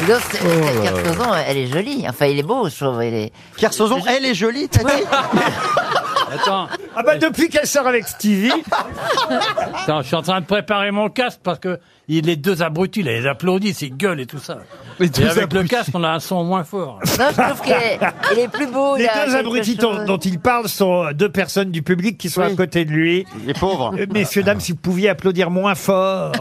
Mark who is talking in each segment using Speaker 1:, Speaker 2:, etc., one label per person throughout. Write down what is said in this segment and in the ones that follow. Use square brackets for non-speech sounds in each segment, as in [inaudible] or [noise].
Speaker 1: Didot, c'est-
Speaker 2: Oh là là.
Speaker 1: Kersozon, elle est jolie. Enfin, il est beau, je trouve. Il est...
Speaker 2: Kersozon, elle est jolie, t'as dit
Speaker 3: Attends,
Speaker 4: Ah bah depuis qu'elle sort avec Stevie,
Speaker 3: attends, je suis en train de préparer mon casque parce que il- les deux abrutis, là, ils applaudissent, ils gueulent et tout ça. Et avec le casque, on a un son moins fort.
Speaker 1: Non, je trouve qu'il est, il est plus
Speaker 3: Oh
Speaker 1: beau. il
Speaker 4: les
Speaker 1: y a
Speaker 4: deux
Speaker 1: quelque
Speaker 4: abrutis
Speaker 1: chose.
Speaker 4: dont, dont il parle sont euh, deux personnes du public qui sont à côté de lui.
Speaker 2: Les pauvres.
Speaker 4: Euh, Messieurs, dames, si vous pouviez applaudir
Speaker 3: [laughs]
Speaker 4: moins fort.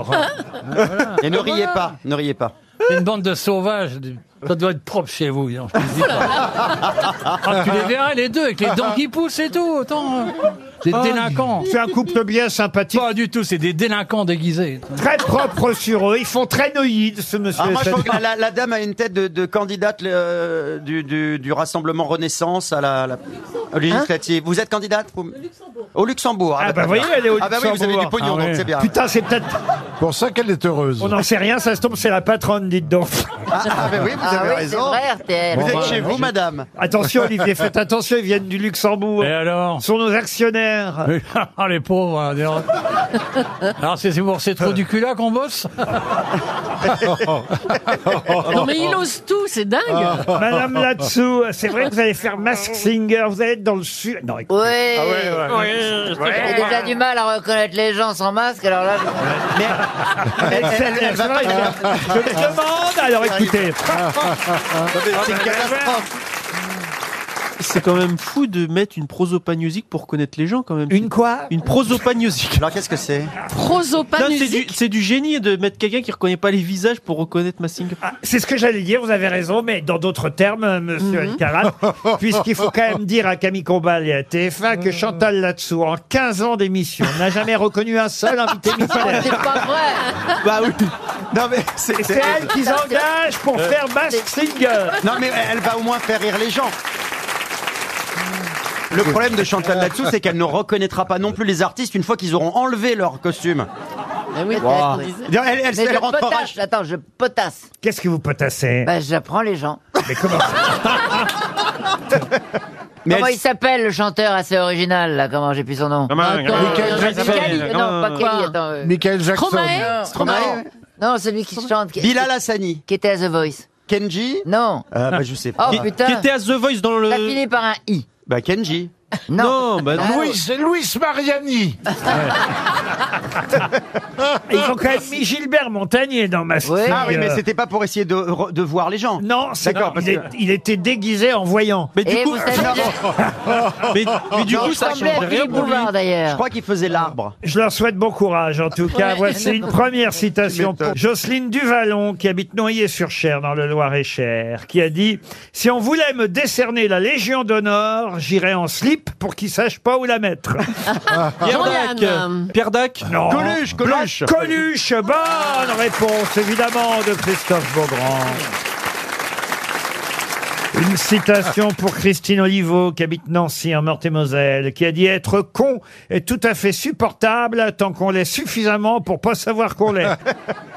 Speaker 2: [laughs] Et ne riez pas, ne riez pas.
Speaker 3: Une bande de sauvages. du- Ah, Ça doit être propre chez vous. non, je te le dis pas. Ah, tu les verrais les deux avec les
Speaker 5: [laughs]
Speaker 3: dents qui poussent et tout. Autant, euh, des délinquants.
Speaker 4: Ah, C'est un couple bien sympathique,
Speaker 3: Pas du tout, c'est des délinquants déguisés.
Speaker 4: très propre sur eux. Ils font très noïdes, ce monsieur.
Speaker 2: Ah, moi, je
Speaker 4: Sadi.
Speaker 2: trouve que la, la- la dame a une tête de, de candidate euh, du, du- du Rassemblement Renaissance à la, la- aux législatives. vous êtes candidate vous- Au Luxembourg.
Speaker 4: Ah, bah,
Speaker 2: d'accord.
Speaker 4: voyez, elle est au
Speaker 2: Ah, bah oui, vous avez du
Speaker 4: Luxembourg.
Speaker 2: pognon,
Speaker 3: Ah,
Speaker 2: donc
Speaker 3: ouais.
Speaker 2: c'est bien.
Speaker 4: Putain, c'est peut-être...
Speaker 6: Pour ça qu'elle est heureuse.
Speaker 4: On n'en sait rien, ça se tombe, c'est la patronne, dites donc.
Speaker 2: Ah, ah, bah oui, vous
Speaker 1: Ah
Speaker 2: avez
Speaker 1: oui, c'est
Speaker 2: raison.
Speaker 1: vrai, RTL.
Speaker 2: Vous êtes
Speaker 6: bah,
Speaker 2: chez vous, madame.
Speaker 4: Attention, Olivier, faites attention, ils viennent
Speaker 2: [laughs]
Speaker 4: du Luxembourg.
Speaker 3: Et alors
Speaker 4: Ce sont nos actionnaires.
Speaker 3: Mais- [laughs] Ah, les pauvres. hein, d'ailleurs. Alors, c'est c'est pour ces
Speaker 5: Ah.
Speaker 3: trous du cul là qu'on bosse
Speaker 7: Non mais il ose tout, c'est dingue.
Speaker 8: Ah.
Speaker 4: Ah.
Speaker 8: [laughs]
Speaker 4: Madame Latsou, c'est vrai que vous allez faire Mask Singer, vous allez être dans le sud. Non, écoute,
Speaker 1: Oui. J'ai déjà du mal à reconnaître les gens sans masque, alors là.
Speaker 4: elle, elle- elle- c'est vrai que je, je me demande, Ah, alors écoutez.
Speaker 9: Ah,
Speaker 7: Ah,
Speaker 2: C'est une catastrophe.
Speaker 5: C'est quand même fou de mettre une prosopagnosique pour connaître les gens quand même.
Speaker 4: Une quoi
Speaker 5: Une prosopagnosique.
Speaker 2: Alors qu'est-ce que c'est
Speaker 5: Là, c'est
Speaker 7: Prosopanusique.
Speaker 5: du, c'est du génie de mettre quelqu'un qui reconnaît pas les visages pour reconnaître ma single.
Speaker 4: Ah, C'est ce que j'allais dire, vous avez raison, mais dans d'autres termes, euh, monsieur
Speaker 2: Mhm. [laughs]
Speaker 4: Alcarat, puisqu'il faut quand même dire à Camille Combal et à TF1
Speaker 2: Mhm.
Speaker 4: que Chantal Latsou, en 15 ans d'émission, n'a jamais reconnu un seul invité mystère.
Speaker 1: C'est pas vrai.
Speaker 2: [laughs] Bah oui. Non mais c'est-
Speaker 4: Et c'est elle qu'ils engagent pour
Speaker 7: Euh.
Speaker 4: faire Mask Singer.
Speaker 2: Non mais euh, elle va au moins faire rire les gens. Le problème de Chantal Latsou, c'est qu'elle ne reconnaîtra pas non plus les artistes une fois qu'ils auront enlevé leur costume.
Speaker 1: oui,
Speaker 2: Wow.
Speaker 1: peut-être, oui.
Speaker 2: Elle, elle, elle-
Speaker 1: Mais
Speaker 2: elle
Speaker 1: je
Speaker 2: rentrera.
Speaker 1: potasse. Attends, je potasse.
Speaker 4: Qu'est-ce que vous potassez
Speaker 1: Bah, j'apprends les gens.
Speaker 4: Mais comment
Speaker 1: [laughs]
Speaker 2: Mais
Speaker 1: Comment
Speaker 2: elle-
Speaker 1: il s'appelle le chanteur assez original, là Comment j'ai plus son nom
Speaker 7: Attends,
Speaker 6: Michael
Speaker 7: euh,
Speaker 6: Jackson.
Speaker 7: Michael-
Speaker 1: Kelly, Non, pas Kelly, attends. euh,
Speaker 6: Michael Jackson.
Speaker 7: Stromae
Speaker 2: Stromae,
Speaker 1: non. Non, celui qui chante, qui,
Speaker 2: Bilal Hassani,
Speaker 1: qui était à The Voice.
Speaker 2: Kenji.
Speaker 1: Non.
Speaker 2: Euh,
Speaker 4: Ah.
Speaker 2: bah je sais
Speaker 1: Oh
Speaker 2: pas.
Speaker 5: Qui-
Speaker 1: putain.
Speaker 5: Qui était à The Voice dans le.
Speaker 1: Ça finit par un I.
Speaker 2: Bah Kenji.
Speaker 1: Non.
Speaker 3: Oh,
Speaker 5: Non, bah non.
Speaker 1: Ah,
Speaker 6: Louis, Louis Mariani.
Speaker 4: Ils ont quand même mis Gilbert Montagnier dans Mask
Speaker 1: Ouais.
Speaker 4: Singer.
Speaker 2: Ah oui, mais c'était pas pour essayer de, de voir les gens.
Speaker 4: Non, c'est
Speaker 2: D'accord, parce
Speaker 4: il, est-
Speaker 2: que-
Speaker 4: il était déguisé en voyant.
Speaker 5: Mais du
Speaker 1: Et
Speaker 2: [laughs]
Speaker 5: coup,
Speaker 1: vous savez,
Speaker 5: mais, mais du
Speaker 2: Non,
Speaker 5: coup,
Speaker 1: il
Speaker 5: ça
Speaker 1: ressemblait
Speaker 5: change
Speaker 1: à
Speaker 5: rien
Speaker 1: Philippe
Speaker 5: pour lui.
Speaker 1: Bouvard
Speaker 2: Je
Speaker 1: d'ailleurs.
Speaker 2: crois qu'il faisait l'arbre.
Speaker 4: Je leur souhaite bon courage, en tout cas.
Speaker 7: Ouais.
Speaker 4: Voici une première citation
Speaker 2: Tu m'étonnes.
Speaker 4: pour Jocelyne Duvalon, qui habite Noyer-sur-Cher, dans le Loir-et-Cher, qui a dit « Si on voulait me décerner la Légion d'honneur, j'irais en slip pour qu'ils sachent pas où la mettre. Ah.
Speaker 5: Pierre Dac.
Speaker 7: Jean-Yann.
Speaker 5: Ah. Pierre Dac. »
Speaker 4: Non.
Speaker 2: Coluche, Coluche.
Speaker 4: Coluche, bonne réponse, évidemment, de Christophe Beaugrand. Une citation pour Christine Oliveau, qui habite Nancy, en Meurthe-et-Moselle, qui a dit « Être con est tout à fait supportable tant qu'on l'est suffisamment pour pas savoir qu'on l'est. »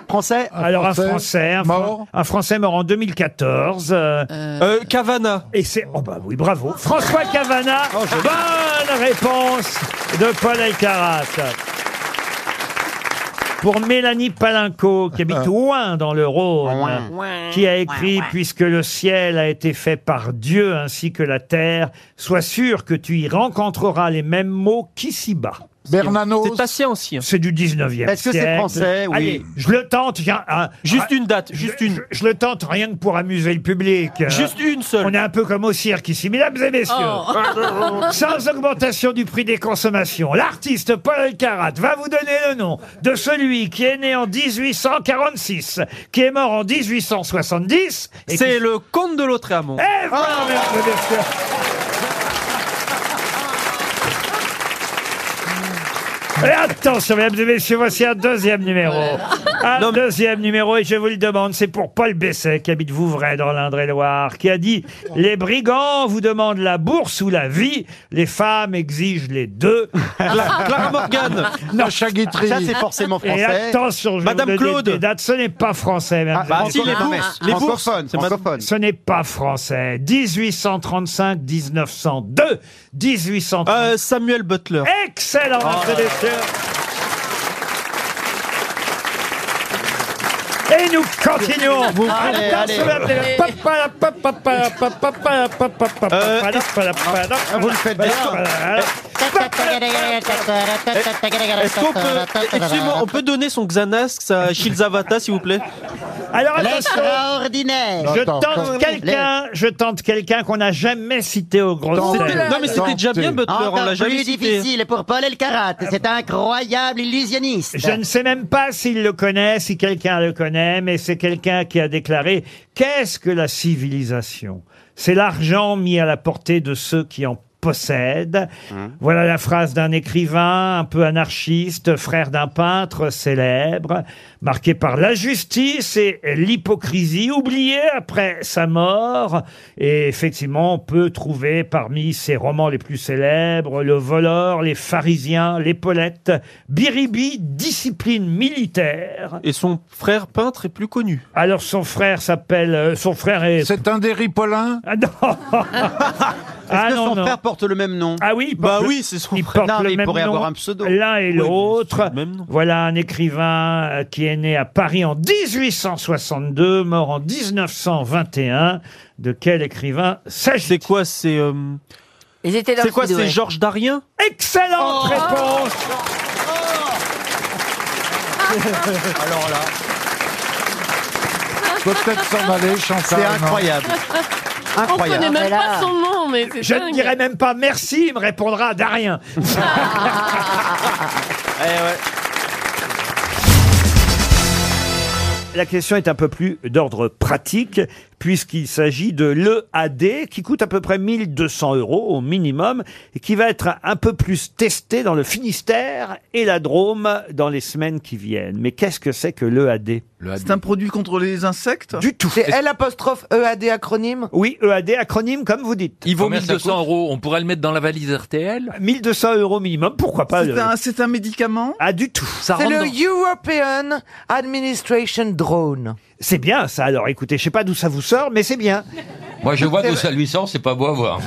Speaker 2: Français.
Speaker 4: Alors un Français,
Speaker 6: Français
Speaker 4: un, Fran-
Speaker 6: mort.
Speaker 4: un Français mort en 2014. euh,
Speaker 5: Euh, Cavana.
Speaker 4: Et c'est... Oh bah oui, bravo. François Cavana, bonne réponse de Paul Aycarat. Pour Mélanie Palinco, qui
Speaker 2: Ah.
Speaker 4: habite Ouin dans le Rhône, qui a écrit Puisque le ciel a été fait par Dieu ainsi que la terre, sois sûr que tu y rencontreras les mêmes mots qu'ici-bas.
Speaker 6: Bernanos.
Speaker 5: C'est hein. assez ancien.
Speaker 4: C'est du 19e siècle.
Speaker 2: Est-ce que c'est français Oui.
Speaker 4: Allez, je le tente. j'ai un- un-
Speaker 5: Juste une date, juste
Speaker 4: je-
Speaker 5: une.
Speaker 4: Je, je le tente rien que pour amuser le public. Euh,
Speaker 5: Juste une
Speaker 4: On
Speaker 5: seule.
Speaker 4: est un peu comme au cirque ici, mesdames et messieurs.
Speaker 7: Oh.
Speaker 4: [laughs] Sans augmentation du prix des consommations, l'artiste Paul Carat va vous donner le nom de celui qui est né en 1846, qui est mort en 1870. et qui-
Speaker 5: C'est le comte de Lautréamont.
Speaker 4: Eh, voilà, mesdames et messieurs. Et attention, mesdames et messieurs, voici un deuxième numéro. Un deuxième numéro, et je vous le demande, c'est pour Paul Besset, qui habite Vouvray dans l'Indre-et-Loire, qui a dit « Les brigands vous demandent la bourse ou la vie, les femmes exigent les deux.
Speaker 5: Cla- Clara Morgan.
Speaker 6: Chagutry.
Speaker 2: Ça c'est forcément »
Speaker 4: Et
Speaker 2: français.
Speaker 4: attention, je vais
Speaker 5: Madame
Speaker 4: vous donner
Speaker 5: Claude.
Speaker 4: des dates, ce n'est pas français. mesdames
Speaker 2: Ah,
Speaker 4: et
Speaker 2: bah,
Speaker 5: si, les
Speaker 2: non,
Speaker 5: bourses,
Speaker 2: mais
Speaker 5: les bourses.
Speaker 2: francophone,
Speaker 5: C'est ma-
Speaker 2: francophone.
Speaker 4: Ce n'est pas français. 1835, 1902, 1830.
Speaker 5: Euh, Samuel Butler.
Speaker 4: Eh, Excellent,
Speaker 2: Ah.
Speaker 4: mesdames et messieurs. Et nous continuons.
Speaker 6: Allez, allez.
Speaker 4: Euh,
Speaker 6: Vous le faites bien.
Speaker 10: Est-ce qu'on peut, excusez-moi, on peut donner son Xanax à Shilzavata, s'il vous plaît
Speaker 4: Alors attention,
Speaker 1: L'extraordinaire.
Speaker 4: je
Speaker 2: Attends, attends.
Speaker 4: tente quelqu'un, je tente quelqu'un qu'on n'a jamais cité au gros
Speaker 6: Oh,
Speaker 2: C'était-
Speaker 10: Non, mais c'était déjà bien, Butler,
Speaker 6: Ah,
Speaker 10: on l'a
Speaker 1: Encore
Speaker 10: jamais
Speaker 1: plus
Speaker 10: cité.
Speaker 1: difficile pour Paul Elkarat. C'est un incroyable illusionniste.
Speaker 4: Je ne sais même pas s'il le connaît, si quelqu'un le connaît, mais c'est quelqu'un qui a déclaré Qu'est-ce que la civilisation C'est l'argent mis à la portée de ceux qui en possèdent.
Speaker 10: Hein
Speaker 4: Voilà la phrase d'un écrivain un peu anarchiste, frère d'un peintre célèbre, marqué par l'injustice et l'hypocrisie, oublié après sa mort. Et effectivement, on peut trouver parmi ses romans les plus célèbres Le voleur, Les pharisiens, L'épaulette, Biribi, Discipline militaire.
Speaker 10: Et son frère peintre est plus connu.
Speaker 4: Alors son frère s'appelle... euh, Son frère est...
Speaker 2: C'est un des ripolins [laughs]
Speaker 4: Ah non
Speaker 6: Est-ce
Speaker 4: Ah
Speaker 6: que
Speaker 4: non,
Speaker 6: son
Speaker 4: non.
Speaker 6: frère porte le même nom
Speaker 4: Ah oui, il porte
Speaker 10: Bah
Speaker 4: le-
Speaker 10: oui, c'est son
Speaker 4: il
Speaker 10: frère.
Speaker 4: porte
Speaker 6: Non, mais
Speaker 4: le
Speaker 6: il
Speaker 4: même
Speaker 6: pourrait
Speaker 4: nom,
Speaker 6: avoir un pseudo.
Speaker 4: L'un
Speaker 10: mais
Speaker 4: et
Speaker 10: c'est
Speaker 4: l'autre.
Speaker 10: le même nom.
Speaker 4: Voilà un écrivain euh, qui est né à Paris en 1862, mort en 1921. De quel écrivain
Speaker 10: C'est
Speaker 4: s'agit-il
Speaker 10: quoi, c'est, euh,
Speaker 1: Ils étaient dans
Speaker 10: c'est quoi, c'est Georges Darien
Speaker 8: Oh.
Speaker 1: Oh. [laughs]
Speaker 4: Excellente réponse
Speaker 7: Ah.
Speaker 2: Faut peut-être s'en aller, Chantal.
Speaker 6: C'est
Speaker 2: non
Speaker 6: incroyable.
Speaker 8: On connaît
Speaker 6: Incroyable.
Speaker 1: Mais
Speaker 8: même
Speaker 1: là-
Speaker 8: pas son nom, mais c'est
Speaker 4: Je ne
Speaker 8: dingue.
Speaker 4: dirai même pas merci, il me répondra Darien.
Speaker 8: [laughs]
Speaker 1: Eh
Speaker 4: La question est un peu plus d'ordre pratique, puisqu'il s'agit de l'EAD, qui coûte à peu près 1200 euros au minimum, et qui va être un peu plus testé dans le Finistère et la Drôme dans les semaines qui viennent. Mais qu'est-ce que c'est que l'EAD
Speaker 11: C'est un produit contre les insectes
Speaker 4: Du tout.
Speaker 12: C'est L apostrophe EAD acronyme
Speaker 4: Oui, E EAD, acronyme, comme vous dites.
Speaker 13: Il vaut 1200 euros. On pourrait le mettre dans la valise RTL.
Speaker 4: 1200 euros minimum, pourquoi pas
Speaker 11: C'est
Speaker 4: le-
Speaker 11: un, c'est un médicament
Speaker 4: Ah, du tout.
Speaker 13: Ça
Speaker 12: C'est
Speaker 13: rentre
Speaker 12: le
Speaker 13: dans...
Speaker 12: European Administration Drone.
Speaker 4: C'est bien ça, alors écoutez, je sais pas d'où ça vous sort, mais c'est bien.
Speaker 13: Moi, je vois d'où ça lui sort. C'est pas beau à voir.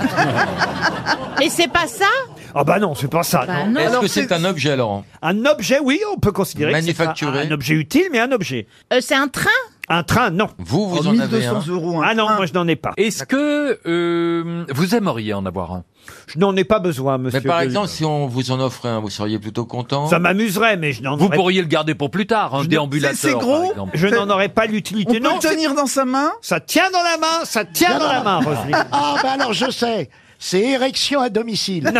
Speaker 8: Mais c'est pas ça
Speaker 4: Ah bah non, c'est pas ça. non.
Speaker 13: Est-ce
Speaker 11: Alors,
Speaker 13: que c'est
Speaker 11: c'est-
Speaker 13: un objet, Laurent
Speaker 4: Un objet, oui, on peut considérer que c'est
Speaker 13: Manufacturé.
Speaker 4: un- un, objet utile, mais un objet.
Speaker 8: euh, C'est un train
Speaker 4: Un train, non.
Speaker 13: Vous, vous
Speaker 11: en
Speaker 13: en avez
Speaker 11: 1200
Speaker 13: un.
Speaker 11: euros. un
Speaker 4: Ah non,
Speaker 11: train.
Speaker 4: moi je n'en ai pas.
Speaker 13: Est-ce que euh, vous aimeriez en avoir un
Speaker 4: Je n'en ai pas besoin, monsieur.
Speaker 13: Mais par
Speaker 4: Gueuleux.
Speaker 13: exemple, si on vous en offrait un, vous seriez plutôt content
Speaker 4: ça m'amuserait, mais je n'en
Speaker 13: Vous
Speaker 4: aurais,
Speaker 13: pourriez le garder pour plus tard, un
Speaker 11: Je-
Speaker 13: déambulateur.
Speaker 11: c'est- c'est
Speaker 13: par
Speaker 11: gros
Speaker 13: exemple.
Speaker 4: je n'en
Speaker 11: C'est-
Speaker 4: aurais pas
Speaker 11: On peut
Speaker 4: l'utilité. Non,
Speaker 11: le tenir dans sa main
Speaker 4: ça tient dans la main, ça tient dans la main, Roselyne.
Speaker 12: Ah bah alors je sais, c'est érection à domicile.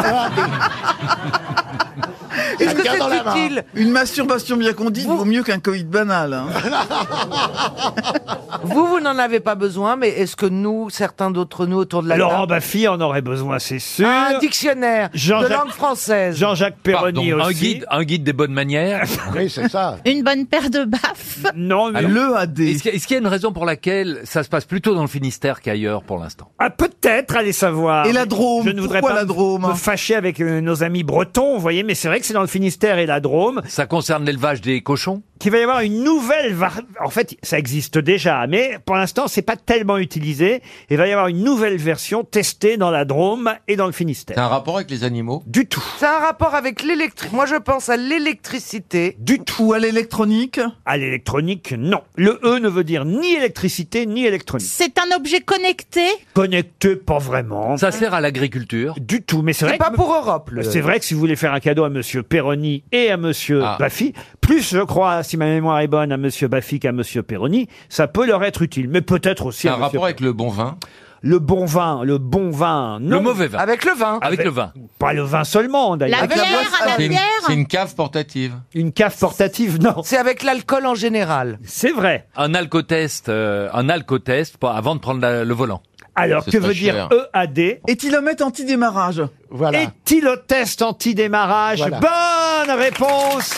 Speaker 11: Est-ce que
Speaker 12: tient dans la main.
Speaker 4: [laughs]
Speaker 11: c'est utile Une masturbation bien condite vaut mieux qu'un Covid banal. hein.
Speaker 12: [laughs] Vous, vous n'en avez pas besoin, mais est-ce que nous, certains d'autres nous autour de la
Speaker 4: Laurent
Speaker 12: table,
Speaker 4: Baffy en aurait besoin, c'est sûr.
Speaker 11: Ah,
Speaker 12: un dictionnaire
Speaker 4: Jean-Jacques-
Speaker 12: de langue française
Speaker 4: Jean-Jacques Perroni
Speaker 13: Pardon, un
Speaker 4: aussi.
Speaker 13: guide, un guide des bonnes [laughs] manières.
Speaker 2: Oui, c'est
Speaker 4: [laughs]
Speaker 2: ça.
Speaker 8: Une bonne paire de baffes
Speaker 13: Ah,
Speaker 4: Non, mais-
Speaker 11: Le AD.
Speaker 13: Est-ce qu'il y a- est-ce qu'il y a une raison pour laquelle ça se passe plutôt dans le Finistère qu'ailleurs pour l'instant
Speaker 4: Ah, peut-être, allez savoir.
Speaker 11: Et la Drôme,
Speaker 4: Je ne voudrais
Speaker 11: pourquoi
Speaker 4: pas
Speaker 11: la Drôme
Speaker 4: me fâcher avec euh, nos amis bretons, vous voyez, mais c'est vrai que c'est dans le Finistère et la Drôme.
Speaker 13: Ça concerne l'élevage des cochons
Speaker 4: qu'il va y avoir une nouvelle var- en fait ça existe déjà mais pour l'instant c'est pas tellement utilisé il va y avoir une nouvelle version testée dans la Drôme et dans le
Speaker 13: C'est
Speaker 4: Finistère
Speaker 13: un rapport avec les animaux
Speaker 4: du tout
Speaker 12: C'est un rapport avec l'électricité. Moi, je pense à l'électricité.
Speaker 4: du tout
Speaker 11: Ou à l'électronique
Speaker 4: à l'électronique non le E ne veut dire ni électricité ni électronique
Speaker 8: C'est un objet connecté
Speaker 4: connecté pas vraiment
Speaker 13: Ça sert à l'agriculture.
Speaker 4: du tout mais c'est vrai
Speaker 12: C'est pas
Speaker 4: que-
Speaker 12: pour Europe. le-
Speaker 4: c'est vrai que si vous voulez faire un cadeau à Monsieur Perroni et à Monsieur
Speaker 13: Ah.
Speaker 4: Baffy, plus je crois, si ma mémoire est bonne, à Monsieur Baffy qu'à Monsieur Perroni, ça peut leur être utile. Mais peut-être aussi
Speaker 13: C'est
Speaker 4: à
Speaker 13: un
Speaker 4: Monsieur
Speaker 13: rapport avec le bon vin,
Speaker 4: le bon vin, le bon vin, non,
Speaker 13: le mauvais vin, avec,
Speaker 12: Avec le vin.
Speaker 13: le vin.
Speaker 4: pas le vin seulement d'ailleurs.
Speaker 8: La
Speaker 12: Avec la
Speaker 8: bière,
Speaker 12: boisson.
Speaker 8: à la
Speaker 13: C'est une, c'est
Speaker 8: bière
Speaker 13: une cave portative.
Speaker 4: Une cave portative, non.
Speaker 12: C'est avec l'alcool en général.
Speaker 4: C'est vrai.
Speaker 13: Un alcotest, euh, un alcotest pas- avant de prendre la- le volant.
Speaker 4: Alors,
Speaker 13: Ce
Speaker 4: que
Speaker 13: serait
Speaker 4: veut dire E
Speaker 13: cher.
Speaker 4: EAD
Speaker 11: Éthylomètre anti-démarrage.
Speaker 12: Voilà.
Speaker 4: Éthylotest anti-démarrage.
Speaker 12: Voilà.
Speaker 4: Bonne réponse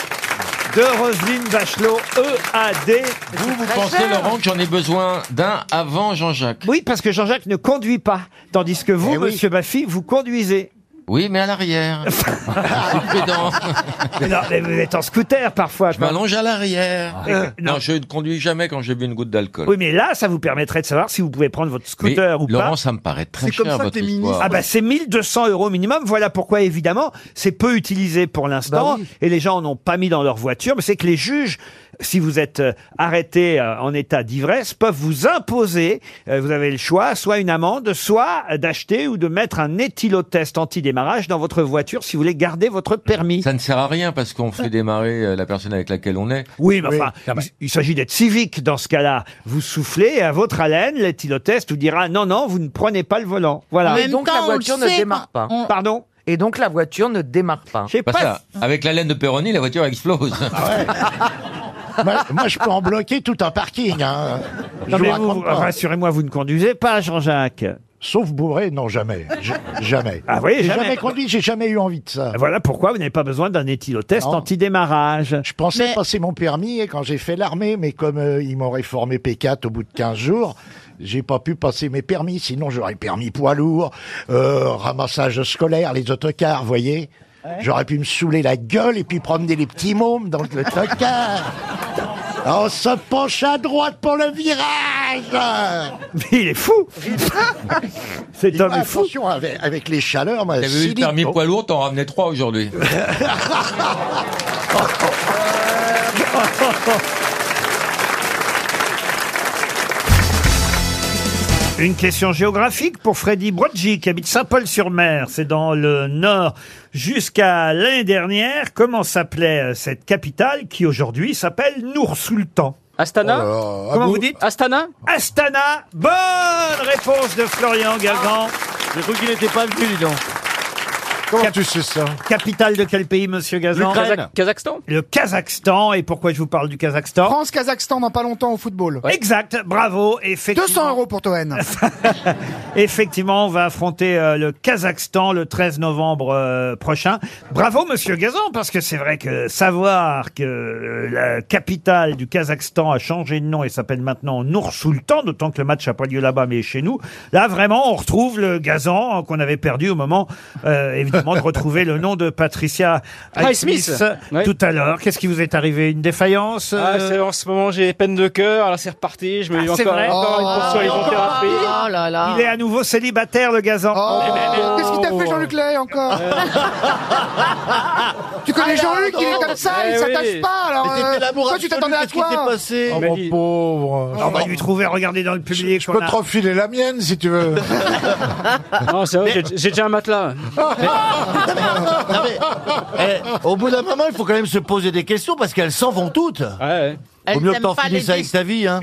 Speaker 4: de Roselyne Bachelot, E EAD.
Speaker 13: Vous, vous
Speaker 12: très
Speaker 13: pensez,
Speaker 12: cher.
Speaker 13: Laurent, que j'en ai besoin d'un avant Jean-Jacques
Speaker 4: Oui, parce que Jean-Jacques ne conduit pas, tandis que vous,
Speaker 12: Eh oui.
Speaker 4: monsieur Baffy, vous conduisez.
Speaker 13: Oui, mais
Speaker 4: [laughs]
Speaker 13: à l'arrière. Je suis pédant.
Speaker 4: Mais non, mais vous êtes en scooter parfois.
Speaker 13: Je
Speaker 4: quoi.
Speaker 13: m'allonge à l'arrière.
Speaker 4: Euh,
Speaker 13: Ah. non.
Speaker 4: non.
Speaker 13: je ne conduis jamais quand j'ai bu une goutte d'alcool.
Speaker 4: Oui, mais là, ça vous permettrait de savoir si vous pouvez prendre votre
Speaker 13: Mais,
Speaker 4: scooter ou
Speaker 13: Laurent,
Speaker 4: pas.
Speaker 13: ça me paraît très
Speaker 11: C'est
Speaker 13: cher
Speaker 11: comme ça que
Speaker 13: votre
Speaker 11: t'es
Speaker 13: histoire.
Speaker 11: ministre.
Speaker 4: Ah bah c'est 1200 euros minimum, voilà pourquoi évidemment c'est peu utilisé pour l'instant
Speaker 12: Bah oui.
Speaker 4: et les gens n'ont pas mis dans leur voiture, mais c'est que les juges si vous êtes euh, arrêté euh, en état d'ivresse, peuvent vous imposer, euh, vous avez le choix, soit une amende, soit d'acheter ou de mettre un éthylotest anti-démarrage dans votre voiture si vous voulez garder votre permis.
Speaker 14: Ça ne sert à rien parce qu'on fait démarrer euh, la personne avec laquelle on est.
Speaker 4: Oui, mais enfin,
Speaker 12: Ah bah.
Speaker 4: il, il s'agit d'être civique dans ce cas-là. Vous soufflez et à votre haleine, l'éthylotest vous dira non, non, vous ne prenez pas le volant. Voilà.
Speaker 11: Et donc la voiture ne démarre pas.
Speaker 4: Pardon
Speaker 11: Et donc la voiture ne démarre pas.
Speaker 14: Parce que, avec la laine de Peroni, la voiture explose.
Speaker 4: Ah
Speaker 13: [laughs]
Speaker 3: moi, moi, je peux en bloquer tout un parking. hein. Je
Speaker 4: Non,
Speaker 3: vous
Speaker 4: mais vous-
Speaker 3: raconte pas.
Speaker 4: rassurez-moi, vous ne conduisez pas, Jean-Jacques.
Speaker 3: Sauf bourré, non, jamais. J- jamais.
Speaker 4: Ah oui,
Speaker 3: J'ai
Speaker 4: jamais. Ah,
Speaker 3: conduit, j'ai jamais eu envie de ça.
Speaker 4: Voilà pourquoi vous n'avez pas besoin d'un éthylotest
Speaker 3: Non.
Speaker 4: anti-démarrage.
Speaker 3: Je pensais passer mon permis et quand j'ai fait l'armée, mais comme euh, ils m'ont réformé P4 au bout de 15 jours, j'ai pas pu passer mes permis, sinon j'aurais permis poids lourd, euh, ramassage scolaire, les autocars, voyez J'aurais pu me saouler la gueule et puis promener les petits mômes dans le autocar. On se penche à droite pour le virage
Speaker 4: Mais il est fou Cet homme est fou
Speaker 3: Attention, avec, avec les chaleurs, moi,
Speaker 14: T'avais
Speaker 3: six
Speaker 14: eu le permis
Speaker 3: litres.
Speaker 14: poids lourd, t'en ramenais trois
Speaker 4: [laughs]
Speaker 14: aujourd'hui.
Speaker 4: Une question géographique pour Freddy Brodji, qui habite Saint-Paul-sur-Mer, c'est dans le nord. Jusqu'à l'année dernière, comment s'appelait euh, cette capitale qui aujourd'hui s'appelle Nour-Sultan
Speaker 3: Oh
Speaker 15: Astana
Speaker 3: Ah,
Speaker 4: Comment vous dites
Speaker 15: Astana
Speaker 4: Astana, bonne réponse de Florian Gazan. J'ai cru qu'il n'était pas venu, dis donc.
Speaker 3: Comment tu sais ça
Speaker 4: Capitale de quel pays, monsieur Gazan
Speaker 15: L'Ukraine. Kazakhstan
Speaker 4: Le Kazakhstan. Et pourquoi je vous parle du Kazakhstan
Speaker 12: France-Kazakhstan dans pas longtemps au football.
Speaker 4: Exact, bravo, effectivement.
Speaker 12: 200 euros pour Toen.
Speaker 4: Effectivement, on va affronter euh, le Kazakhstan le 13 novembre euh, prochain. Bravo, monsieur Gazan, parce que c'est vrai que savoir que euh, la capitale du Kazakhstan a changé de nom et s'appelle maintenant Nour-Sultan, d'autant que le match n'a pas lieu là-bas, mais chez nous, là, vraiment, on retrouve le Gazan hein, qu'on avait perdu au moment, euh, évidemment, de retrouver le nom de Patricia Highsmith euh,
Speaker 15: Highsmith. Ouais.
Speaker 4: tout à l'heure. Qu'est-ce qui vous est arrivé Une défaillance
Speaker 15: Ah,
Speaker 4: euh, Ah,
Speaker 15: c'est- en ce moment, j'ai peine de cœur. Alors, Ah, c'est Oh. reparti. Je me mets
Speaker 4: c'est
Speaker 15: encore,
Speaker 4: vrai
Speaker 15: encore une course sur les thérapies.
Speaker 1: Oh là là.
Speaker 4: Il est à nouveau célibataire, le Gazan.
Speaker 12: Oh. Qu'est-ce qu'il t'a fait Jean-Luc Lay encore Tu connais Jean-Luc, il est comme ça, il
Speaker 15: Eh
Speaker 12: s'attache
Speaker 15: oui.
Speaker 12: pas. Alors,
Speaker 15: Mais t'étais
Speaker 12: euh, toi, tu t'attendais à quoi
Speaker 3: Oh, mon pauvre
Speaker 16: Ah,
Speaker 4: On
Speaker 16: bah,
Speaker 4: va lui trouver, bah, regardez dans le public.
Speaker 3: Je peux te refiler la mienne si tu
Speaker 4: [laughs]
Speaker 3: veux.
Speaker 15: Non, c'est vrai, j'ai- j'ai déjà un matelas.
Speaker 7: eh, au bout d'un moment, il faut quand même se poser des questions parce qu'elles s'en vont toutes. Au
Speaker 8: Elles
Speaker 7: mieux que
Speaker 8: aiment
Speaker 7: t'en
Speaker 8: pas
Speaker 7: finisses
Speaker 8: les
Speaker 7: avec ta vie. Hein.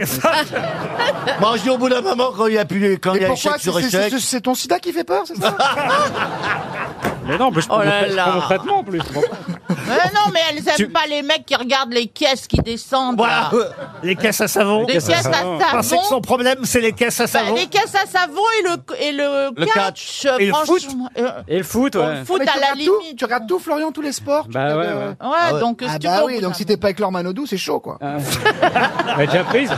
Speaker 7: [laughs] Moi, je dis au bout d'un moment, quand il y a, plus, quand il y
Speaker 12: Et
Speaker 7: a
Speaker 12: pourquoi
Speaker 7: échec
Speaker 12: C'est-
Speaker 7: sur
Speaker 12: c'est-
Speaker 7: échec.
Speaker 12: c'est- C'est ton sida qui fait peur, c'est ça Ah,
Speaker 15: Mais non, mais je prends,
Speaker 12: Oh là
Speaker 15: mon, je prends
Speaker 12: là.
Speaker 15: mon traitement en plus.
Speaker 8: Mais Euh, non, mais elles aiment
Speaker 15: Tu-
Speaker 8: pas les mecs qui regardent les caisses qui descendent. là.
Speaker 4: Euh, Les caisses à savon.
Speaker 8: Les Les caisses à caisses à savon. savon.
Speaker 4: Pensez que son problème, c'est les caisses à
Speaker 8: Bah,
Speaker 4: savon.
Speaker 8: les caisses à savon et le, et le,
Speaker 4: Le catch. Et le
Speaker 8: franchement,
Speaker 4: foot.
Speaker 8: euh,
Speaker 15: Et le foot,
Speaker 8: ouais.
Speaker 12: Non, mais
Speaker 8: Foot à
Speaker 12: tu
Speaker 8: la
Speaker 12: regardes tout, Tu regardes tout, Florian, tous les sports. tu
Speaker 15: Bah
Speaker 12: regardes,
Speaker 15: ouais,
Speaker 12: euh,
Speaker 15: ouais. Ouais, Ah ouais. donc,
Speaker 12: ah
Speaker 15: si tu
Speaker 12: bah
Speaker 15: veux, au
Speaker 12: oui,
Speaker 15: bout
Speaker 12: donc si t'es pas avec Manodou, c'est chaud quoi.
Speaker 15: Elle est déjà prise.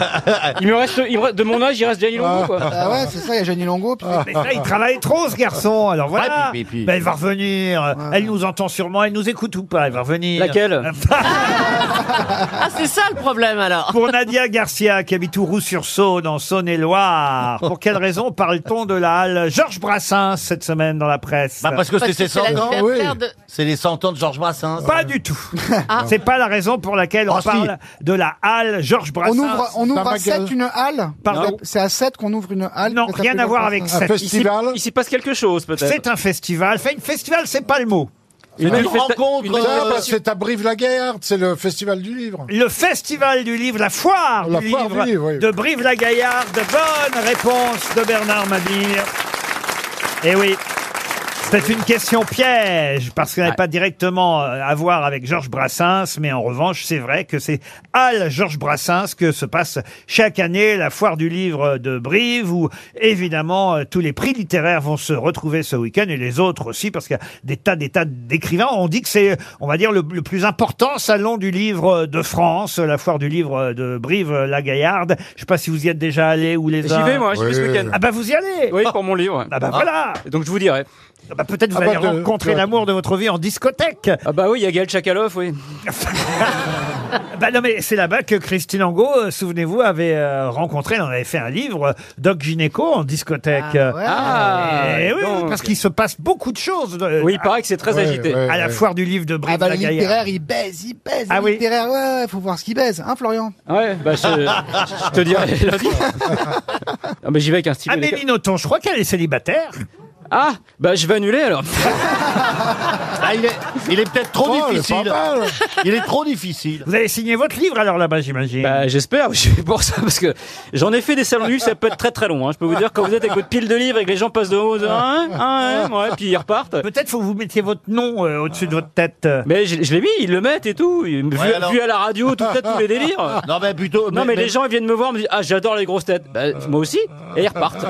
Speaker 15: Il me reste, il me reste- de mon âge, il reste Gianni Longo, quoi.
Speaker 12: Ah ouais, c'est ça, il y a Jenny Longo. puis-
Speaker 4: Ah, Mais ça, il travaille trop, ce garçon. Alors voilà.
Speaker 12: Ah. Ouais, puis- puis- puis-
Speaker 4: Ben, elle va revenir. Elle nous entend sûrement. Elle nous écoute ou pas Elle va revenir.
Speaker 15: Laquelle
Speaker 1: Ah, c'est ça le problème alors.
Speaker 4: [laughs] Pour Nadia Garcia, qui habite Ouroux-sur-Saône, en Saône-et-Loire. Pour quelle raison parle-t-on de la halle Georges Brassens cette semaine dans la presse
Speaker 7: Bah, parce que c'est ses 100 ans. C'est les 100 ans de Georges Brassens.
Speaker 4: Pas du tout. C'est pas la raison pour laquelle on
Speaker 7: Ah, si.
Speaker 4: parle de la halle Georges Brassens.
Speaker 12: On ouvre, on ouvre à 7 une halle
Speaker 4: Pardon
Speaker 12: C'est à 7 qu'on ouvre une halle
Speaker 4: Non,
Speaker 12: Ça
Speaker 4: rien
Speaker 12: s'appelle
Speaker 4: à voir
Speaker 12: Georges
Speaker 4: avec
Speaker 12: Brassens.
Speaker 4: cette.
Speaker 15: Il s'y passe quelque chose, peut-être.
Speaker 4: C'est un festival. Enfin, une festival, c'est pas le mot.
Speaker 15: Une
Speaker 3: Mais
Speaker 15: belle
Speaker 3: non,
Speaker 15: festa-
Speaker 3: rencontre,
Speaker 15: une
Speaker 3: euh,
Speaker 15: belle
Speaker 3: bah,
Speaker 15: festa-
Speaker 3: c'est à Brive-la-Gaillarde, c'est le festival du livre.
Speaker 4: Le festival du livre, la foire,
Speaker 3: La
Speaker 4: du,
Speaker 3: foire
Speaker 4: livre
Speaker 3: du livre, oui.
Speaker 4: de Brive-la-Gaillarde. Bonne réponse de Bernard Mabille. Eh oui. C'est une question piège, parce qu'elle n'a pas directement euh, à voir avec Georges Brassens, mais en revanche, c'est vrai que c'est à la Georges Brassens que se passe chaque année la foire du livre de Brive, où évidemment euh, tous les prix littéraires vont se retrouver ce week-end, et les autres aussi, parce qu'il y a des tas, des tas d'écrivains. On dit que c'est, on va dire, le, le plus important salon du livre de France, la foire du livre de Brive-la-Gaillarde. Je sais pas si vous y êtes déjà allé ou les
Speaker 15: J'y
Speaker 4: uns-
Speaker 15: vais, moi, j'y vais ce week-end.
Speaker 4: Ah bah vous y allez
Speaker 15: Oui, pour mon livre.
Speaker 4: Ah bah voilà
Speaker 15: Donc je vous dirai.
Speaker 4: bah, peut-être vous
Speaker 15: Ah bah,
Speaker 4: allez
Speaker 15: de-
Speaker 4: rencontrer
Speaker 15: de-
Speaker 4: l'amour de votre vie en discothèque. Ah bah oui, il y a Gaël Chakalov, oui. [laughs] bah non mais c'est là-bas que Christine Angot, euh, souvenez-vous, avait euh, rencontré, elle en avait fait un livre, euh, Doc Gynéco en discothèque.
Speaker 15: Ah ouais.
Speaker 4: Ah,
Speaker 15: Ah,
Speaker 4: eh oui,
Speaker 15: donc.
Speaker 4: parce qu'il se passe beaucoup de choses. euh,
Speaker 15: Oui, il paraît que c'est très Ouais, agité. ouais,
Speaker 4: à la
Speaker 15: ouais.
Speaker 4: foire du livre de
Speaker 17: Ah
Speaker 4: Brive
Speaker 17: bah, le littéraire, il baise, il baise.
Speaker 4: Ah
Speaker 17: le
Speaker 4: oui.
Speaker 17: littéraire, ouais, ouais, faut voir ce qu'il baise, hein, Florian
Speaker 15: Ouais, bah je, [laughs] je te dirai lundi. Non, mais j'y vais avec un stylo.
Speaker 4: Amélie Nothomb, je crois qu'elle est célibataire.
Speaker 15: Ah, bah je vais annuler
Speaker 3: [laughs]
Speaker 15: alors.
Speaker 3: Ah, il est, il est peut-être trop
Speaker 4: Oh,
Speaker 3: difficile. Il est trop difficile.
Speaker 4: Vous avez signé votre livre alors là-bas, j'imagine.
Speaker 15: Bah, j'espère, je suis pour ça parce que j'en ai fait des salons nus, ça peut être très très long. hein. Je peux vous dire quand vous êtes avec votre pile de livres et que les gens passent de haut, de, hein, hein, hein, ouais, puis ils repartent.
Speaker 4: Peut-être faut que vous mettiez votre nom euh, au-dessus de votre tête.
Speaker 15: Mais je, je l'ai mis, ils le mettent et tout. Vu,
Speaker 3: Ouais, alors.
Speaker 15: vu à la radio, tout ça,
Speaker 3: [laughs]
Speaker 15: tous les délires.
Speaker 3: Non, mais plutôt.
Speaker 15: Non, mais, les gens ils viennent me voir, me disent Ah, j'adore les grosses têtes. Bah, moi aussi. Et ils repartent.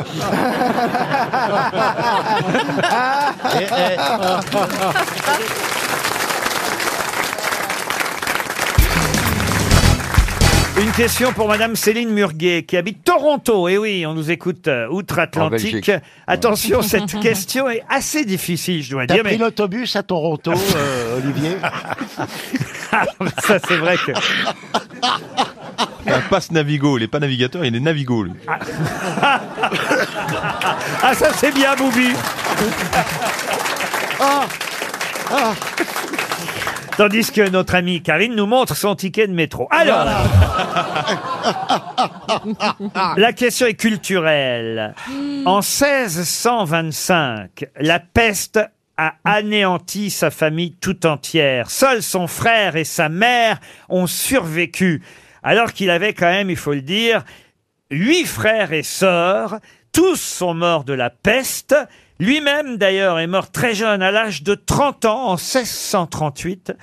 Speaker 4: Une question pour Madame Céline Murguet qui habite Toronto. Et oui, on nous écoute euh,
Speaker 3: En Belgique.
Speaker 4: outre-Atlantique.
Speaker 3: Ouais. [laughs]
Speaker 4: Attention, cette question est assez difficile, [laughs] je dois
Speaker 2: T'as
Speaker 4: dire.
Speaker 2: pris
Speaker 4: Mais Ah,
Speaker 2: l'autobus à
Speaker 4: [laughs]
Speaker 2: Toronto, euh, Olivier
Speaker 4: ça, c'est vrai que.
Speaker 7: Un passe Navigo, il est pas navigateur, il est Navigo. Lui.
Speaker 4: Ah, ça, c'est bien,
Speaker 3: [laughs]
Speaker 4: Boubi.
Speaker 18: Ah Ah
Speaker 4: Tandis que notre amie Karine nous montre son ticket de métro. Alors.
Speaker 3: [laughs]
Speaker 7: Ah.
Speaker 4: La question est culturelle. En 1625, la peste a anéanti sa famille tout entière. Seuls son frère et sa mère ont survécu, alors qu'il avait quand même, il faut le dire, huit frères et sœurs. Tous sont morts de la peste. Lui-même, d'ailleurs, est mort très jeune, à l'âge de 30 ans, en 1638,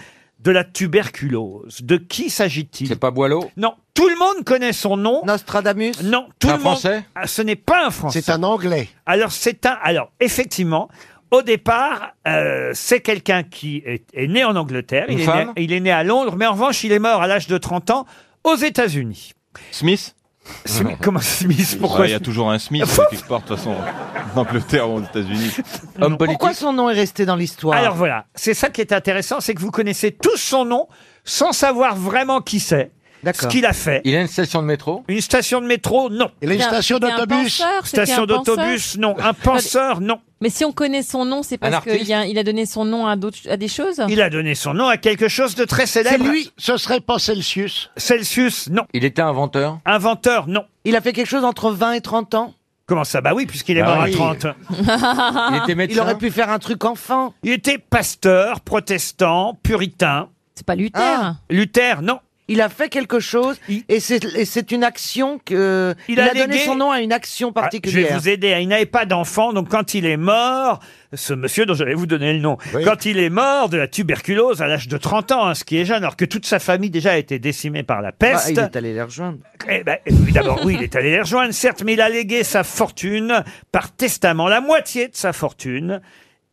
Speaker 4: de la tuberculose. De qui s'agit-il C'est
Speaker 14: pas Boileau
Speaker 4: Non. Tout le monde connaît son nom.
Speaker 12: Nostradamus
Speaker 4: Non, tout
Speaker 14: Un
Speaker 4: le monde-
Speaker 14: Français
Speaker 4: Ah, ce n'est pas un français. C'est un anglais. Alors c'est un. Alors effectivement, au départ, euh, c'est quelqu'un qui est, est né en Angleterre.
Speaker 14: Une
Speaker 4: il, est né,
Speaker 14: femme
Speaker 4: il est né à Londres, mais en revanche, il est mort à l'âge de 30 ans aux États-Unis.
Speaker 7: Smith
Speaker 4: Smith- Comment Smith Pourquoi
Speaker 7: Ouais, Il y a toujours un
Speaker 4: [laughs]
Speaker 7: Smith quelque part, de toute façon, en Angleterre ou aux États-Unis.
Speaker 12: Pourquoi son nom est resté dans l'histoire
Speaker 4: Alors voilà, c'est ça qui est intéressant, c'est que vous connaissez tous son nom sans savoir vraiment qui c'est. Ce qu'il a fait.
Speaker 14: Il a une station de métro
Speaker 4: Une station de métro, non.
Speaker 2: Il a une
Speaker 9: C'est un-
Speaker 2: station
Speaker 9: c'est un
Speaker 2: d'autobus
Speaker 9: penseur, c'était
Speaker 4: Station
Speaker 9: un penseur
Speaker 4: d'autobus, non.
Speaker 9: [laughs]
Speaker 4: Un penseur, non.
Speaker 9: Mais si on connaît son nom, c'est
Speaker 4: Un
Speaker 9: parce
Speaker 4: artiste
Speaker 9: qu'il a, il a donné son nom à, d'autres- à des choses [laughs]
Speaker 4: Il a donné son nom à quelque chose de très célèbre.
Speaker 2: C'est lui Ce serait pas Celsius
Speaker 4: Celsius, non.
Speaker 14: Il était inventeur
Speaker 4: Inventeur, non.
Speaker 12: Il a fait quelque chose entre 20 et 30 ans
Speaker 4: Comment ça Bah oui, puisqu'il est
Speaker 12: Bah
Speaker 4: mort
Speaker 12: oui.
Speaker 4: à
Speaker 12: [laughs]
Speaker 4: 30.
Speaker 12: Il était médecin Il aurait
Speaker 4: pu faire un truc enfant. Il était pasteur, protestant, puritain.
Speaker 12: C'est pas Luther
Speaker 4: Luther, non.
Speaker 12: Ah. Il a fait quelque chose et c'est et c'est une action que. Il a, donné
Speaker 4: légué-
Speaker 12: son nom à une action
Speaker 4: Ah, Je vais
Speaker 12: particulière.
Speaker 4: vous aider. Il n'avait pas d'enfant, donc quand il est mort, ce monsieur dont j'allais vous donner le nom, quand il est mort de la tuberculose à l'âge de 30 ans, hein, ce qui est jeune, alors que toute sa famille déjà a été décimée par la
Speaker 12: Bah,
Speaker 4: peste.
Speaker 12: il est allé les rejoindre.
Speaker 4: Eh ben, oui, d'abord, oui, il est allé les rejoindre, certes, mais il a légué sa fortune par testament, la moitié de sa fortune,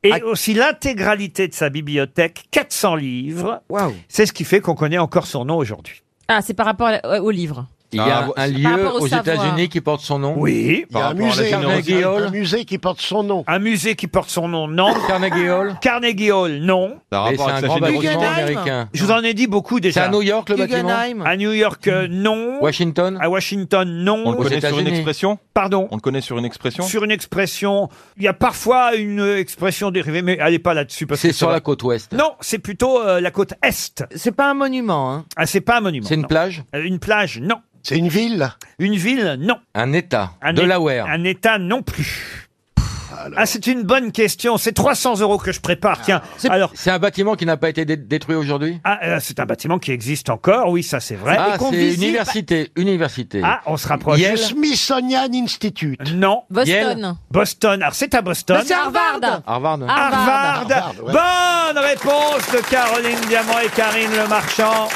Speaker 4: et
Speaker 2: Ah.
Speaker 4: aussi l'intégralité de sa bibliothèque, 400 livres. C'est ce qui fait qu'on connaît encore son nom aujourd'hui.
Speaker 9: Ah, c'est par rapport à la- au livre.
Speaker 14: Il y a un lieu
Speaker 9: rapport au
Speaker 14: aux
Speaker 9: savoir.
Speaker 14: États-Unis qui porte son nom
Speaker 4: Oui.
Speaker 2: Il y a un musée, un, un musée qui porte son nom.
Speaker 4: Un musée qui porte son nom, non.
Speaker 14: Carnegie Hall
Speaker 4: Carnegie Hall, non.
Speaker 14: Ça a rapport Et c'est avec un sa grand génération. bâtiment Guggenheim américain.
Speaker 4: Je vous en ai dit beaucoup déjà.
Speaker 14: C'est à New York, le bâtiment Guggenheim.
Speaker 4: À New York, euh, non.
Speaker 14: Washington
Speaker 4: À Washington, non.
Speaker 7: On le connaît sur une expression
Speaker 4: Pardon
Speaker 7: On le connaît sur une expression
Speaker 4: Sur une expression, il y a parfois une expression dérivée, mais allez pas là-dessus. parce
Speaker 14: C'est
Speaker 4: que ça
Speaker 14: sur
Speaker 4: va-
Speaker 14: la côte ouest.
Speaker 4: Non, c'est plutôt euh, la côte est.
Speaker 12: C'est pas un monument. Hein.
Speaker 4: Ah, c'est pas un monument.
Speaker 14: C'est une
Speaker 4: non.
Speaker 14: plage
Speaker 4: Euh, Une plage, non.
Speaker 2: C'est une ville
Speaker 4: Une ville, non.
Speaker 14: Un État.
Speaker 4: Un
Speaker 14: Delaware.
Speaker 4: é- Un État non plus. Ah, c'est une bonne question. C'est 300 euros que je
Speaker 2: Ah.
Speaker 4: prépare. Tiens, alors.
Speaker 14: C'est un bâtiment qui n'a pas été dé- détruit aujourd'hui
Speaker 4: Ah, euh, c'est un bâtiment qui existe encore, oui, ça c'est vrai.
Speaker 14: Ah, c'est université, université.
Speaker 4: Ah, on se rapproche.
Speaker 14: Yale.
Speaker 2: Le Smithsonian Institute.
Speaker 4: Non.
Speaker 14: Boston. Yale.
Speaker 4: Boston. Alors, c'est à Boston.
Speaker 14: Mais c'est Harvard. Harvard.
Speaker 4: Harvard.
Speaker 14: Harvard, ouais.
Speaker 4: Bonne réponse de Caroline Diamant et Karine Le Marchand.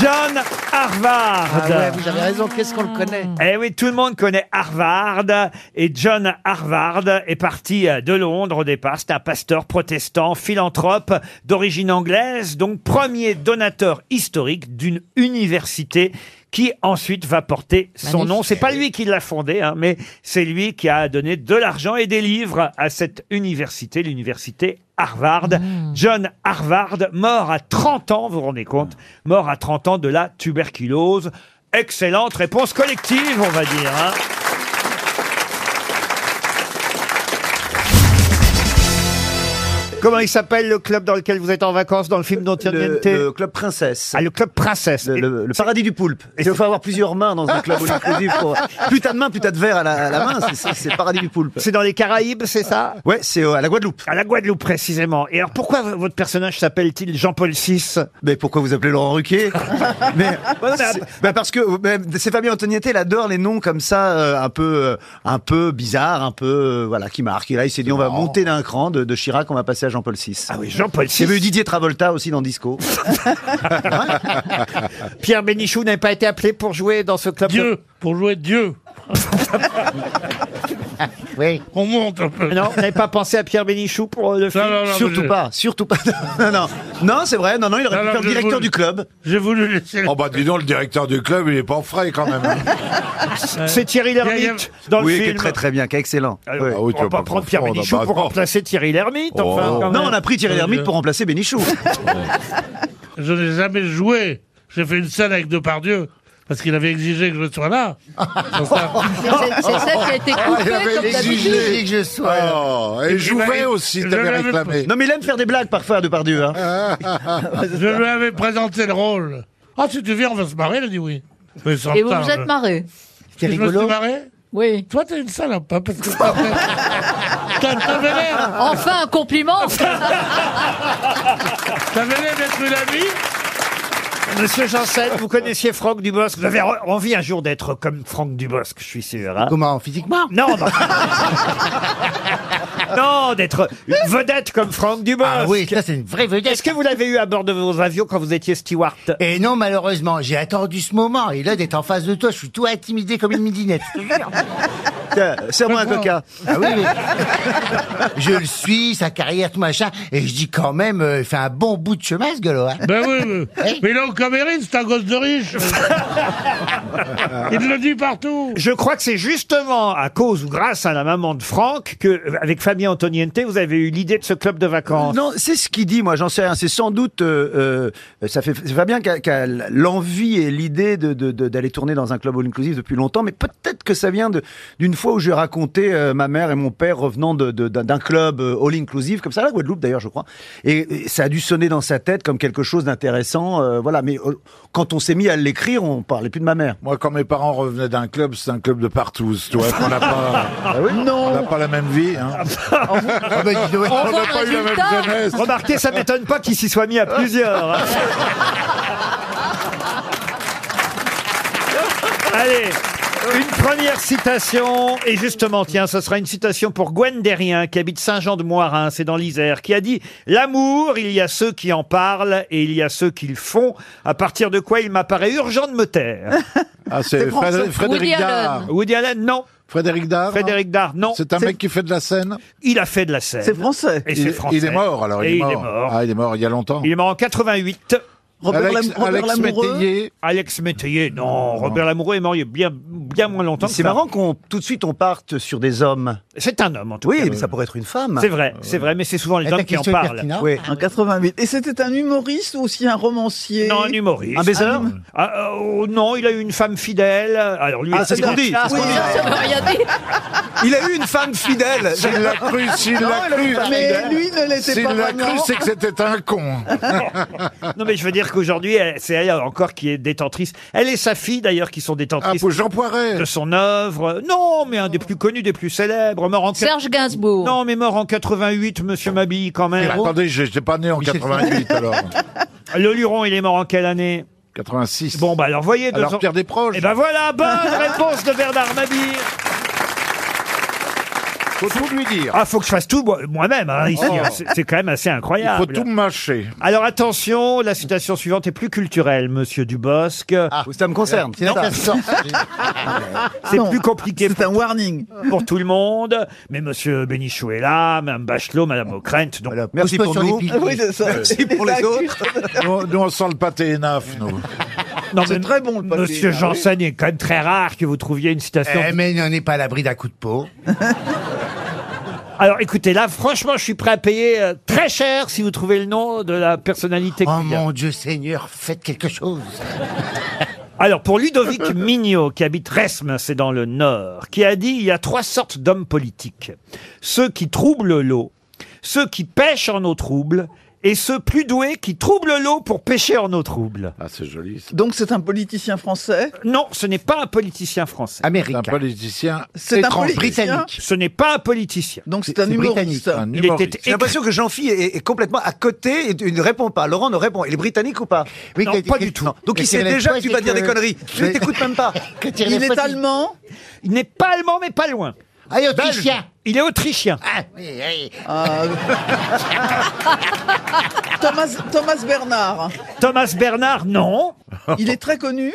Speaker 4: John Harvard.
Speaker 19: Ah ouais, vous avez raison, qu'est-ce qu'on le connaît
Speaker 4: Eh oui, tout le monde connaît Harvard. Et John Harvard est parti euh, de Londres au départ. C'est un pasteur protestant, philanthrope, d'origine anglaise, donc premier donateur historique d'une université qui ensuite va porter son nom. C'est pas lui qui l'a fondé, hein, mais c'est lui qui a donné de l'argent et des livres à cette université, l'université Harvard. John Harvard, mort à 30 ans, vous vous rendez compte, mort à 30 ans de la tuberculose. Excellente réponse collective, on va dire. hein. Comment il s'appelle le club dans lequel vous êtes en vacances dans le film
Speaker 3: Le,
Speaker 4: d'Antoniente
Speaker 3: le club princesse.
Speaker 4: Ah, le club princesse.
Speaker 3: Le, le paradis du poulpe. Il faut avoir plusieurs mains dans un
Speaker 4: [laughs]
Speaker 3: club all inclusive. pour- Plus t'as de mains, plus t'as de verre à la, à la main. c'est- c'est- C'est le paradis du poulpe.
Speaker 4: C'est dans les Caraïbes, c'est ça
Speaker 3: Ouais, c'est euh, à la Guadeloupe.
Speaker 4: À la Guadeloupe, précisément. Et alors, pourquoi v- votre personnage s'appelle-t-il Jean-Paul VI
Speaker 3: Mais pourquoi vous appelez Laurent
Speaker 4: [laughs]
Speaker 3: Ruquier mais, c'est- bah parce que mais c'est Fabien Antonietta, il adore les noms comme ça, euh, un peu, euh, un peu bizarre, un peu, euh, voilà, qui marque. Et là, il s'est dit, on va monter d'un cran de, de Chirac, on va passer à Jean-Paul VI. Ah
Speaker 4: oui, Jean-Paul VI.
Speaker 3: Il y avait eu Didier Travolta aussi dans
Speaker 4: [laughs]
Speaker 3: Disco.
Speaker 4: Pierre Bénichou n'avait pas été appelé pour jouer dans ce club Dieu,
Speaker 18: pour jouer Dieu.
Speaker 4: oui.
Speaker 18: On monte un peu.
Speaker 4: Non, vous n'avez pas pensé à Pierre Bénichou pour euh, le film
Speaker 18: non, non,
Speaker 3: Surtout
Speaker 18: je-
Speaker 3: pas, surtout pas. [laughs] non, non, non, c'est vrai. Non, non, il aurait pu faire le directeur du club.
Speaker 18: J'ai voulu laisser.
Speaker 16: Oh bah dis donc, le directeur du club, il est pas frais quand même. hein.
Speaker 4: C'est Thierry Lhermitte dans le
Speaker 3: oui, qui est
Speaker 4: film.
Speaker 3: très très bien, qui est excellent.
Speaker 18: Ah,
Speaker 3: Oui.
Speaker 16: oui,
Speaker 4: on va pas Ah, prendre Pierre Bénichou pour remplacer Thierry Lhermitte, enfin. quand
Speaker 3: non,
Speaker 4: même.
Speaker 3: on a pris
Speaker 18: Oh,
Speaker 3: Thierry Lhermitte pour remplacer Bénichou.
Speaker 18: [laughs] Je n'ai jamais joué. J'ai fait une scène avec Depardieu. Parce qu'il avait exigé que je sois là. C'est ça.
Speaker 7: [laughs] C'est- c'est ça qui a été coupé,
Speaker 16: Ah, il avait
Speaker 7: comme
Speaker 16: exigé
Speaker 7: d'habitude. Ah,
Speaker 16: que je sois. Oh, et Jouvet aussi, t'avais réclamé. Ah.
Speaker 3: Non, mais il aime faire des blagues parfois, Depardieu.
Speaker 7: [laughs]
Speaker 3: Hein.
Speaker 18: Je lui avais présenté le rôle. Ah, si tu viens, on va se marrer. Il a dit oui. Mais sans euh.
Speaker 7: Et vous vous
Speaker 18: tarde.
Speaker 7: êtes marré.
Speaker 18: C'était rigolo. Je me suis marré
Speaker 7: Oui.
Speaker 18: Toi, t'es une salope, hein, parce que t'as fait- t'as- t'avais l'air.
Speaker 7: Enfin un compliment.
Speaker 18: T'avais l'air d'être une amie.
Speaker 4: Monsieur Janssen, vous connaissiez Franck Dubosc. Vous avez re- envie un jour d'être comme Franck Dubosc, je suis sûr. hein.
Speaker 20: Comment Physiquement
Speaker 4: Non, [laughs] non. non, d'être une vedette comme Franck Dubosc.
Speaker 20: Ah oui, ça, c'est une vraie vedette.
Speaker 4: Est-ce que vous l'avez eu à bord de vos avions quand vous étiez steward
Speaker 20: Et Eh non, malheureusement, j'ai attendu ce moment. Et là, d'être en face de toi, je suis tout intimidé comme une
Speaker 4: [laughs]
Speaker 20: midinette. je te jure.
Speaker 3: Tiens, Serre-moi un coca.
Speaker 20: Ah oui, mais- je le suis, sa carrière, tout machin. Et je dis quand même, euh, il fait un bon bout de chemin, ce gars-là. hein.
Speaker 18: Ben oui, mais, mais il est au Cameroun, c'est un gosse de riche. il le dit partout.
Speaker 4: Je crois que c'est justement à cause ou grâce à la maman de Franck que, euh, avec Fabien Antoniente, vous avez eu l'idée de ce club de vacances.
Speaker 3: Non, c'est ce qu'il dit, moi, j'en sais rien. C'est sans doute. euh, euh, ça fait c'est Fabien qui a, qui a l'envie et l'idée d'aller de, de- d'aller tourner dans un club all-inclusive depuis longtemps, mais peut-être que ça vient de- d'une fois où j'ai raconté euh, ma mère et mon père revenant de- de- d'un d'un club euh, all-inclusive, comme ça, à la Guadeloupe d'ailleurs, je crois. Et, et ça a dû sonner dans sa tête comme quelque chose d'intéressant. euh, voilà, mais euh, quand on s'est mis à l'écrire, on parlait plus de ma mère.
Speaker 16: Moi, quand mes parents revenaient d'un club, c'est un club de partout, tu vois. On n'a
Speaker 4: [laughs]
Speaker 16: pas,
Speaker 4: Ah
Speaker 16: on n'a pas la même vie. Hein.
Speaker 20: Ah ben, il doit-
Speaker 16: On n'a pas eu la même
Speaker 20: résultat.
Speaker 16: jeunesse.
Speaker 4: Remarquez, ça m'étonne pas qu'il s'y soit mis à plusieurs. hein. Allez, une première citation. Et justement, tiens, ce sera une citation pour Gwen Derrien, qui habite Saint-Jean-de-Moirin, c'est dans l'Isère, qui a dit « L'amour, il y a ceux qui en parlent et il y a ceux qui le font, à partir de quoi il m'apparaît urgent de me taire.
Speaker 16: Ah, c'est
Speaker 4: Français.
Speaker 16: Frédéric
Speaker 4: Woody
Speaker 16: Frédéric Dard.
Speaker 4: Allen. » Woody Allen, non.
Speaker 16: Frédéric Dard.
Speaker 4: Frédéric Dard, non.
Speaker 16: C'est un mec qui fait de la scène.
Speaker 4: Il a fait de la scène.
Speaker 3: C'est français.
Speaker 4: Et
Speaker 16: il,
Speaker 4: c'est français.
Speaker 16: il est mort alors.
Speaker 4: Et
Speaker 16: il est mort. Ah, il est mort il y a longtemps.
Speaker 4: Il est mort en 88.
Speaker 16: Robert Alex- Lam- Robert Alex Lamoureux Métayer.
Speaker 4: Alex Métayer, non. Robert Lamoureux est mort il y a bien, bien moins longtemps que
Speaker 3: C'est
Speaker 4: ça.
Speaker 3: marrant qu'on tout de suite on parte sur des hommes.
Speaker 4: C'est un homme en tout
Speaker 3: oui,
Speaker 4: cas.
Speaker 16: Euh,
Speaker 3: mais ça pourrait être une femme. Euh,
Speaker 4: C'est vrai, c'est vrai, mais c'est souvent les hommes qui en parlent.
Speaker 3: Oui.
Speaker 4: En
Speaker 3: 88.
Speaker 4: Ah Et c'était un humoriste ou aussi un romancier Non, un humoriste.
Speaker 3: Un baiser
Speaker 4: Ah, euh, oh, Non, il a eu une femme fidèle. Alors lui,
Speaker 3: Ah, c'est ce qu'on dit, c'est ce qu'on dit.
Speaker 7: Ça veut rien dire.
Speaker 3: Il a eu une femme fidèle.
Speaker 16: S'il l'a cru,
Speaker 3: Non,
Speaker 16: s'il l'a
Speaker 3: elle a
Speaker 16: cru.
Speaker 3: eu une femme fidèle.
Speaker 16: S'il l'a cru, c'est que c'était un [laughs] con.
Speaker 4: Non, mais je veux dire qu'aujourd'hui, elle- c'est elle encore qui est détentrice. Elle et sa fille, d'ailleurs, qui sont
Speaker 16: Ah,
Speaker 4: détentrices de son œuvre. Non, mais un des plus connus, des plus célèbres. Mort en
Speaker 7: Serge Gainsbourg.
Speaker 4: Non, mais mort en 88, monsieur Mabille, quand
Speaker 16: Mais
Speaker 4: même.
Speaker 16: attendez, je n'étais pas né en hein. 88 alors.
Speaker 4: Le Luron, il est mort en quelle année
Speaker 16: 86.
Speaker 4: Bon, bah alors voyez. Eh
Speaker 16: Alors, Pierre [laughs]
Speaker 4: des proches. Et ben voilà, bonne réponse de Bernard Mabille.
Speaker 16: Faut tout lui dire.
Speaker 4: Ah, faut que je fasse tout moi- moi-même, hein, ici.
Speaker 16: Oh.
Speaker 4: hein. C'est- C'est quand même assez incroyable.
Speaker 16: Il faut tout mâcher.
Speaker 4: Alors attention, la citation suivante est plus culturelle, monsieur Dubosc.
Speaker 21: Ah, ça me concerne, c'est
Speaker 4: Non.
Speaker 21: ça. Ah,
Speaker 4: C'est plus compliqué. C'est un warning. Pour tout le monde. Mais monsieur Bénichou est là, madame Bachelot, madame O'Krent. Donc,
Speaker 16: Pousse-toi sur les pieds.
Speaker 7: Merci pour les autres.
Speaker 16: nous, nous, on sent le pâté ENAF, nous.
Speaker 4: c'est très bon le
Speaker 16: pâté,
Speaker 4: Monsieur
Speaker 16: ah oui.
Speaker 4: Janssen, il est quand même très rare que vous trouviez une citation.
Speaker 3: Eh, mais on n'est pas à l'abri d'un coup de peau.
Speaker 4: Alors écoutez, là, franchement, je suis prêt à payer euh, très cher si vous trouvez le nom de la personnalité. Oh mon
Speaker 3: Dieu Seigneur, faites quelque chose.
Speaker 4: Alors,
Speaker 7: [laughs]
Speaker 4: pour Ludovic Mignot, qui habite Resmes, c'est dans le Nord, qui a dit il y a trois sortes d'hommes politiques. Ceux qui troublent l'eau, ceux qui pêchent en eau trouble, et ceux plus doués qui troublent l'eau pour pêcher en eau trouble.
Speaker 16: Ah, c'est joli. ça.
Speaker 7: Donc c'est un politicien français
Speaker 4: Non, ce n'est pas un politicien français.
Speaker 3: Américain.
Speaker 16: Un politicien
Speaker 7: C'est un
Speaker 16: étranger.
Speaker 7: politicien
Speaker 4: Ce n'est pas un politicien.
Speaker 7: Donc c'est un humoriste.
Speaker 16: Un
Speaker 4: Il
Speaker 16: humoriste.
Speaker 4: était
Speaker 7: J'ai l'impression
Speaker 4: que
Speaker 21: Jean-Phi est, est complètement à côté et ne répond pas. Laurent ne répond. Il est britannique ou pas
Speaker 3: Non, que- pas que- du tout.
Speaker 21: Donc
Speaker 3: Mais
Speaker 21: il sait
Speaker 3: que-
Speaker 21: déjà que tu vas dire des
Speaker 3: que-
Speaker 21: conneries. Je
Speaker 3: Mais-
Speaker 21: ne t'écoute même
Speaker 4: [laughs]
Speaker 21: pas.
Speaker 3: Que tu relèves pas-
Speaker 7: allemand
Speaker 4: Il n'est pas allemand, mais pas loin.
Speaker 3: Ah, il est autrichien.
Speaker 4: Belge. Il
Speaker 21: [laughs]
Speaker 4: est autrichien.
Speaker 3: Oui, oui.
Speaker 7: Thomas, Thomas Bernard.
Speaker 4: Thomas Bernard, non.
Speaker 7: Il est très connu.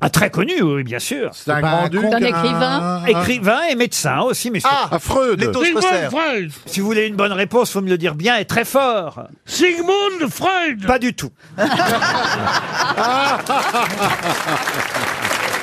Speaker 4: Ah, très connu, oui, bien sûr. C'est
Speaker 16: un grand duc,
Speaker 7: un écrivain.
Speaker 4: Écrivain et médecin aussi, messieurs.
Speaker 16: Ah, Ah, Freud. les taux se
Speaker 18: Sigmund resserrent. Freud.
Speaker 4: Si vous voulez une bonne réponse, faut me le dire bien et très fort.
Speaker 18: Sigmund Freud
Speaker 4: Pas du tout.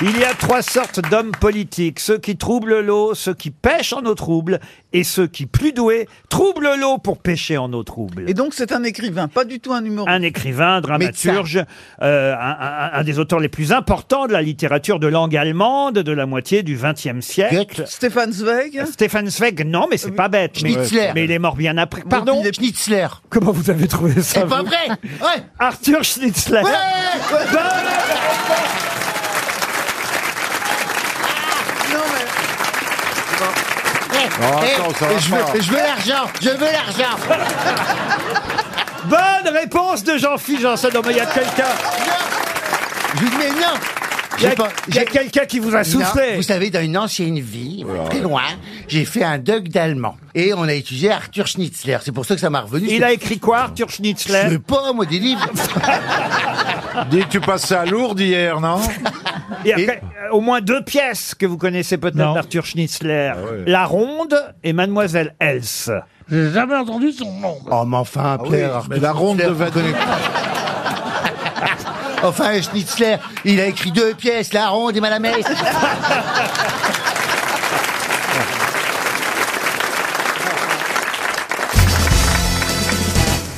Speaker 4: Il y a trois sortes d'hommes politiques. Ceux qui troublent l'eau, ceux qui pêchent en eau trouble, et ceux qui, plus doués, troublent l'eau pour pêcher en eau trouble.
Speaker 7: Et donc c'est un écrivain, pas du tout un humoriste.
Speaker 4: Un écrivain, un dramaturge, euh, un, un- un des auteurs les plus importants de la littérature de langue allemande de la moitié du XXe siècle.
Speaker 7: Stéphane Zweig Euh,
Speaker 4: Stéphane Zweig, non, mais c'est pas bête. Mais,
Speaker 7: Schnitzler.
Speaker 4: mais il est mort bien après. Pardon Schnitzler. Comment vous avez trouvé ça
Speaker 3: C'est pas
Speaker 4: vous
Speaker 3: vrai Ouais
Speaker 4: Arthur Schnitzler.
Speaker 22: [laughs]
Speaker 3: Ouais
Speaker 22: Ah,
Speaker 7: Non mais...
Speaker 3: Eh,
Speaker 16: attends, ça va
Speaker 3: eh, je veux-
Speaker 16: pas.
Speaker 3: je veux
Speaker 22: [laughs]
Speaker 3: l'argent Je veux l'argent
Speaker 4: [laughs] Bonne réponse de Jean-Philippe Janssen. Non, mais il y a quelqu'un.
Speaker 3: Je vous dis, mais non
Speaker 4: Il y a-
Speaker 3: J'ai pas-
Speaker 4: il y a
Speaker 3: j'ai-
Speaker 4: quelqu'un qui vous a soufflé.
Speaker 3: Non, vous savez, dans une ancienne vie, très loin, j'ai fait un doc d'allemand. Et on a étudié Arthur Schnitzler. C'est pour ça que ça m'a revenu.
Speaker 4: Il a écrit quoi, Arthur Schnitzler
Speaker 3: Je sais pas, moi, des livres.
Speaker 16: [laughs] Dis, tu passais à Lourdes hier, non
Speaker 4: Il y a que- euh, [laughs] au moins deux pièces que vous connaissez peut-être d'Arthur Schnitzler.
Speaker 3: Ah
Speaker 4: La Ronde et Mademoiselle Else. Ah
Speaker 18: J'ai jamais entendu son nom.
Speaker 3: Oh, mais enfin, Pierre. Arthur
Speaker 16: mais la ronde
Speaker 3: Schnitzler,
Speaker 16: de
Speaker 3: vous connaissez pas. [laughs] Enfin, Schnitzler, il a écrit deux pièces, La Ronde et Madame
Speaker 4: [laughs]
Speaker 3: Est.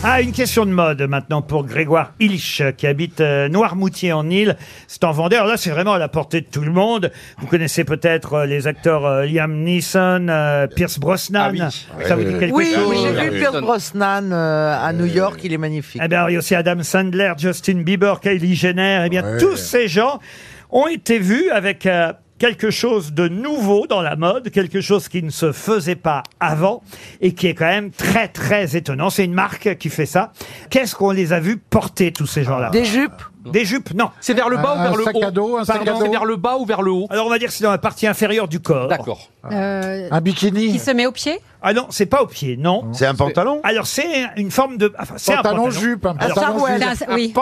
Speaker 4: Ah, une question de mode maintenant pour Grégoire Illich, qui habite euh, Noirmoutier en Île. C'est en Vendée. Alors là, c'est vraiment à la portée de tout le monde. Vous connaissez peut-être euh, les acteurs euh, Liam Neeson, euh, Pierce
Speaker 3: Ah
Speaker 4: Brosnan. Ça vous dit quelque
Speaker 11: Oui,
Speaker 4: chose
Speaker 11: j'ai vu Pierce Brosnan euh, à New York, il est magnifique.
Speaker 4: Eh bien, il y a aussi Adam Sandler, Justin Bieber, Kylie Jenner. Eh bien, tous ces gens ont été vus avec euh, quelque chose de nouveau dans la mode, quelque chose qui ne se faisait pas avant et qui est quand même très, très étonnant. C'est une marque qui fait ça. Qu'est-ce qu'on les a vus porter, tous ces gens-là
Speaker 11: Des jupes
Speaker 4: Des jupes, non.
Speaker 5: C'est vers le bas ou vers le haut Pardon, C'est vers le bas ou vers le haut
Speaker 4: Alors, on va dire que c'est dans la partie inférieure du corps.
Speaker 5: D'accord.
Speaker 12: Euh,
Speaker 16: Un bikini
Speaker 23: Qui se met aux pieds
Speaker 4: Ah non, c'est pas au pied, non.
Speaker 16: C'est un pantalon
Speaker 4: Alors c'est une forme de, enfin c'est un
Speaker 16: Pantalon
Speaker 4: pantalon Ah,
Speaker 16: jupe, un
Speaker 4: Alors,
Speaker 16: pantalon
Speaker 4: un
Speaker 16: jupe.
Speaker 4: pantalon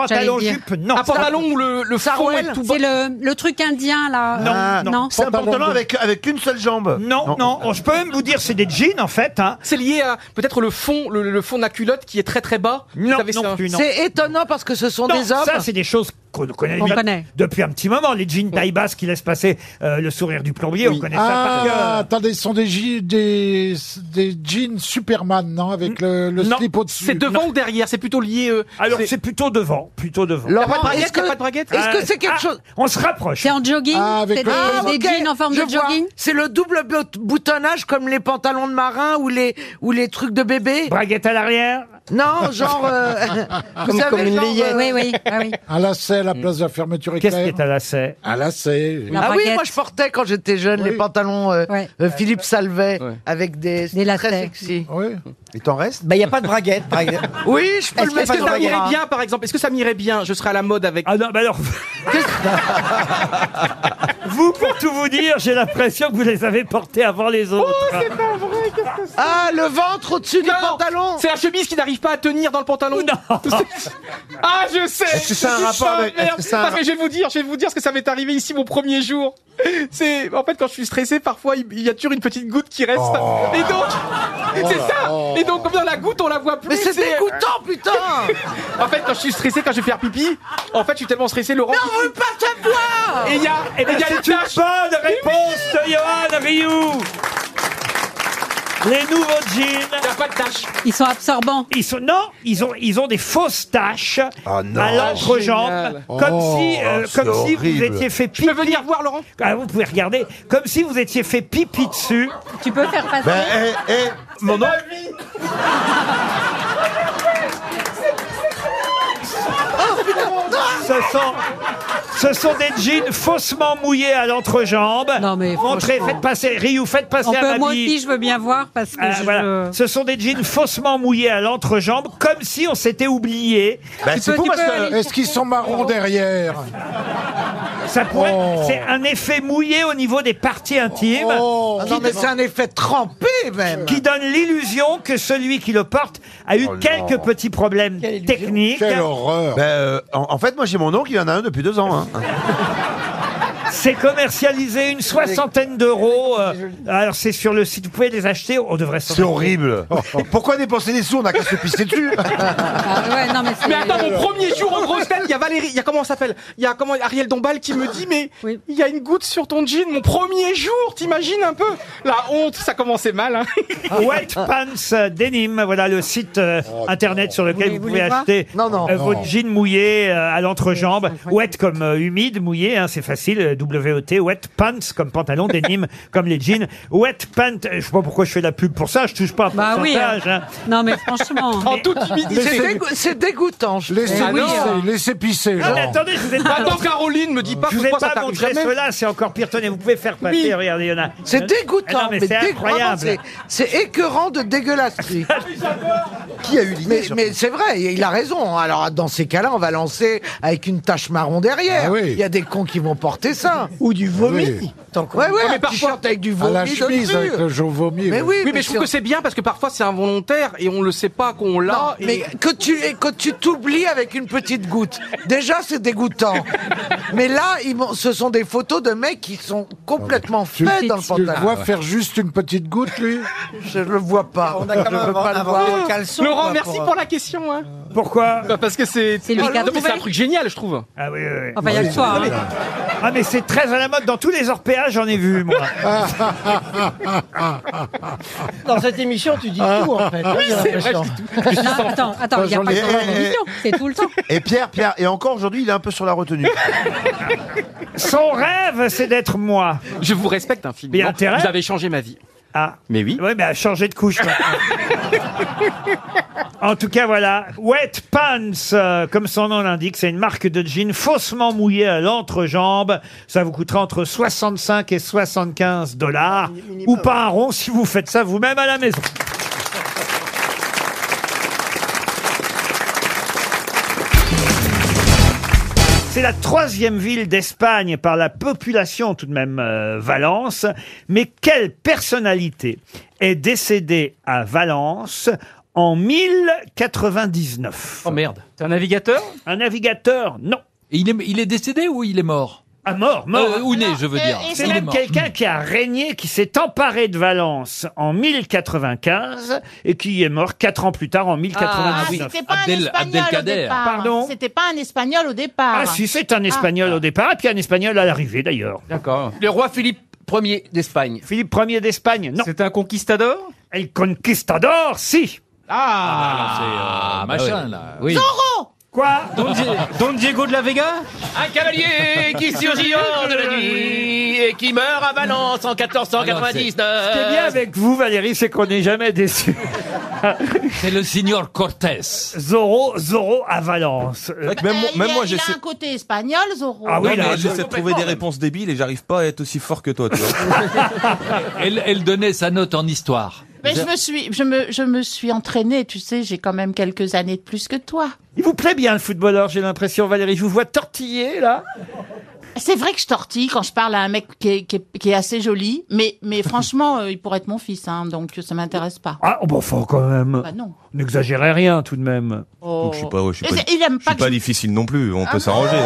Speaker 24: Oui, j'allais dire.
Speaker 4: jupe, non.
Speaker 5: Un pantalon où le, le fond est
Speaker 24: Sarouel,
Speaker 5: tout bas.
Speaker 24: c'est le, le truc indien là.
Speaker 4: Non,
Speaker 24: Euh,
Speaker 4: non. C'est un pantalon avec-
Speaker 24: une seule jambe.
Speaker 4: Non, non, je peux même vous dire c'est des jeans en fait. Hein.
Speaker 5: C'est lié à peut-être le fond, le, le fond de la culotte qui est très très bas.
Speaker 4: Non,
Speaker 5: Vous savez,
Speaker 4: non
Speaker 5: c'est un-
Speaker 4: plus, non.
Speaker 11: C'est étonnant parce que ce sont
Speaker 4: Non,
Speaker 11: des hommes.
Speaker 4: ça c'est des choses qu'on connaît,
Speaker 11: On
Speaker 4: depuis-
Speaker 11: connaît.
Speaker 4: depuis un petit moment. Les jeans taille basse qui laissent passer euh, le sourire du plombier, on connaît ça
Speaker 16: Ah,
Speaker 4: par cœur.
Speaker 16: attendez, ce sont des, je- des, des jeans Superman, non Avec le, le
Speaker 5: Non,
Speaker 16: slip au-dessus.
Speaker 5: C'est devant ou derrière C'est plutôt lié. euh,
Speaker 4: Alors c'est plutôt devant, plutôt devant.
Speaker 5: Y a pas de braguette,
Speaker 11: est-ce que-
Speaker 5: y a pas de braguette.
Speaker 11: Est-ce que
Speaker 4: Ah,
Speaker 11: c'est quelque
Speaker 4: ah,
Speaker 11: chose
Speaker 4: On se rapproche.
Speaker 24: C'est en jogging
Speaker 11: Ah, avec
Speaker 24: C'est
Speaker 11: le-
Speaker 24: des,
Speaker 11: Ah,
Speaker 24: des
Speaker 11: ok,
Speaker 24: jeans en forme
Speaker 11: je
Speaker 24: de
Speaker 11: vois.
Speaker 24: jogging
Speaker 11: C'est le double bot- boutonnage comme les pantalons de marin ou les ou les trucs de bébé.
Speaker 4: Braguette à l'arrière.
Speaker 11: Non, genre
Speaker 4: [laughs]
Speaker 11: euh, vous savez, genre, euh,
Speaker 24: Oui, oui, ah oui.
Speaker 16: Un lacet à la place de la fermeture éclair.
Speaker 4: Qu'est-ce qui est à lacet
Speaker 16: Un lacet.
Speaker 24: La
Speaker 11: ah oui,
Speaker 24: braguette.
Speaker 11: moi je portais quand j'étais jeune les pantalons euh,
Speaker 24: Ouais.
Speaker 11: euh, Philippe Salvet avec des,
Speaker 24: Des lacets.
Speaker 11: très sexy.
Speaker 16: Oui.
Speaker 11: Il t'en reste Bah il y a pas de braguette. [laughs] oui, je peux
Speaker 5: Est-ce
Speaker 11: le
Speaker 5: que,
Speaker 11: mettre
Speaker 5: est-ce que
Speaker 11: dans
Speaker 5: ça
Speaker 11: le bras.
Speaker 5: m'irait bien, par exemple Est-ce que ça m'irait bien Je serais à la mode avec.
Speaker 4: Ah non, bah alors. vous pour tout vous dire, j'ai l'impression que vous les avez portés avant
Speaker 7: Oh,
Speaker 4: les autres.
Speaker 22: Oh, pas vrai, qu'est-ce que c'est
Speaker 12: Ah, le ventre au-dessus du pantalon
Speaker 5: C'est la chemise qui n'arrive pas à tenir dans le pantalon. [laughs] ah, je sais.
Speaker 4: Est-ce que ça a un
Speaker 5: Je
Speaker 4: rapport
Speaker 5: suis un
Speaker 4: avec- est-ce
Speaker 5: merde.
Speaker 4: que ça a un
Speaker 5: Parce que je vais vous dire, je vais vous dire ce que ça m'est arrivé ici mon premier jour. C'est en fait quand je suis stressé, parfois il il y a toujours une petite goutte qui reste.
Speaker 4: Oh.
Speaker 5: Et donc c'est
Speaker 22: là.
Speaker 5: ça. Et donc comme dans la goutte, on la voit plus.
Speaker 22: Mais c'est dégoûtant,
Speaker 5: putain. [laughs] en fait, quand je suis stressé, quand je vais faire pipi, en fait, je suis tellement stressé, Laurent. Mais on veut pas savoir. Et il y a, et
Speaker 4: Eh
Speaker 5: il y
Speaker 4: bien,
Speaker 5: a une
Speaker 4: c'est une
Speaker 5: tache.
Speaker 4: bonne réponse de Johan Rioux. Les nouveaux jeans. Il
Speaker 5: a pas de taches.
Speaker 4: Ils sont absorbants. Ils sont, non, ils ont, ils ont des fausses taches
Speaker 16: Ah non.
Speaker 4: à l'entrejambe.
Speaker 16: Génial.
Speaker 4: Comme
Speaker 16: Oh,
Speaker 4: si, euh,
Speaker 16: c'est
Speaker 4: comme si vous
Speaker 16: horrible.
Speaker 4: étiez fait pipi. venir voir, Laurent Vous pouvez regarder. Comme si vous étiez fait pipi dessus.
Speaker 25: Tu peux faire passer.
Speaker 4: Ben, eh, eh, mon nom.
Speaker 22: Oh putain,
Speaker 4: Ce sont, ce sont des jeans faussement mouillés à l'entrejambe. Non mais Montrez,
Speaker 25: franchement.
Speaker 4: faites passer, Ryu, faites passer
Speaker 25: On
Speaker 4: à
Speaker 25: peut-
Speaker 4: Mabie.
Speaker 25: moi aussi, je veux bien voir parce que
Speaker 4: Ah,
Speaker 25: je-
Speaker 4: voilà. Ce sont des jeans faussement mouillés à l'entrejambe, comme si on s'était oublié.
Speaker 16: Bah,
Speaker 25: Tu c'est peux- fou tu parce peux que- aller
Speaker 4: Est-ce qu'ils sont marrons derrière ça pourrait,
Speaker 25: Oh.
Speaker 4: c'est un effet mouillé au niveau des parties intimes.
Speaker 12: Ah non, mais c'est un
Speaker 4: effet trempé même. Qui donne l'illusion que celui qui le porte a eu quelques petits problèmes techniques.
Speaker 16: Oh, Quelle horreur Ben, euh, en, en fait, moi j'ai mon oncle, il en a un depuis deux ans. hein.
Speaker 4: C'est commercialisé une soixantaine d'euros. euh, alors c'est sur le site, vous pouvez les acheter. On devrait. s'en
Speaker 16: C'est
Speaker 4: occuper. [laughs]
Speaker 16: horrible. Pourquoi dépenser des sous On a qu'à se pisser dessus.
Speaker 26: Ah,
Speaker 5: Mais attends, mon premier jour aux grosses têtes, il y a Valérie, il y a comment on s'appelle Il y a comment Ariel Dombal qui me dit mais il y a une goutte sur ton jean, mon premier jour, t'imagines un peu La honte, ça commençait mal. Hein.
Speaker 4: Wet Pants Denim, voilà le site euh, internet sur lequel vous,
Speaker 5: vous
Speaker 4: pouvez
Speaker 5: voulez voir
Speaker 4: acheter
Speaker 5: Non, non.
Speaker 4: euh,
Speaker 5: Non.
Speaker 4: votre jean mouillé euh, à l'entrejambe. Wet comme euh, humide, mouillé, hein, c'est facile, euh, W-E-T. Wet Pants comme pantalon, Denim comme les jeans. Wet Pants, euh, je sais pas pourquoi je fais la pub pour ça, je touche pas un
Speaker 25: Bah oui,
Speaker 4: pourcentage.
Speaker 25: hein. Non, mais franchement. En toute
Speaker 24: [laughs]
Speaker 25: humilité.
Speaker 4: Mais
Speaker 12: C'est dégo- C'est dégoûtant. je
Speaker 5: Laissez
Speaker 12: trouve.
Speaker 5: pisser,
Speaker 12: Ah non.
Speaker 16: laissez pisser.
Speaker 4: Ah, mais attendez, je vous ai pas
Speaker 5: Attends, Caroline, me dis pas
Speaker 4: je vous ai
Speaker 5: pourquoi ça
Speaker 4: pas
Speaker 5: t'arrive
Speaker 4: montré
Speaker 5: jamais.
Speaker 4: cela, c'est encore pire. Tenez, vous pouvez faire passer,
Speaker 12: Oui.
Speaker 4: regardez, il y en a.
Speaker 12: C'est dégoûtant,
Speaker 4: Ah non, mais,
Speaker 12: mais
Speaker 4: c'est
Speaker 12: dé- vraiment,
Speaker 4: incroyable.
Speaker 12: c'est- C'est écœurant de dégueulasse.
Speaker 4: Ah,
Speaker 12: Qui a eu l'idée Mais, mais c'est vrai, il a raison. Alors dans ces cas-là, on va lancer avec une tache marron derrière. Il y a des cons qui vont porter ça. Ou du vomi. Tant qu'on- Ah, Ouais, ouais, un t-shirt avec du vomi dessus. Mais oui,
Speaker 5: mais, je trouve que c'est bien parce que parfois c'est involontaire et on le sait pas qu'on l'a. et-
Speaker 12: mais que tu et quand tu t'oublies avec une petite goutte, déjà c'est dégoûtant. mais là, ils m'ont- ce sont des photos de mecs qui sont complètement
Speaker 16: Tu,
Speaker 12: faits dans le
Speaker 16: tu le
Speaker 12: pantalon.
Speaker 16: vois faire juste une petite goutte, lui
Speaker 12: [laughs] Je le vois pas.
Speaker 16: On a quand
Speaker 12: Je
Speaker 16: même
Speaker 12: peux pas le
Speaker 16: inventé
Speaker 12: voir.
Speaker 16: le caleçon, Laurent, quoi, merci pour- euh,
Speaker 5: pour la question. Hein.
Speaker 4: Pourquoi
Speaker 5: Bah, Parce que c'est
Speaker 4: C'est lui
Speaker 5: Ah,
Speaker 4: qui a
Speaker 5: non, mais c'est
Speaker 4: trouvé.
Speaker 5: un truc génial, je trouve.
Speaker 4: Ah oui, oui.
Speaker 5: Enfin, il y a le soir, hein.
Speaker 4: Ah, mais c'est très à la mode. Dans tous les orpéas, j'en ai vu, moi.
Speaker 26: Dans cette émission, tu dis tout en fait.
Speaker 16: Oui,
Speaker 26: J'ai
Speaker 16: c'est vrai,
Speaker 26: l'impression.
Speaker 16: je dis tout. Je suis sorti.
Speaker 26: attends, attends, il n'y a
Speaker 16: Bonjour,
Speaker 26: pas
Speaker 16: les-
Speaker 26: que dans
Speaker 16: eh, eh,
Speaker 26: l'émission, c'est tout le temps.
Speaker 16: Et Pierre, Pierre, et encore aujourd'hui, il est un peu sur la retenue.
Speaker 4: [laughs] Son rêve, c'est d'être moi.
Speaker 5: Je vous respecte
Speaker 4: Mais
Speaker 5: infiniment.
Speaker 4: intérêt.
Speaker 5: Vous avez changé ma vie.
Speaker 4: Ah.
Speaker 5: Mais oui.
Speaker 4: Oui, mais à changer de couche.
Speaker 5: [laughs]
Speaker 4: En tout cas, voilà. Wet Pants, euh, comme son nom l'indique, c'est une marque de jeans faussement mouillé à l'entrejambe. Ça vous coûtera entre 65 et 75 dollars. Ou pas un rond si vous faites ça vous-même à la maison. C'est la troisième ville d'Espagne par la population, tout de même euh, Valence. Mais quelle personnalité est décédée à Valence en 1099 Oh merde, c'est un navigateur Un navigateur, non. il, est, décédé ou il est mort ah, mort, mort.
Speaker 13: Euh, ou né, je veux dire.
Speaker 4: C'est
Speaker 13: Il est
Speaker 4: même
Speaker 13: mort.
Speaker 4: quelqu'un qui a régné, qui s'est emparé de Valence en 1095 et qui est mort quatre ans plus tard en
Speaker 8: Ah,
Speaker 1: Ah,
Speaker 4: 1099.
Speaker 8: c'était pas un espagnol au départ.
Speaker 4: Pardon
Speaker 8: C'était pas un espagnol au départ.
Speaker 4: Ah si, c'est un Espagnol au départ, et puis un Espagnol à l'arrivée d'ailleurs. D'accord. Le roi Philippe Ier d'Espagne. Philippe Ier d'Espagne, non. C'est un conquistador El conquistador, si.
Speaker 18: Ah,
Speaker 15: Ah, bah,
Speaker 4: bah
Speaker 13: Ah, machin,
Speaker 4: oui.
Speaker 13: là.
Speaker 4: Oui. Zorro Quoi Don, Diego de la Vega
Speaker 5: Un cavalier qui surgit hors de la nuit et qui meurt à Valence en
Speaker 8: Ah
Speaker 4: Ce qui est bien avec vous, Valérie, c'est qu'on n'est jamais [laughs] déçu.
Speaker 13: C'est le signor Cortés.
Speaker 4: Zorro, Zorro à Valence.
Speaker 7: Même,
Speaker 8: Euh,
Speaker 7: moi-
Speaker 8: il
Speaker 7: même
Speaker 8: a-
Speaker 7: moi, Ah
Speaker 8: il a
Speaker 7: j'essaie.
Speaker 8: un côté espagnol, Zorro.
Speaker 7: Non, mais j'essaie de trouver des réponses débiles et j'arrive pas à être aussi fort que toi. tu
Speaker 1: [laughs]
Speaker 7: vois.
Speaker 13: Elle, elle donnait sa note en histoire.
Speaker 8: Mais je me suis, je me, je me suis entraînée, tu sais, j'ai quand même quelques années de plus que toi.
Speaker 4: Il vous plaît bien le footballeur, j'ai l'impression, Valérie. Je vous vois tortiller, là.
Speaker 8: C'est vrai que je tortille quand je parle à un mec qui est, qui est- qui est assez joli, mais, mais franchement, euh, il pourrait être mon fils, hein, donc ça m'intéresse pas.
Speaker 4: Ah,
Speaker 7: oh,
Speaker 4: bon, enfin, quand même.
Speaker 8: Bah non.
Speaker 4: N'exagérez rien, tout de même.
Speaker 8: Oh.
Speaker 7: Je suis pas, ouais, je suis
Speaker 8: Et
Speaker 7: pas,
Speaker 8: c'est- il aime
Speaker 7: je suis
Speaker 8: pas que Ah
Speaker 7: pas difficile non plus. On peut s'arranger.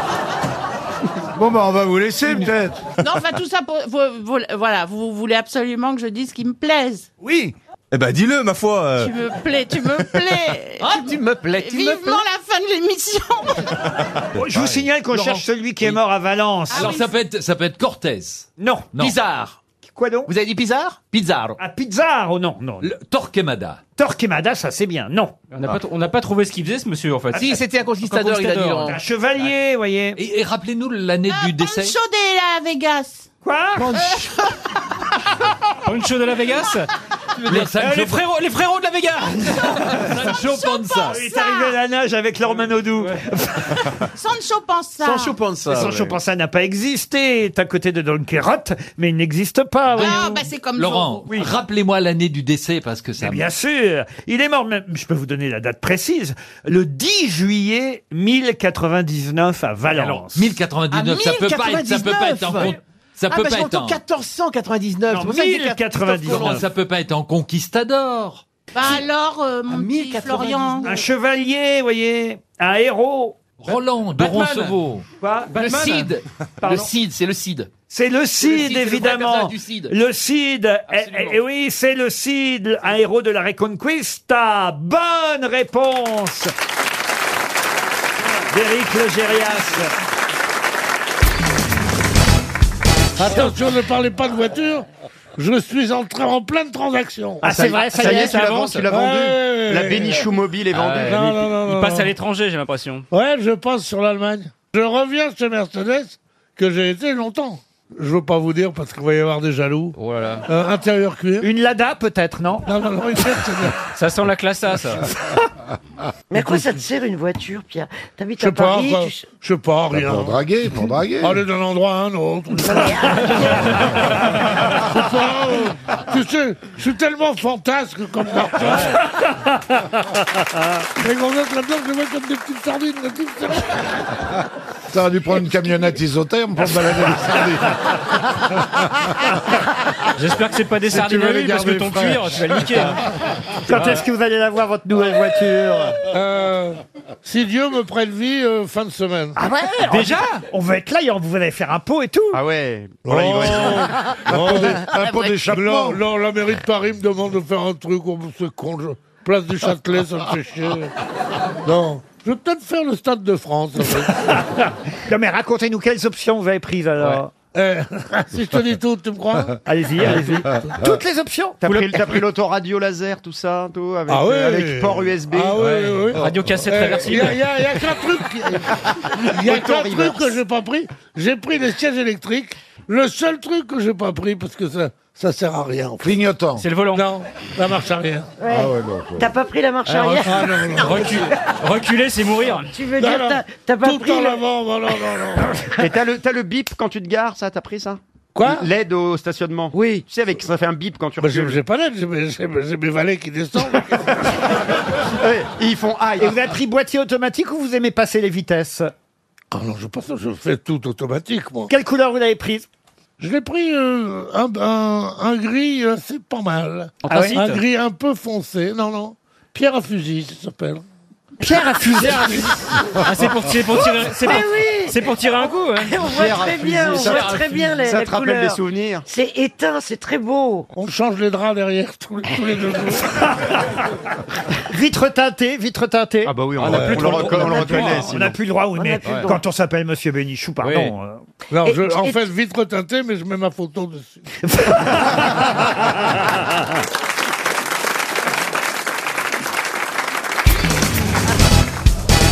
Speaker 7: hein.
Speaker 11: Bon, bah, on va vous laisser, peut-être.
Speaker 8: [laughs] Non, enfin tout ça, pour, vous- vous- voilà, vous voulez absolument que je dise qu'il me plaise.
Speaker 11: Oui.
Speaker 7: Eh ben, dis-le, ma foi. euh.
Speaker 8: Tu me plais, tu me plais.
Speaker 7: [laughs] Ah, tu me plais, tu
Speaker 8: Vivement
Speaker 7: me plais.
Speaker 8: la fin de l'émission.
Speaker 4: Je vous signale qu'on cherche celui qui est mort à Valence.
Speaker 1: Alors ça peut être ça peut être Cortez.
Speaker 4: Non.
Speaker 1: Pizarre.
Speaker 4: Quoi donc
Speaker 1: Vous avez dit Pizarre Pizarro.
Speaker 4: Ah Pizarro, non, non.
Speaker 1: Torquemada.
Speaker 4: Torquemada, ça c'est bien. Non.
Speaker 15: On n'a pas, on n'a pas trouvé ce qu'il faisait, ce monsieur, en fait.
Speaker 1: Ah, si, c'était un conquistador, il a dit, non.
Speaker 4: Un chevalier, voyez.
Speaker 1: Et, et rappelez-nous l'année du décès.
Speaker 8: Pancho de la Vegas.
Speaker 4: Quoi Euh,
Speaker 15: Pancho de la Vegas
Speaker 1: Les Sancho-
Speaker 15: les,
Speaker 4: oh,
Speaker 15: frérots, les frérots de la Vegas
Speaker 1: Sancho Panza.
Speaker 4: Il est arrivé à la nage avec l'Ormano Doux.
Speaker 8: Sancho Panza.
Speaker 4: Le Sancho Panza n'a pas existé. Il est à côté de Don Quixote, mais il n'existe pas.
Speaker 8: Ah,
Speaker 4: voyez-vous.
Speaker 8: bah c'est comme
Speaker 1: Laurent,
Speaker 8: Zorro.
Speaker 1: rappelez-moi l'année du décès parce que ça.
Speaker 4: Mais bien sûr, il est mort, même, je peux vous donner la date précise, le 10 juillet 1099 à Valence.
Speaker 1: 1099,
Speaker 8: Ah,
Speaker 1: ça peut pas être, ça peut pas être en compte. Ça
Speaker 6: ah,
Speaker 8: bah,
Speaker 1: peut
Speaker 6: parce
Speaker 1: pas
Speaker 6: qu'on
Speaker 1: être en.
Speaker 6: entend 1499.
Speaker 1: Non,
Speaker 6: c'est pour ça que j'ai quatre-
Speaker 1: Laurent, ça peut pas être en conquistador.
Speaker 8: Bah alors, euh, mon petit Florian.
Speaker 4: Un chevalier, vous voyez, un héros.
Speaker 1: Oh, Roland de
Speaker 4: Batman.
Speaker 1: Roncevaux.
Speaker 4: Quoi
Speaker 1: Le
Speaker 4: Batman
Speaker 1: Cid.
Speaker 4: Pardon
Speaker 1: Le Cid, c'est le Cid.
Speaker 4: C'est le
Speaker 1: C'est le Cid,
Speaker 4: Cid,
Speaker 1: c'est le vrai
Speaker 4: évidemment.
Speaker 1: personnage du Cid.
Speaker 4: Le Cid. Et, oui, c'est le Cid, un héros de la Reconquista. Bonne réponse d'Éric Legérias.
Speaker 18: Attention, ne parlez pas de voiture. Je suis en, train, en pleine transaction.
Speaker 15: Ah, c'est vrai, ça y est, ça avance. Ah,
Speaker 18: tu l'as vendu. La Bénichou
Speaker 15: Mobile
Speaker 18: est vendue. Non, non, non, non,
Speaker 15: il passe
Speaker 18: non.
Speaker 15: à l'étranger, j'ai l'impression.
Speaker 18: Ouais, je passe sur l'Allemagne. Je reviens chez Mercedes, que j'ai été longtemps. Je veux pas vous dire parce qu'il va y avoir des jaloux. Euh, intérieur cuir.
Speaker 4: Une Lada peut-être, non
Speaker 18: Non, non, non, une Mercedes.
Speaker 15: Ça sent la classe
Speaker 18: [laughs]
Speaker 15: A, ça.
Speaker 6: Mais à quoi ça te sert une voiture, Pierre T'habites
Speaker 18: Je
Speaker 6: à
Speaker 18: sais pas,
Speaker 6: Paris,
Speaker 18: quoi.
Speaker 6: tu-
Speaker 18: je sais pas, rien.
Speaker 16: Bah, pour draguer, pour draguer.
Speaker 18: Aller d'un endroit à un
Speaker 6: [laughs]
Speaker 18: autre. Je sais pas, euh, tu sais, je suis tellement fantasque comme
Speaker 6: [laughs]
Speaker 18: partout. Les grands autres là-dedans, je les vois comme des petites sardines. des petites sardines.
Speaker 16: Ça aurait dû prendre une camionnette isotherme pour me balader les sardines.
Speaker 15: J'espère que c'est pas des
Speaker 16: Si tu
Speaker 15: sardines
Speaker 16: veux
Speaker 15: à
Speaker 16: les
Speaker 15: l'huile, parce que
Speaker 16: garder
Speaker 15: ton
Speaker 16: frais.
Speaker 15: cuir, tu vas le niquer. hein.
Speaker 4: [laughs] Quand est-ce que vous allez la voir, votre nouvelle voiture
Speaker 18: Euh, si Dieu me prête vie, euh, fin de semaine.
Speaker 4: Ah ouais
Speaker 18: Déjà
Speaker 4: On va être là, et on- vous allez faire un pot et tout. Ah ouais
Speaker 18: Oh. [laughs] Un pot d'échappement. Non, la mairie de Paris me demande de faire un truc. Oh, ce con, je- place du Châtelet, ça me fait chier. Non. Je vais peut-être faire le Stade de France. en [laughs] fait.
Speaker 4: [laughs] Non mais racontez-nous quelles options vous avez prises alors.
Speaker 18: Euh, [laughs] si je te dis tout, hein. tu me crois
Speaker 4: [laughs] Allez-y,
Speaker 18: [laughs]
Speaker 4: allez-y. Toutes les options.
Speaker 27: T'as pris, t'as pris l'autoradio laser, tout ça, tout, avec,
Speaker 18: Ah ouais.
Speaker 27: euh, avec port USB.
Speaker 18: Ah ouais, ouais, ouais.
Speaker 27: Radio cassette
Speaker 18: Euh,
Speaker 27: réversible.
Speaker 18: Il y a, il y a qu'un truc, qui- il y a qu'un
Speaker 27: Auto-reverse.
Speaker 18: truc que j'ai pas pris. J'ai pris les sièges électriques. Le seul truc que j'ai pas pris parce que ça ça sert à rien. Clignotant. C'est
Speaker 15: le volant.
Speaker 18: Non, la marche arrière.
Speaker 6: Ouais. T'as pas pris la marche
Speaker 18: Ah,
Speaker 6: arrière
Speaker 18: ah, non, non.
Speaker 15: Recu- Reculer, c'est mourir.
Speaker 6: Tu veux
Speaker 18: Non,
Speaker 6: dire,
Speaker 18: non.
Speaker 6: t'as- t'as pas
Speaker 18: Tout
Speaker 6: pris
Speaker 18: en
Speaker 6: le-
Speaker 18: avant, non,
Speaker 27: [laughs]
Speaker 18: non, non, non.
Speaker 27: Et t'as le, t'as le bip quand tu te gares, ça, t'as pris ça
Speaker 18: Quoi
Speaker 27: L'aide au stationnement. Oui. Tu sais, avec, ça fait un bip quand tu
Speaker 18: Bah, j'ai
Speaker 27: recules.
Speaker 18: j'ai pas l'aide, j'ai mes- [laughs] j'ai mes j'ai mes valets qui descendent.
Speaker 27: Ouais, ils font aïe.
Speaker 4: Et vous avez pris boîtier automatique ou vous aimez passer les vitesses
Speaker 18: Ah non, je pense que je fais tout automatique, moi.
Speaker 4: Quelle couleur vous l'avez prise
Speaker 18: Je l'ai pris euh, un, un- un gris, euh, c'est pas mal.
Speaker 4: Anthracite
Speaker 18: un gris un peu foncé, non, non. Pierre à fusil, ça s'appelle.
Speaker 4: Pierre à fusil
Speaker 15: Ah, c'est pour, c'est pour tirer, c'est pour, c'est pour tirer un coup. hein.
Speaker 6: On voit très bien, on
Speaker 18: Ça
Speaker 6: voit
Speaker 18: te-
Speaker 6: très bien la,
Speaker 18: ça
Speaker 6: la
Speaker 18: te rappelle
Speaker 6: couleur.
Speaker 18: des souvenirs.
Speaker 6: C'est éteint, c'est très beau.
Speaker 18: On change les draps derrière tous, tous les deux
Speaker 6: [laughs]
Speaker 18: jours.
Speaker 4: Vitre teintée, vitre teintée. Ah
Speaker 27: bah oui,
Speaker 18: on le- on le reco- on le reconnaît,
Speaker 4: On
Speaker 18: sinon.
Speaker 4: n'a plus le droit, oui,
Speaker 18: On n'a
Speaker 4: mais
Speaker 18: plus le droit.
Speaker 4: quand on s'appelle Monsieur Bénichou, pardon. euh,
Speaker 18: Non, je- en fait, vitre teintée, mais je mets ma photo dessus.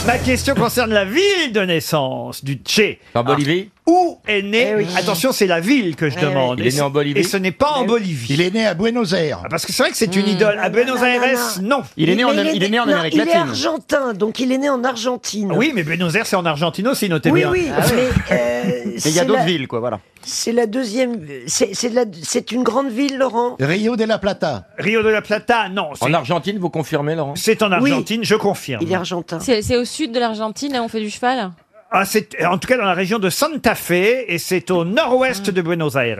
Speaker 4: Ma question concerne la ville de naissance du Tché.
Speaker 13: Ah.
Speaker 4: En
Speaker 14: Bolivie
Speaker 4: Où est
Speaker 2: Eh
Speaker 4: né Attention, c'est la ville que je
Speaker 14: Eh oui.
Speaker 4: demande.
Speaker 14: Il est
Speaker 4: Et
Speaker 14: né
Speaker 4: ce-
Speaker 14: en Bolivie
Speaker 4: Et ce n'est
Speaker 2: Eh
Speaker 4: pas en Bolivie. Ah,
Speaker 2: Il est né à Buenos Aires.
Speaker 4: Parce que c'est vrai que c'est une
Speaker 2: Hmm.
Speaker 4: idole. À Buenos Aires, non.
Speaker 2: Mais non,
Speaker 4: latine.
Speaker 2: Il est argentin, donc il est né en Argentine.
Speaker 4: Oui, mais Buenos Aires, c'est en Argentine aussi, notez
Speaker 2: Oui,
Speaker 4: Ah, bien. Ah
Speaker 2: oui, mais,
Speaker 6: [laughs]
Speaker 2: euh,
Speaker 4: [laughs]
Speaker 27: Et il y a
Speaker 2: c'est
Speaker 27: d'autres
Speaker 2: la-
Speaker 27: villes, quoi, voilà.
Speaker 2: C'est la deuxième. C'est c'est la- c'est une grande ville, Laurent. Rio de la Plata.
Speaker 4: Rio de la Plata, non.
Speaker 14: En Argentine, vous confirmez, Laurent
Speaker 4: C'est en
Speaker 14: Oui.
Speaker 4: Argentine, je confirme.
Speaker 2: Il est argentin.
Speaker 9: C'est c'est au sud de l'Argentine, là, on fait du cheval.
Speaker 4: Ah, c'est en tout cas dans la région de Santa Fe et c'est au
Speaker 2: Ah.
Speaker 4: nord-ouest de Buenos Aires.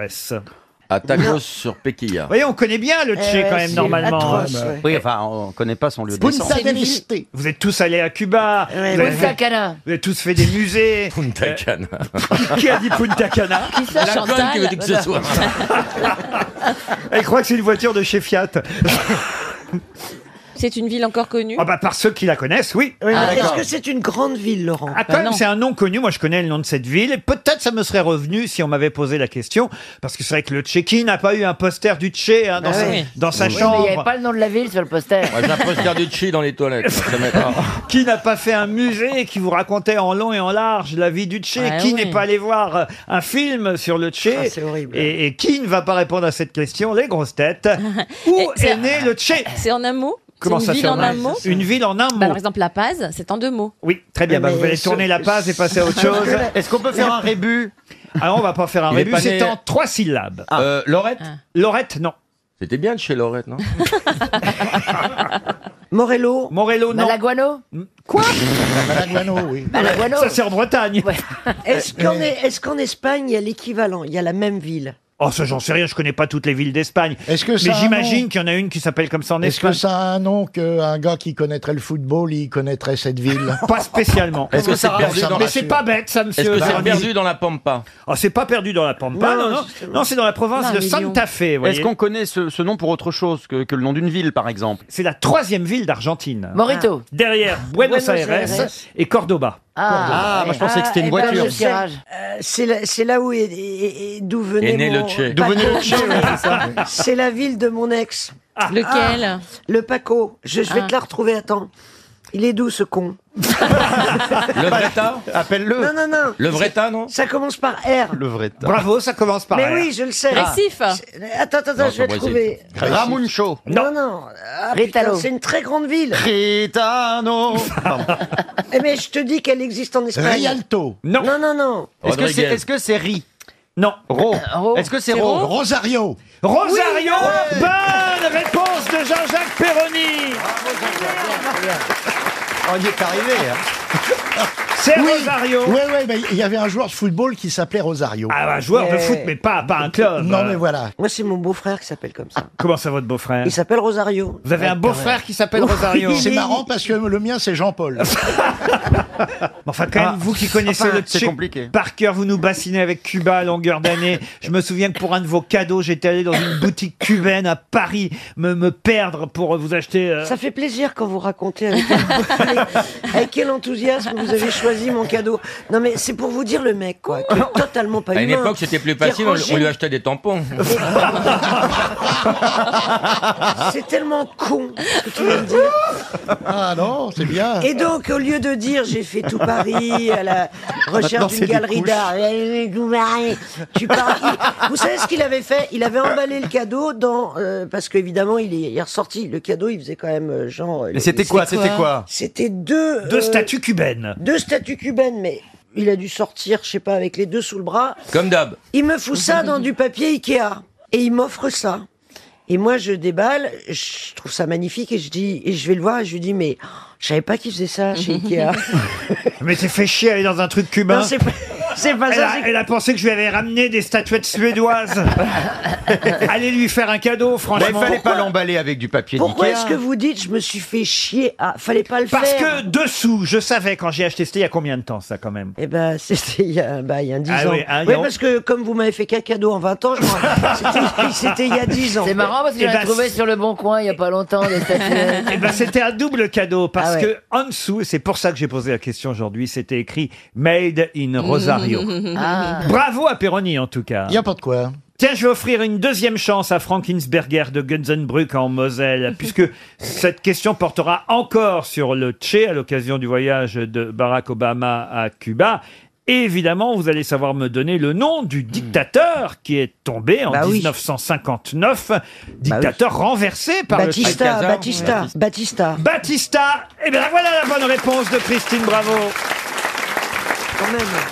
Speaker 14: À tacos sur Péquilla.
Speaker 4: Vous voyez, on connaît bien
Speaker 2: Eh
Speaker 4: le
Speaker 6: Eh
Speaker 4: Tché quand même normalement.
Speaker 18: hein.
Speaker 10: Oui, enfin, on connaît pas son lieu de
Speaker 4: Punta
Speaker 10: naissance.
Speaker 4: del Este. Vous êtes tous allés à Cuba. vous, avez fait- vous avez tous fait
Speaker 10: [laughs]
Speaker 4: des musées. Euh,
Speaker 14: Punta Cana.
Speaker 4: [laughs] Qui a dit Punta Cana
Speaker 14: Qui ça, La Chantal conne qui veut dire que ce soit.
Speaker 4: [laughs] Elle croit que c'est une voiture de chez Fiat.
Speaker 9: [laughs] C'est une ville encore connue.
Speaker 4: Ah bah par ceux qui la connaissent, oui.
Speaker 9: Oui, mais Ah, est-ce d'accord. que
Speaker 4: c'est une grande ville, Laurent Ah quand
Speaker 9: Bah
Speaker 4: même,
Speaker 9: non.
Speaker 4: c'est un nom connu. Moi, je connais le nom de cette ville. Et Peut-être ça me serait revenu si on m'avait posé la question, parce que c'est vrai que le Tchéquie n'a pas eu un poster du
Speaker 1: Bah
Speaker 4: Tché
Speaker 1: Eh
Speaker 4: hein, dans,
Speaker 6: Ah
Speaker 4: sa,
Speaker 6: oui.
Speaker 4: dans sa
Speaker 6: Oui, mais
Speaker 4: chambre.
Speaker 6: Il n'y avait pas le nom de la ville sur le poster.
Speaker 14: Moi, j'ai un
Speaker 1: [laughs]
Speaker 14: poster du chi dans les
Speaker 4: [laughs]
Speaker 14: toilettes. ça m'étonne.
Speaker 4: Qui n'a pas fait un musée qui vous racontait en long et en large la vie du Tché
Speaker 14: Ouais,
Speaker 4: Qui
Speaker 14: oui. Ah,
Speaker 4: n'est pas allé voir euh, un film sur le Tché et, et qui ne va pas répondre à cette question Les
Speaker 14: [laughs]
Speaker 4: grosses têtes. Où est né le Tché
Speaker 9: [laughs] C'est en un mot
Speaker 4: Comment
Speaker 9: C'est
Speaker 4: ça,
Speaker 9: une
Speaker 4: c'est
Speaker 9: ville en
Speaker 4: en
Speaker 9: un
Speaker 4: un-
Speaker 9: mot
Speaker 4: Une ville en un
Speaker 9: Bah,
Speaker 4: mot.
Speaker 9: Par exemple, La Paz, c'est en deux
Speaker 4: [laughs]
Speaker 9: mots.
Speaker 4: Oui, très bien. Bah, vous allez tourner la page et passer à
Speaker 14: [laughs]
Speaker 4: autre chose.
Speaker 10: Est-ce qu'on peut faire un rébut
Speaker 4: Ah, on va pas faire un
Speaker 14: Il est
Speaker 4: rébut.
Speaker 14: pas
Speaker 4: C'est
Speaker 14: né-
Speaker 4: en trois syllabes.
Speaker 10: Ah.
Speaker 14: Euh, Lorette
Speaker 6: Ah.
Speaker 4: Lorette, non.
Speaker 14: C'était bien de chez
Speaker 10: [laughs]
Speaker 14: Lorette, non
Speaker 4: Morello. Morello, non.
Speaker 6: Malaguano
Speaker 4: Quoi
Speaker 2: Malaguano, oui.
Speaker 6: Malaguano.
Speaker 4: Ça, c'est en Bretagne.
Speaker 6: Est-ce
Speaker 10: Euh,
Speaker 6: qu'en E-, est-ce qu'en Espagne, il y a l'équivalent Il y a la même ville
Speaker 4: Oh, ça, j'en sais rien, je connais pas toutes les villes d'Espagne.
Speaker 2: que ça
Speaker 4: Mais
Speaker 2: a un
Speaker 4: j'imagine
Speaker 2: nom
Speaker 4: qu'il y en a une qui s'appelle comme ça en
Speaker 2: Est-ce que
Speaker 4: Espagne.
Speaker 2: ça a un nom qu'un gars qui connaîtrait le football, il connaîtrait cette
Speaker 6: [laughs]
Speaker 2: ville
Speaker 4: Pas spécialement.
Speaker 14: Est-ce que c'est perdu dans
Speaker 4: Mais c'est pas bête, ça, monsieur.
Speaker 14: Est-ce que c'est
Speaker 4: Zornier.
Speaker 14: perdu dans la Pampa
Speaker 4: Oh, c'est pas perdu dans la Pampa, non,
Speaker 14: Non,
Speaker 4: non.
Speaker 14: justement.
Speaker 4: Non, c'est dans la province
Speaker 14: Non,
Speaker 4: de
Speaker 14: mais Lyon.
Speaker 4: Santa Fe, vous
Speaker 10: Est-ce
Speaker 4: voyez.
Speaker 10: qu'on connaît ce, ce nom pour autre chose que, que le nom d'une ville, par exemple
Speaker 4: C'est la troisième ville
Speaker 2: Ah.
Speaker 4: d'Argentine.
Speaker 6: Morito.
Speaker 4: Derrière Buenos,
Speaker 6: Buenos
Speaker 4: Aires,
Speaker 6: Aires.
Speaker 4: et Cordoba.
Speaker 10: Ah, moi, je pensais que c'était une
Speaker 6: eh ben,
Speaker 10: voiture.
Speaker 6: je sais. Euh, C'est là, c'est là où est- est- est- d'où venait
Speaker 10: Est né
Speaker 6: mon-
Speaker 10: le Che.
Speaker 6: Paco.
Speaker 10: D'où venait le Che, ouais, c'est ça.
Speaker 6: [laughs] C'est la ville de mon ex.
Speaker 9: Lequel
Speaker 6: Ah, Le Paco. Je, je vais
Speaker 9: Ah.
Speaker 6: te la retrouver. Attends. Il est d'où ce con
Speaker 14: Le Vreta
Speaker 10: Appelle-le.
Speaker 6: Non, non, non.
Speaker 14: Le Vreta, non
Speaker 6: Ça commence par R.
Speaker 10: Le vrai tas.
Speaker 4: Bravo, ça commence par
Speaker 6: Mais
Speaker 4: R.
Speaker 6: oui, je le sais.
Speaker 9: Récif.
Speaker 6: C'est- Attends, attends, attends,
Speaker 4: Non,
Speaker 6: je vais
Speaker 4: c'est
Speaker 6: le
Speaker 4: au
Speaker 6: trouver.
Speaker 4: Brésil.
Speaker 10: Ramuncho.
Speaker 6: Non, non. Ah, putain,
Speaker 10: Rétalo.
Speaker 6: C'est une très grande ville.
Speaker 10: Cretano.
Speaker 6: [laughs] Eh, Mais je te dis qu'elle existe en Espagne.
Speaker 2: Ah. Rialto.
Speaker 4: Non.
Speaker 6: Non, non, non.
Speaker 10: Est-ce que c'est
Speaker 6: Rodriguez.
Speaker 10: est-ce que c'est Ri
Speaker 4: Non.
Speaker 10: Ro.
Speaker 24: Euh,
Speaker 10: Est-ce que c'est Ro
Speaker 2: Rosario.
Speaker 4: Rosario Bonne réponse de Jean-Jacques Perroni
Speaker 10: On y est arrivé. hein.
Speaker 4: C'est
Speaker 2: Oui.
Speaker 4: Rosario
Speaker 2: Oui, oui,
Speaker 3: bah,
Speaker 2: mais il y avait un joueur de football qui s'appelait Rosario.
Speaker 4: Ah, un joueur de foot, mais pas, pas un club. Ah,
Speaker 2: Non, mais voilà.
Speaker 6: Moi, c'est mon beau-frère qui s'appelle comme ça.
Speaker 4: Comment ça, votre beau-frère
Speaker 6: Il s'appelle Rosario.
Speaker 4: Vous avez un beau-frère qui s'appelle Rosario
Speaker 2: C'est marrant parce que le mien, c'est
Speaker 4: [laughs]
Speaker 2: Jean-Paul.
Speaker 4: Mais Enfin, quand même,
Speaker 2: Ah.
Speaker 4: vous qui connaissez
Speaker 2: Enfin,
Speaker 4: le
Speaker 2: c'est
Speaker 4: Tché-
Speaker 2: compliqué.
Speaker 4: par cœur, vous nous bassinez avec Cuba à
Speaker 2: [laughs]
Speaker 4: longueur d'année. Je me souviens que pour un de vos cadeaux, j'étais allé dans une boutique cubaine à Paris me, me perdre pour vous acheter. euh,
Speaker 6: Ça fait plaisir quand vous racontez avec,
Speaker 2: [laughs]
Speaker 6: avec quel enthousiasme vous avez choisi mon cadeau. Non mais c'est pour vous dire le mec quoi,
Speaker 2: [laughs]
Speaker 6: qui est totalement pas
Speaker 14: À une
Speaker 6: humain. oh,
Speaker 14: époque, c'était plus facile, on,
Speaker 6: Roger-
Speaker 14: on lui achetait des tampons.
Speaker 6: [laughs] C'est tellement con ce que tu viens de dire.
Speaker 2: Ah non, c'est bien.
Speaker 6: Et donc au lieu de dire j'ai fait tout Paris à la recherche d'une galerie d'art, tu parles. Vous savez ce qu'il avait fait Il avait emballé le cadeau dans euh, parce qu'évidemment il est, il est ressorti. Le cadeau il faisait quand même euh, genre.
Speaker 10: Mais c'était quoi, c'était quoi
Speaker 6: C'était deux.
Speaker 4: deux
Speaker 6: euh,
Speaker 4: statues cubaines.
Speaker 6: Deux statues cubaines, mais il a dû sortir, je sais pas, avec les deux sous le bras.
Speaker 14: Comme d'hab.
Speaker 6: Il me fout ça dans du papier Ikea et il m'offre ça. Et moi, je déballe, je trouve ça magnifique et je dis, et je vais le voir et je lui dis, mais oh, je savais pas qu'il faisait ça
Speaker 4: [laughs]
Speaker 6: chez Ikea.
Speaker 4: Mais t'es fait chier aller dans un truc cubain.
Speaker 6: non, c'est pas, c'est pas
Speaker 4: elle,
Speaker 6: ça.
Speaker 4: a,
Speaker 6: c'est-
Speaker 4: elle a pensé que je lui avais ramené des statuettes
Speaker 6: [laughs]
Speaker 4: suédoises. Allez lui faire un cadeau,
Speaker 10: Mais il
Speaker 4: franchement.
Speaker 10: fallait pas l'emballer avec du papier
Speaker 6: Pourquoi
Speaker 10: d'Ikea.
Speaker 6: est-ce que vous dites, je me suis fait chier à, fallait pas le
Speaker 4: Parce
Speaker 6: faire.
Speaker 4: que dessous, je savais quand j'ai acheté, c'était il y a combien de temps ça quand même
Speaker 6: Eh ben, [laughs] c'était il y a, bah, il y a 10
Speaker 4: Ah
Speaker 6: ans.
Speaker 4: oui, hein, il
Speaker 6: oui,
Speaker 4: y a-
Speaker 6: parce que comme vous m'avez fait qu'un cadeau en 20 ans, je m'en- c'était- c'était il y a 10 ans.
Speaker 4: C'est marrant parce que Eh j'en ai ben, trouvé c'est-
Speaker 6: sur le bon coin il y a pas longtemps des
Speaker 4: [laughs] Eh ben, c'était un double cadeau parce
Speaker 6: Ah ouais.
Speaker 4: que en dessous, et c'est pour ça que j'ai posé la question aujourd'hui, c'était écrit Made in [laughs] Rosario.
Speaker 22: Ah.
Speaker 6: [laughs]
Speaker 4: Ah. Bravo à Perroni en tout cas.
Speaker 2: Il n'y a pas de quoi.
Speaker 4: Tiens, je vais offrir une deuxième chance à Frank Hinsberger de Gunzenbrück en
Speaker 6: [laughs]
Speaker 4: Moselle, puisque cette question portera encore sur le Tché à l'occasion du voyage de Barack Obama à Cuba. Et évidemment, vous allez savoir me donner le nom du dictateur qui est tombé en
Speaker 6: Hmm. Bah oui. Bah
Speaker 4: 1959, dictateur renversé par le
Speaker 6: Batista,
Speaker 4: Che Guevara.
Speaker 6: Batista, Batista.
Speaker 4: Batista. Eh bien, voilà la bonne réponse de Christine Bravo.
Speaker 6: Quand même.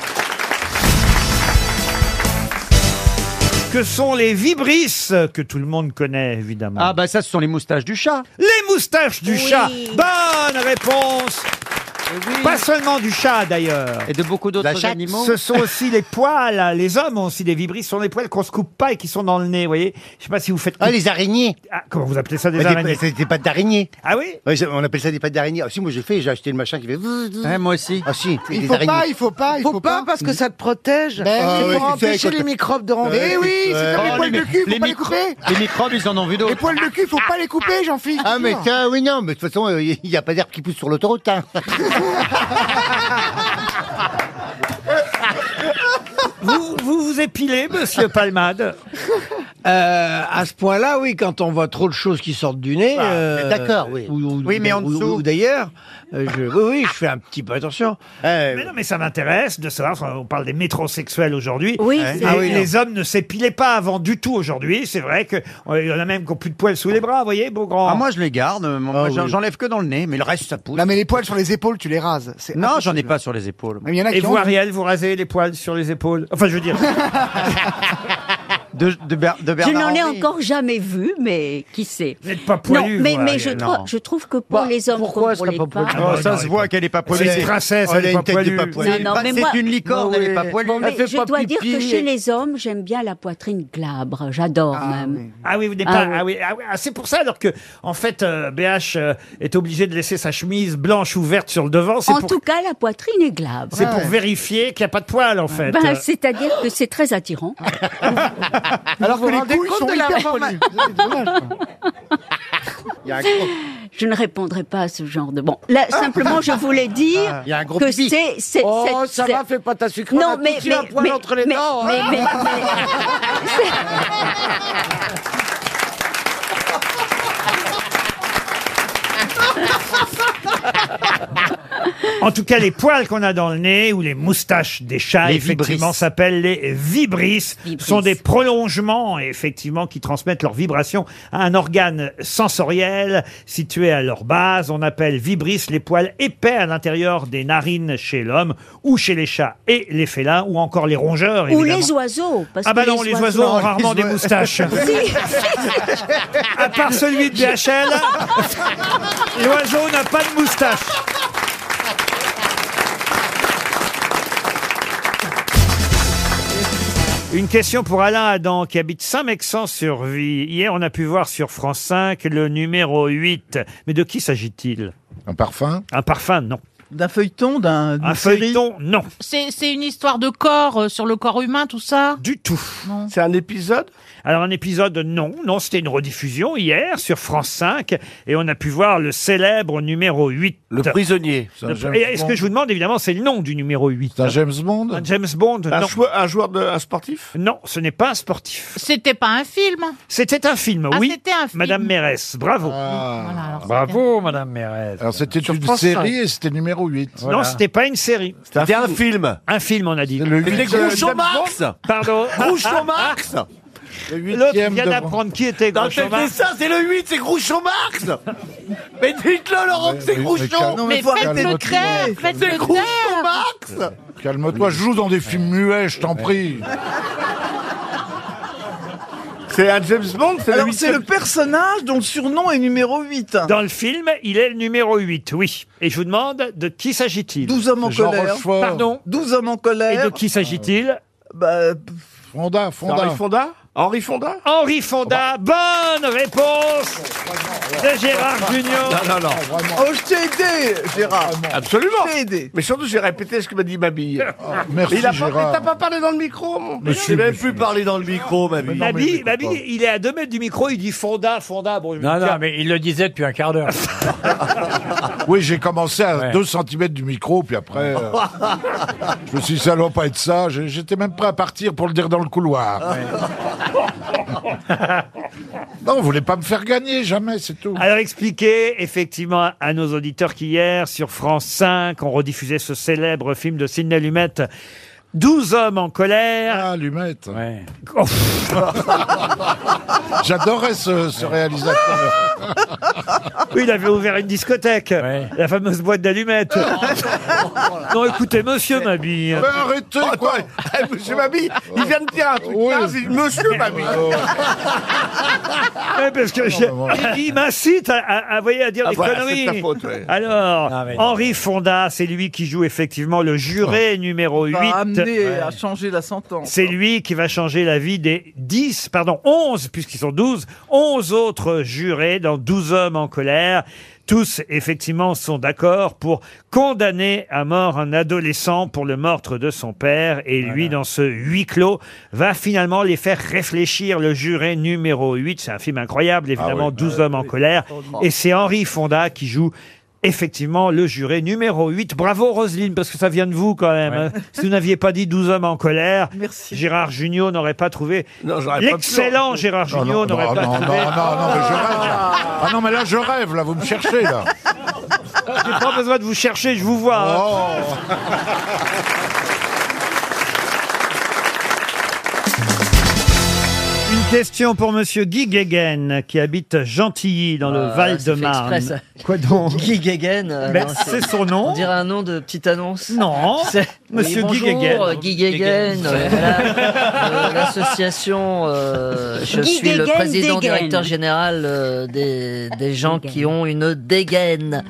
Speaker 4: Que sont les vibrisses que tout le monde connaît, évidemment.
Speaker 10: Ah bah ça, ce sont les moustaches du chat.
Speaker 4: Les moustaches du
Speaker 10: Oui.
Speaker 4: chat. Bonne réponse
Speaker 6: Eh
Speaker 4: Pas seulement du chat d'ailleurs. Et de beaucoup
Speaker 2: d'autres chatte. animaux.
Speaker 4: Ce sont aussi les poils. Les hommes ont aussi des vibrisses. Ce sont des poils qu'on se coupe pas et qui sont dans le nez, vous voyez. Je sais pas si vous faites.
Speaker 3: Ah, les
Speaker 4: araignées. comment vous appelez ça des
Speaker 3: Bah, des-
Speaker 4: araignées
Speaker 3: c'est des pattes d'araignée.
Speaker 4: Ah oui
Speaker 3: On appelle ça des pattes d'araignée. Ah, si, moi j'ai fait, j'ai acheté le machin qui fait.
Speaker 2: moi aussi.
Speaker 3: Ah si,
Speaker 11: Il
Speaker 3: des
Speaker 11: faut
Speaker 3: araignées.
Speaker 11: pas, il faut pas, il faut, pas, Ben parce que ça te protège.
Speaker 12: Euh,
Speaker 3: Ah
Speaker 11: c'est
Speaker 3: ouais,
Speaker 11: pour
Speaker 3: tu sais,
Speaker 11: empêcher
Speaker 3: quand
Speaker 11: les
Speaker 3: t'as-
Speaker 11: microbes de rentrer.
Speaker 3: Ouais.
Speaker 11: Eh oui, c'est
Speaker 3: Ouais.
Speaker 11: comme les
Speaker 3: Oh,
Speaker 11: poils
Speaker 3: les-
Speaker 11: de cul, faut
Speaker 3: les
Speaker 11: pas les
Speaker 3: micro-
Speaker 11: couper.
Speaker 3: les microbes, ils en ont vu d'autres.
Speaker 11: Les poils de cul, faut pas les couper, j'en fiche.
Speaker 3: Ah, mais ça, oui, non, mais de toute façon, euh, il n'y a pas d'herbe qui pousse sur l'autoroute. hein.
Speaker 4: [laughs] Vous, vous vous épilez, monsieur Palmade
Speaker 28: Euh, à ce point-là, oui, quand on voit trop de choses qui sortent du nez.
Speaker 2: Bah,
Speaker 4: Ah,
Speaker 28: euh,
Speaker 4: d'accord, oui.
Speaker 28: Ou, ou-
Speaker 4: Oui, mais en
Speaker 28: ou-
Speaker 4: dessous.
Speaker 28: ou d'ailleurs, euh, je, oui, oui, je fais un petit peu attention.
Speaker 2: Eh,
Speaker 4: mais non, mais ça m'intéresse de savoir. On parle des métrosexuels aujourd'hui.
Speaker 28: Oui,
Speaker 4: Et
Speaker 28: c'est vrai.
Speaker 4: les hommes ne s'épilaient pas avant du tout aujourd'hui. C'est vrai que euh, il y en a même qui ont plus de poils sous les bras. Vous voyez, beau grand.
Speaker 2: Ah, moi, je les garde. euh, moi,
Speaker 4: Ah,
Speaker 2: j'en-
Speaker 4: oui.
Speaker 2: J'enlève que dans le nez, mais le reste, ça pousse.
Speaker 11: Non, mais les poils sur les épaules, tu les rases. C'est
Speaker 2: Non, j'en ai
Speaker 11: impossible.
Speaker 2: pas sur les épaules. moi.
Speaker 11: Mais il y en a
Speaker 4: Et
Speaker 11: qui
Speaker 4: vous,
Speaker 11: ont-
Speaker 4: Ariel, vous rasez les poils sur les épaules Enfin, je veux dire.
Speaker 2: de, de, Ber- de
Speaker 24: Je
Speaker 2: Bernard
Speaker 24: n'en ai
Speaker 2: Henry.
Speaker 24: encore jamais vu, mais qui sait Vous
Speaker 4: n'êtes pas
Speaker 2: poilu,
Speaker 24: Non, mais,
Speaker 2: vous,
Speaker 24: mais
Speaker 2: Ariel,
Speaker 24: je,
Speaker 2: non. Bah,
Speaker 24: crois- je trouve que pour les hommes,
Speaker 2: pourquoi
Speaker 24: comme pour les femmes...
Speaker 2: Oh, ça se voit qu'elle est pas poilue.
Speaker 4: C'est une princesse,
Speaker 2: Oh,
Speaker 4: elle est
Speaker 2: une
Speaker 4: pas
Speaker 2: tête de
Speaker 4: poilue.
Speaker 2: pas poilue. Bah,
Speaker 24: Non, non, mais
Speaker 2: C'est
Speaker 24: moi-
Speaker 2: une licorne, elle est pas poilue.
Speaker 24: Bon, mais
Speaker 2: Elle fait
Speaker 24: je
Speaker 2: pas
Speaker 24: dois dire
Speaker 2: pipi
Speaker 24: que chez
Speaker 2: et-
Speaker 24: les hommes, j'aime bien la poitrine glabre. J'adore même.
Speaker 4: Ah oui, vous n'êtes
Speaker 24: Ah
Speaker 4: pas.
Speaker 24: oui.
Speaker 4: Ah oui, ah oui, ah, c'est pour ça alors que en fait euh, BH euh, est obligé de laisser sa chemise blanche ouverte sur le devant. C'est
Speaker 24: En
Speaker 4: pour,
Speaker 24: tout cas, la poitrine est glabre.
Speaker 4: c'est pour vérifier qu'il n'y a pas de poils en fait.
Speaker 24: Ben,
Speaker 4: Euh,
Speaker 24: C'est-à-dire que c'est très attirant.
Speaker 2: Ah.
Speaker 24: [laughs]
Speaker 11: Alors que les couilles
Speaker 24: compte
Speaker 11: sont
Speaker 24: de la
Speaker 11: hyper
Speaker 24: forma-
Speaker 11: poilues. [laughs] C'est dommage.
Speaker 24: [laughs] Je ne répondrai pas à ce genre de... Bon, là, simplement, je voulais dire
Speaker 11: Ah. Il y a un gros
Speaker 24: que
Speaker 11: pipi.
Speaker 24: c'est... c'est-
Speaker 11: Oh,
Speaker 24: c'est-
Speaker 11: ça
Speaker 24: c'est-
Speaker 11: va, fais pas ta sucre.
Speaker 24: Non, mais... mais,
Speaker 11: un poil
Speaker 24: mais-
Speaker 11: entre les
Speaker 24: mais-
Speaker 11: dents.
Speaker 24: mais-
Speaker 11: hein.
Speaker 24: mais- mais-
Speaker 4: En tout cas, les poils qu'on a dans le nez ou les moustaches des chats,
Speaker 2: Les
Speaker 4: effectivement,
Speaker 2: vibrisses.
Speaker 4: s'appellent les vibrisses.
Speaker 2: Vibrisses.
Speaker 4: Ce sont des prolongements, effectivement, qui transmettent leurs vibrations à un organe sensoriel situé à leur base. On appelle vibrisses les poils épais à l'intérieur des narines chez l'homme ou chez les chats et les félins ou encore les rongeurs,
Speaker 24: Ou
Speaker 4: Ah, évidemment.
Speaker 24: les oiseaux. parce
Speaker 4: Ah bah
Speaker 24: que
Speaker 4: non, les oiseaux ont rarement des moustaches.
Speaker 24: Si.
Speaker 4: À part celui
Speaker 24: [laughs]
Speaker 4: de BHL,
Speaker 22: [laughs]
Speaker 4: l'oiseau n'a pas de moustache. Une question pour Alain Adam qui habite Saint-Mexan-sur-Vie. Hier, on a pu voir sur France 5 le numéro 8. Mais de qui s'agit-il Un parfum Un parfum, non.
Speaker 2: D'un feuilleton, d'un.
Speaker 4: Un feuilleton, non.
Speaker 8: C'est c'est une histoire de corps, euh, sur le corps humain, tout ça
Speaker 4: Du tout. C'est un épisode Alors un épisode, non. Non, c'était une rediffusion hier sur France 5 et on a pu voir le célèbre numéro 8. Le
Speaker 3: prisonnier.
Speaker 16: C'est un James
Speaker 4: Et est-ce
Speaker 16: Bond.
Speaker 4: que je vous demande, évidemment, c'est le nom du numéro 8 C'est un James Bond Un James Bond,
Speaker 16: Un
Speaker 4: non.
Speaker 16: chou-
Speaker 4: un joueur de, un sportif Non, ce n'est pas un sportif.
Speaker 8: C'était pas un film
Speaker 4: C'était un film,
Speaker 8: Ah,
Speaker 4: oui.
Speaker 8: c'était un film. Ah.
Speaker 4: Madame Mérès, bravo. bravo, Madame Mérès.
Speaker 16: Alors, c'était une
Speaker 4: France cinq.
Speaker 16: série et c'était numéro 8.
Speaker 4: Non, c'était pas une série.
Speaker 16: C'était un
Speaker 4: film. Un film, on a dit. Le
Speaker 16: C'était huit de Groucho James Marx Bond
Speaker 4: Pardon. [laughs]
Speaker 16: Groucho
Speaker 4: Max L'autre vient
Speaker 16: de-
Speaker 4: d'apprendre qui était
Speaker 16: Dans
Speaker 4: Groucho
Speaker 16: quel
Speaker 4: Marx.
Speaker 16: dessin,
Speaker 2: c'est le 8, c'est Groucho Marx Mais dites-le, Laurent, que c'est Grouchon
Speaker 16: Non, mais faut arrêter de crier. C'est Groucho
Speaker 2: Marx
Speaker 16: Calme-toi, je joue dans des films muets, je t'en prie.
Speaker 2: C'est un James Bond,
Speaker 4: c'est le
Speaker 2: Alors,
Speaker 4: huitième-
Speaker 2: c'est le personnage dont le surnom est numéro 8.
Speaker 4: Dans le film, il est le numéro 8, oui. Et je vous demande, de qui s'agit-il
Speaker 2: 12 hommes en colère.
Speaker 4: Pardon
Speaker 2: 12 hommes en colère.
Speaker 4: Et de qui s'agit-il
Speaker 2: bah,
Speaker 16: euh, Fonda,
Speaker 2: Fonda. Henri Fonda
Speaker 4: Henri Fonda Ah bah. Henri Fonda, bonne réponse de Gérard Junior.
Speaker 3: Non, non, non.
Speaker 2: Oh, je t'ai aidé, Gérard.
Speaker 3: Absolument.
Speaker 2: Je t'ai aidé.
Speaker 3: Mais surtout, j'ai répété ce que m'a dit Ah. ma bille.
Speaker 2: merci,
Speaker 3: [laughs] Mais il a pas-
Speaker 2: Gérard.
Speaker 3: T'as pas parlé dans le micro, mon
Speaker 2: Mais si,
Speaker 3: J'ai
Speaker 2: mais
Speaker 3: même plus parlé dans le micro, ma bille.
Speaker 4: Mabi, Mabi, il est à 2 mètres du micro, il dit Fonda, Fonda. Bon, je me dis, tiens,
Speaker 16: mais il le disait depuis un quart d'heure. [laughs] oui, j'ai commencé à
Speaker 4: Ouais.
Speaker 16: 2 cm du micro, puis après, euh,
Speaker 7: [laughs]
Speaker 16: je me suis dit, ça doit pas être ça. J'ai- J'étais même prêt à partir pour le dire dans le couloir. non, on voulait pas me faire gagner, jamais, c'est tout.
Speaker 4: Alors expliquez effectivement à nos auditeurs qu'hier sur France 5, on rediffusait ce célèbre film de Sidney Lumet. 12 hommes en colère. Ah,
Speaker 16: l'humette.
Speaker 4: [laughs] J'adorais ce, réalisateur. [laughs] Oui, il avait ouvert une discothèque. La fameuse boîte [laughs] d'allumettes. non, écoutez, monsieur Mabille.
Speaker 16: Mais Ah ben, arrêtez, quoi Eh, Monsieur Mabille, il vient de dire un truc naze, il dit, Monsieur Mabille
Speaker 29: Ah,
Speaker 4: Ouais, parce que je- il m'incite à, à, à, voyez, à dire
Speaker 16: Ah,
Speaker 4: des
Speaker 16: voilà,
Speaker 4: conneries.
Speaker 16: c'est de ta faute, ouais.
Speaker 4: Alors,
Speaker 29: Ah,
Speaker 16: Non, mais-
Speaker 4: Henri Fonda, c'est lui qui joue effectivement le juré
Speaker 16: Ah.
Speaker 4: numéro 8.
Speaker 29: va amener à changer la sentence.
Speaker 4: C'est lui qui va changer la vie des 10, pardon, 11, puisqu'ils sont 12, 11 autres jurés dans 12 hommes en colère. Tous, effectivement, sont d'accord pour condamner à mort un adolescent pour le meurtre de son père. Et lui, dans ce huis clos, va finalement les faire réfléchir. Le juré numéro 8, c'est un film incroyable, évidemment, 12 hommes en colère. Et c'est Henri Fonda qui joue Effectivement, le juré numéro 8. Bravo Roselyne, parce que ça vient de vous quand même. hein. Si vous n'aviez pas dit 12 hommes en colère, Gérard Junior n'aurait pas trouvé.
Speaker 16: j'aurais pas pu. Oh,
Speaker 4: L'excellent Gérard
Speaker 16: Non, non,
Speaker 4: Junior n'aurait
Speaker 16: non,
Speaker 4: pas
Speaker 16: non,
Speaker 4: trouvé.
Speaker 16: non, non, non, mais je rêve. Ah non, mais là, je rêve, là, vous me cherchez, là.
Speaker 4: J'ai pas besoin de vous chercher, je vous vois. hein.
Speaker 16: Oh.
Speaker 4: Euh, Une question pour Monsieur Guy Guéguen, qui habite Gentilly, dans
Speaker 16: Euh,
Speaker 4: le Val-de-Marne.
Speaker 22: Quoi donc Guy Guéguen. euh,
Speaker 4: Ben,
Speaker 22: non,
Speaker 4: c'est son nom.
Speaker 22: On dirait un nom de petite annonce.
Speaker 4: Non. Monsieur Guy Guéguen.
Speaker 22: Guy Guéguen.
Speaker 4: Guéguen.
Speaker 22: euh, voilà, euh, L'association. euh, je
Speaker 29: Guy
Speaker 22: suis le
Speaker 29: Guéguen dégaine.
Speaker 22: président directeur général euh, des, des gens qui ont une dégaine.